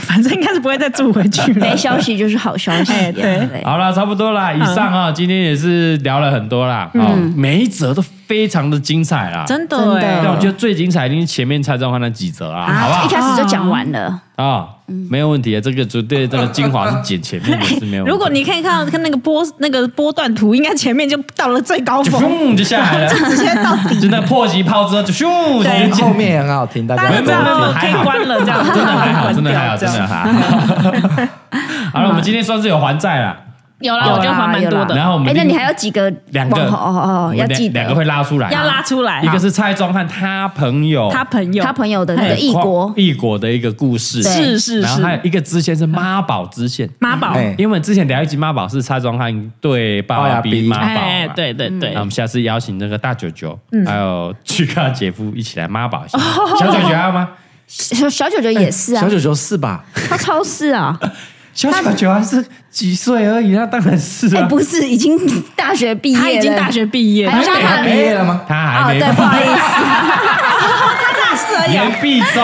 Speaker 3: 反正应该是不会再住回去 了
Speaker 2: 没。 消息就是好消息
Speaker 3: 哎
Speaker 2: 啊，
Speaker 3: 对
Speaker 2: 对，
Speaker 1: 好了，差不多啦，以上啊，今天也是聊了很多啦，啊，每一则都非常的精彩啦。
Speaker 3: 真的
Speaker 2: 真的
Speaker 1: 但我
Speaker 3: 哎，
Speaker 1: 觉得最精彩一定是前面蔡宗翰那几则啊，好不
Speaker 2: 啊，
Speaker 1: 好？
Speaker 2: 一开始就讲完了，
Speaker 1: 啊，没有问题啊，这个绝对这个精华是剪前面的是没有问题。啊
Speaker 3: 如果你可以看到看那个波那个波段图，应该前面就到了最高
Speaker 1: 就
Speaker 3: 峰，
Speaker 1: 咻就下来了，
Speaker 3: 直接到底。
Speaker 1: 就那破击炮之后就咻，
Speaker 3: 对
Speaker 1: 直接
Speaker 4: 后面也很好听，大
Speaker 3: 大
Speaker 4: 家
Speaker 3: 家
Speaker 1: 没
Speaker 3: 都
Speaker 1: 有
Speaker 3: 知
Speaker 1: 没
Speaker 3: 道
Speaker 1: 有没有
Speaker 3: 了，可
Speaker 1: 还
Speaker 3: 以
Speaker 1: 好
Speaker 3: 关了，这样
Speaker 1: 真的还好，真的还好，
Speaker 3: 这
Speaker 1: 真
Speaker 3: 样
Speaker 1: 的还好。好了，我们今天算是有还债了，
Speaker 3: 有啦，
Speaker 1: 有啦
Speaker 3: 我觉得还蛮多
Speaker 2: 有
Speaker 3: 的
Speaker 1: 然，后我们
Speaker 2: 哎，那
Speaker 1: 另
Speaker 2: 你还有几个
Speaker 1: 两个
Speaker 2: 网红哦哦
Speaker 1: 我
Speaker 2: 哦，
Speaker 1: 们
Speaker 2: 要
Speaker 1: 两
Speaker 2: 记得
Speaker 1: 两个会拉出来，啊
Speaker 3: 要拉出来。
Speaker 1: 一个是蔡宗汉他朋友，
Speaker 3: 他朋友，
Speaker 2: 他朋友的那
Speaker 1: 哎
Speaker 2: 个异国，
Speaker 1: 异国的一个故事，
Speaker 2: 对
Speaker 3: 是是
Speaker 1: 然后还有
Speaker 3: 是，
Speaker 1: 一个支线是妈宝支线。
Speaker 3: 妈宝，
Speaker 2: 嗯
Speaker 4: 哎
Speaker 1: 因为我们之前聊一集妈宝是蔡宗汉对爸
Speaker 2: 哦
Speaker 1: 爸比妈宝
Speaker 3: 哎，
Speaker 1: 嘛，
Speaker 3: 对对对
Speaker 1: 那我，们下次邀请那个大九九，
Speaker 2: 嗯
Speaker 1: 还有去他姐夫一起来妈宝一下。
Speaker 2: 哦
Speaker 1: 小九九要吗？
Speaker 2: 小小九九也是啊
Speaker 4: 小，九九是吧？
Speaker 2: 他超市啊，
Speaker 1: 小九九还是几岁而已，那当然是
Speaker 2: 哎，
Speaker 1: 啊。
Speaker 2: 不是，已经大学毕业了，
Speaker 3: 他已经大学毕业了，
Speaker 2: 还有
Speaker 4: 你还毕业了吗？
Speaker 1: 他
Speaker 2: 哦，
Speaker 1: 还没
Speaker 2: 对，不好意思，
Speaker 1: 言必 周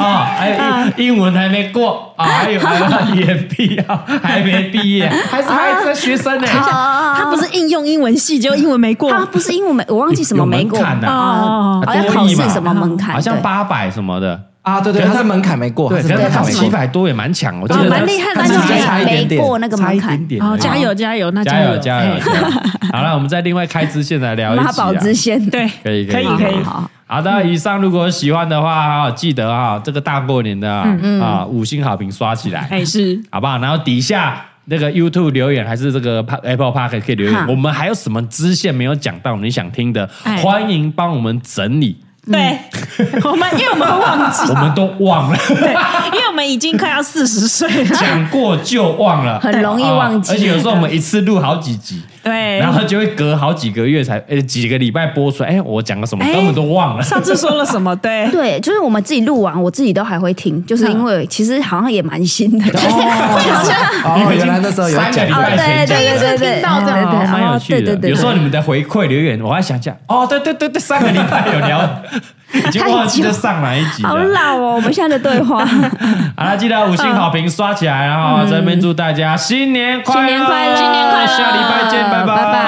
Speaker 1: 啊，还
Speaker 2: 嗯
Speaker 1: 有英英文还没过啊，还有还有言必啊，还没毕
Speaker 2: 啊
Speaker 1: 业，还是还是学生呢。
Speaker 3: 他不是应用英文系，结果英文没过，
Speaker 2: 他不是因为没，我忘记什么
Speaker 1: 有有
Speaker 2: 没
Speaker 1: 门
Speaker 2: 过，
Speaker 1: 槛的
Speaker 2: 哦
Speaker 3: 哦，
Speaker 2: 哦要
Speaker 1: 多
Speaker 2: 考
Speaker 1: 益
Speaker 2: 试
Speaker 1: 嘛
Speaker 2: 什么门槛，
Speaker 1: 好像
Speaker 2: 对
Speaker 1: 八百什么的，
Speaker 4: 啊，对对，
Speaker 1: 可是
Speaker 4: 他是门槛没过，
Speaker 1: 对，可
Speaker 4: 他是
Speaker 1: 是
Speaker 4: 门
Speaker 1: 他
Speaker 4: 槛
Speaker 2: 对
Speaker 4: 没
Speaker 1: 七
Speaker 4: 过。
Speaker 1: 百多也蛮强，我记
Speaker 2: 哦
Speaker 1: 得
Speaker 2: 蛮厉害的，
Speaker 4: 他
Speaker 2: 但
Speaker 4: 只
Speaker 2: 是
Speaker 4: 是
Speaker 2: 没
Speaker 4: 差一点点
Speaker 2: 没过那个
Speaker 1: 差
Speaker 2: 门
Speaker 1: 一
Speaker 2: 槛
Speaker 1: 点。点而已，
Speaker 3: 哦，加油加油，那
Speaker 1: 加油
Speaker 3: 油
Speaker 1: 加油！加油好了，我们再另外开支线来聊一
Speaker 2: 哎妈
Speaker 1: 集啊
Speaker 2: 宝之嗯线，
Speaker 3: 对，
Speaker 1: 可以
Speaker 3: 可以
Speaker 1: 以
Speaker 3: 可以
Speaker 2: 好，好好
Speaker 1: 好的，以上如果喜欢的话啊，记得啊，这个大过年的
Speaker 2: 嗯
Speaker 1: 啊啊，五星好评刷起来，
Speaker 3: 哎是，
Speaker 1: 好不好？然后底下那个 YouTube 留言还是这个 Pa- Apple Park 可以留言，
Speaker 2: 哈
Speaker 1: 我们还有什么支线没有讲到你想听的
Speaker 3: 哎，
Speaker 1: 欢迎帮我们整理，
Speaker 3: 对， 我们因为我们忘
Speaker 2: 啊
Speaker 3: 记，
Speaker 1: 我们都忘了，
Speaker 3: 对，因为我们已经快要四十岁了，
Speaker 1: 讲过就忘了，
Speaker 2: 很容易忘记哎
Speaker 1: 啊而且有时候我们一次录好几 集。
Speaker 3: 对
Speaker 1: 然。后就会隔好几个月才，呃，几个礼拜播出来。哎，我讲了什么，
Speaker 3: 哎
Speaker 1: 根本都忘了。
Speaker 3: 上次说了什么？对，
Speaker 2: 对，就是我们自己录完，我自己都还会听，就是因为其实好像也蛮新的，就是
Speaker 4: 哦，原来那时候有
Speaker 1: 三个
Speaker 4: 讲
Speaker 1: 礼
Speaker 2: 哦，
Speaker 1: 拜前
Speaker 2: 对
Speaker 1: 讲。
Speaker 2: 对对对，听到这样，
Speaker 1: 哦 蛮有趣
Speaker 2: 对对
Speaker 1: 的。
Speaker 2: 对，
Speaker 1: 有时候你们的回馈留言，我还想想，哦，对对对对，上个礼拜有 聊，已经忘记
Speaker 2: 太久
Speaker 1: 在上哪一集
Speaker 2: 好
Speaker 1: 了。
Speaker 2: 老哦，我们现在的对话，
Speaker 1: 好了，记得五星好评刷起来，然后这边祝大家新年快乐，
Speaker 2: 嗯新年快乐
Speaker 1: 下礼拜见，拜
Speaker 2: 拜拜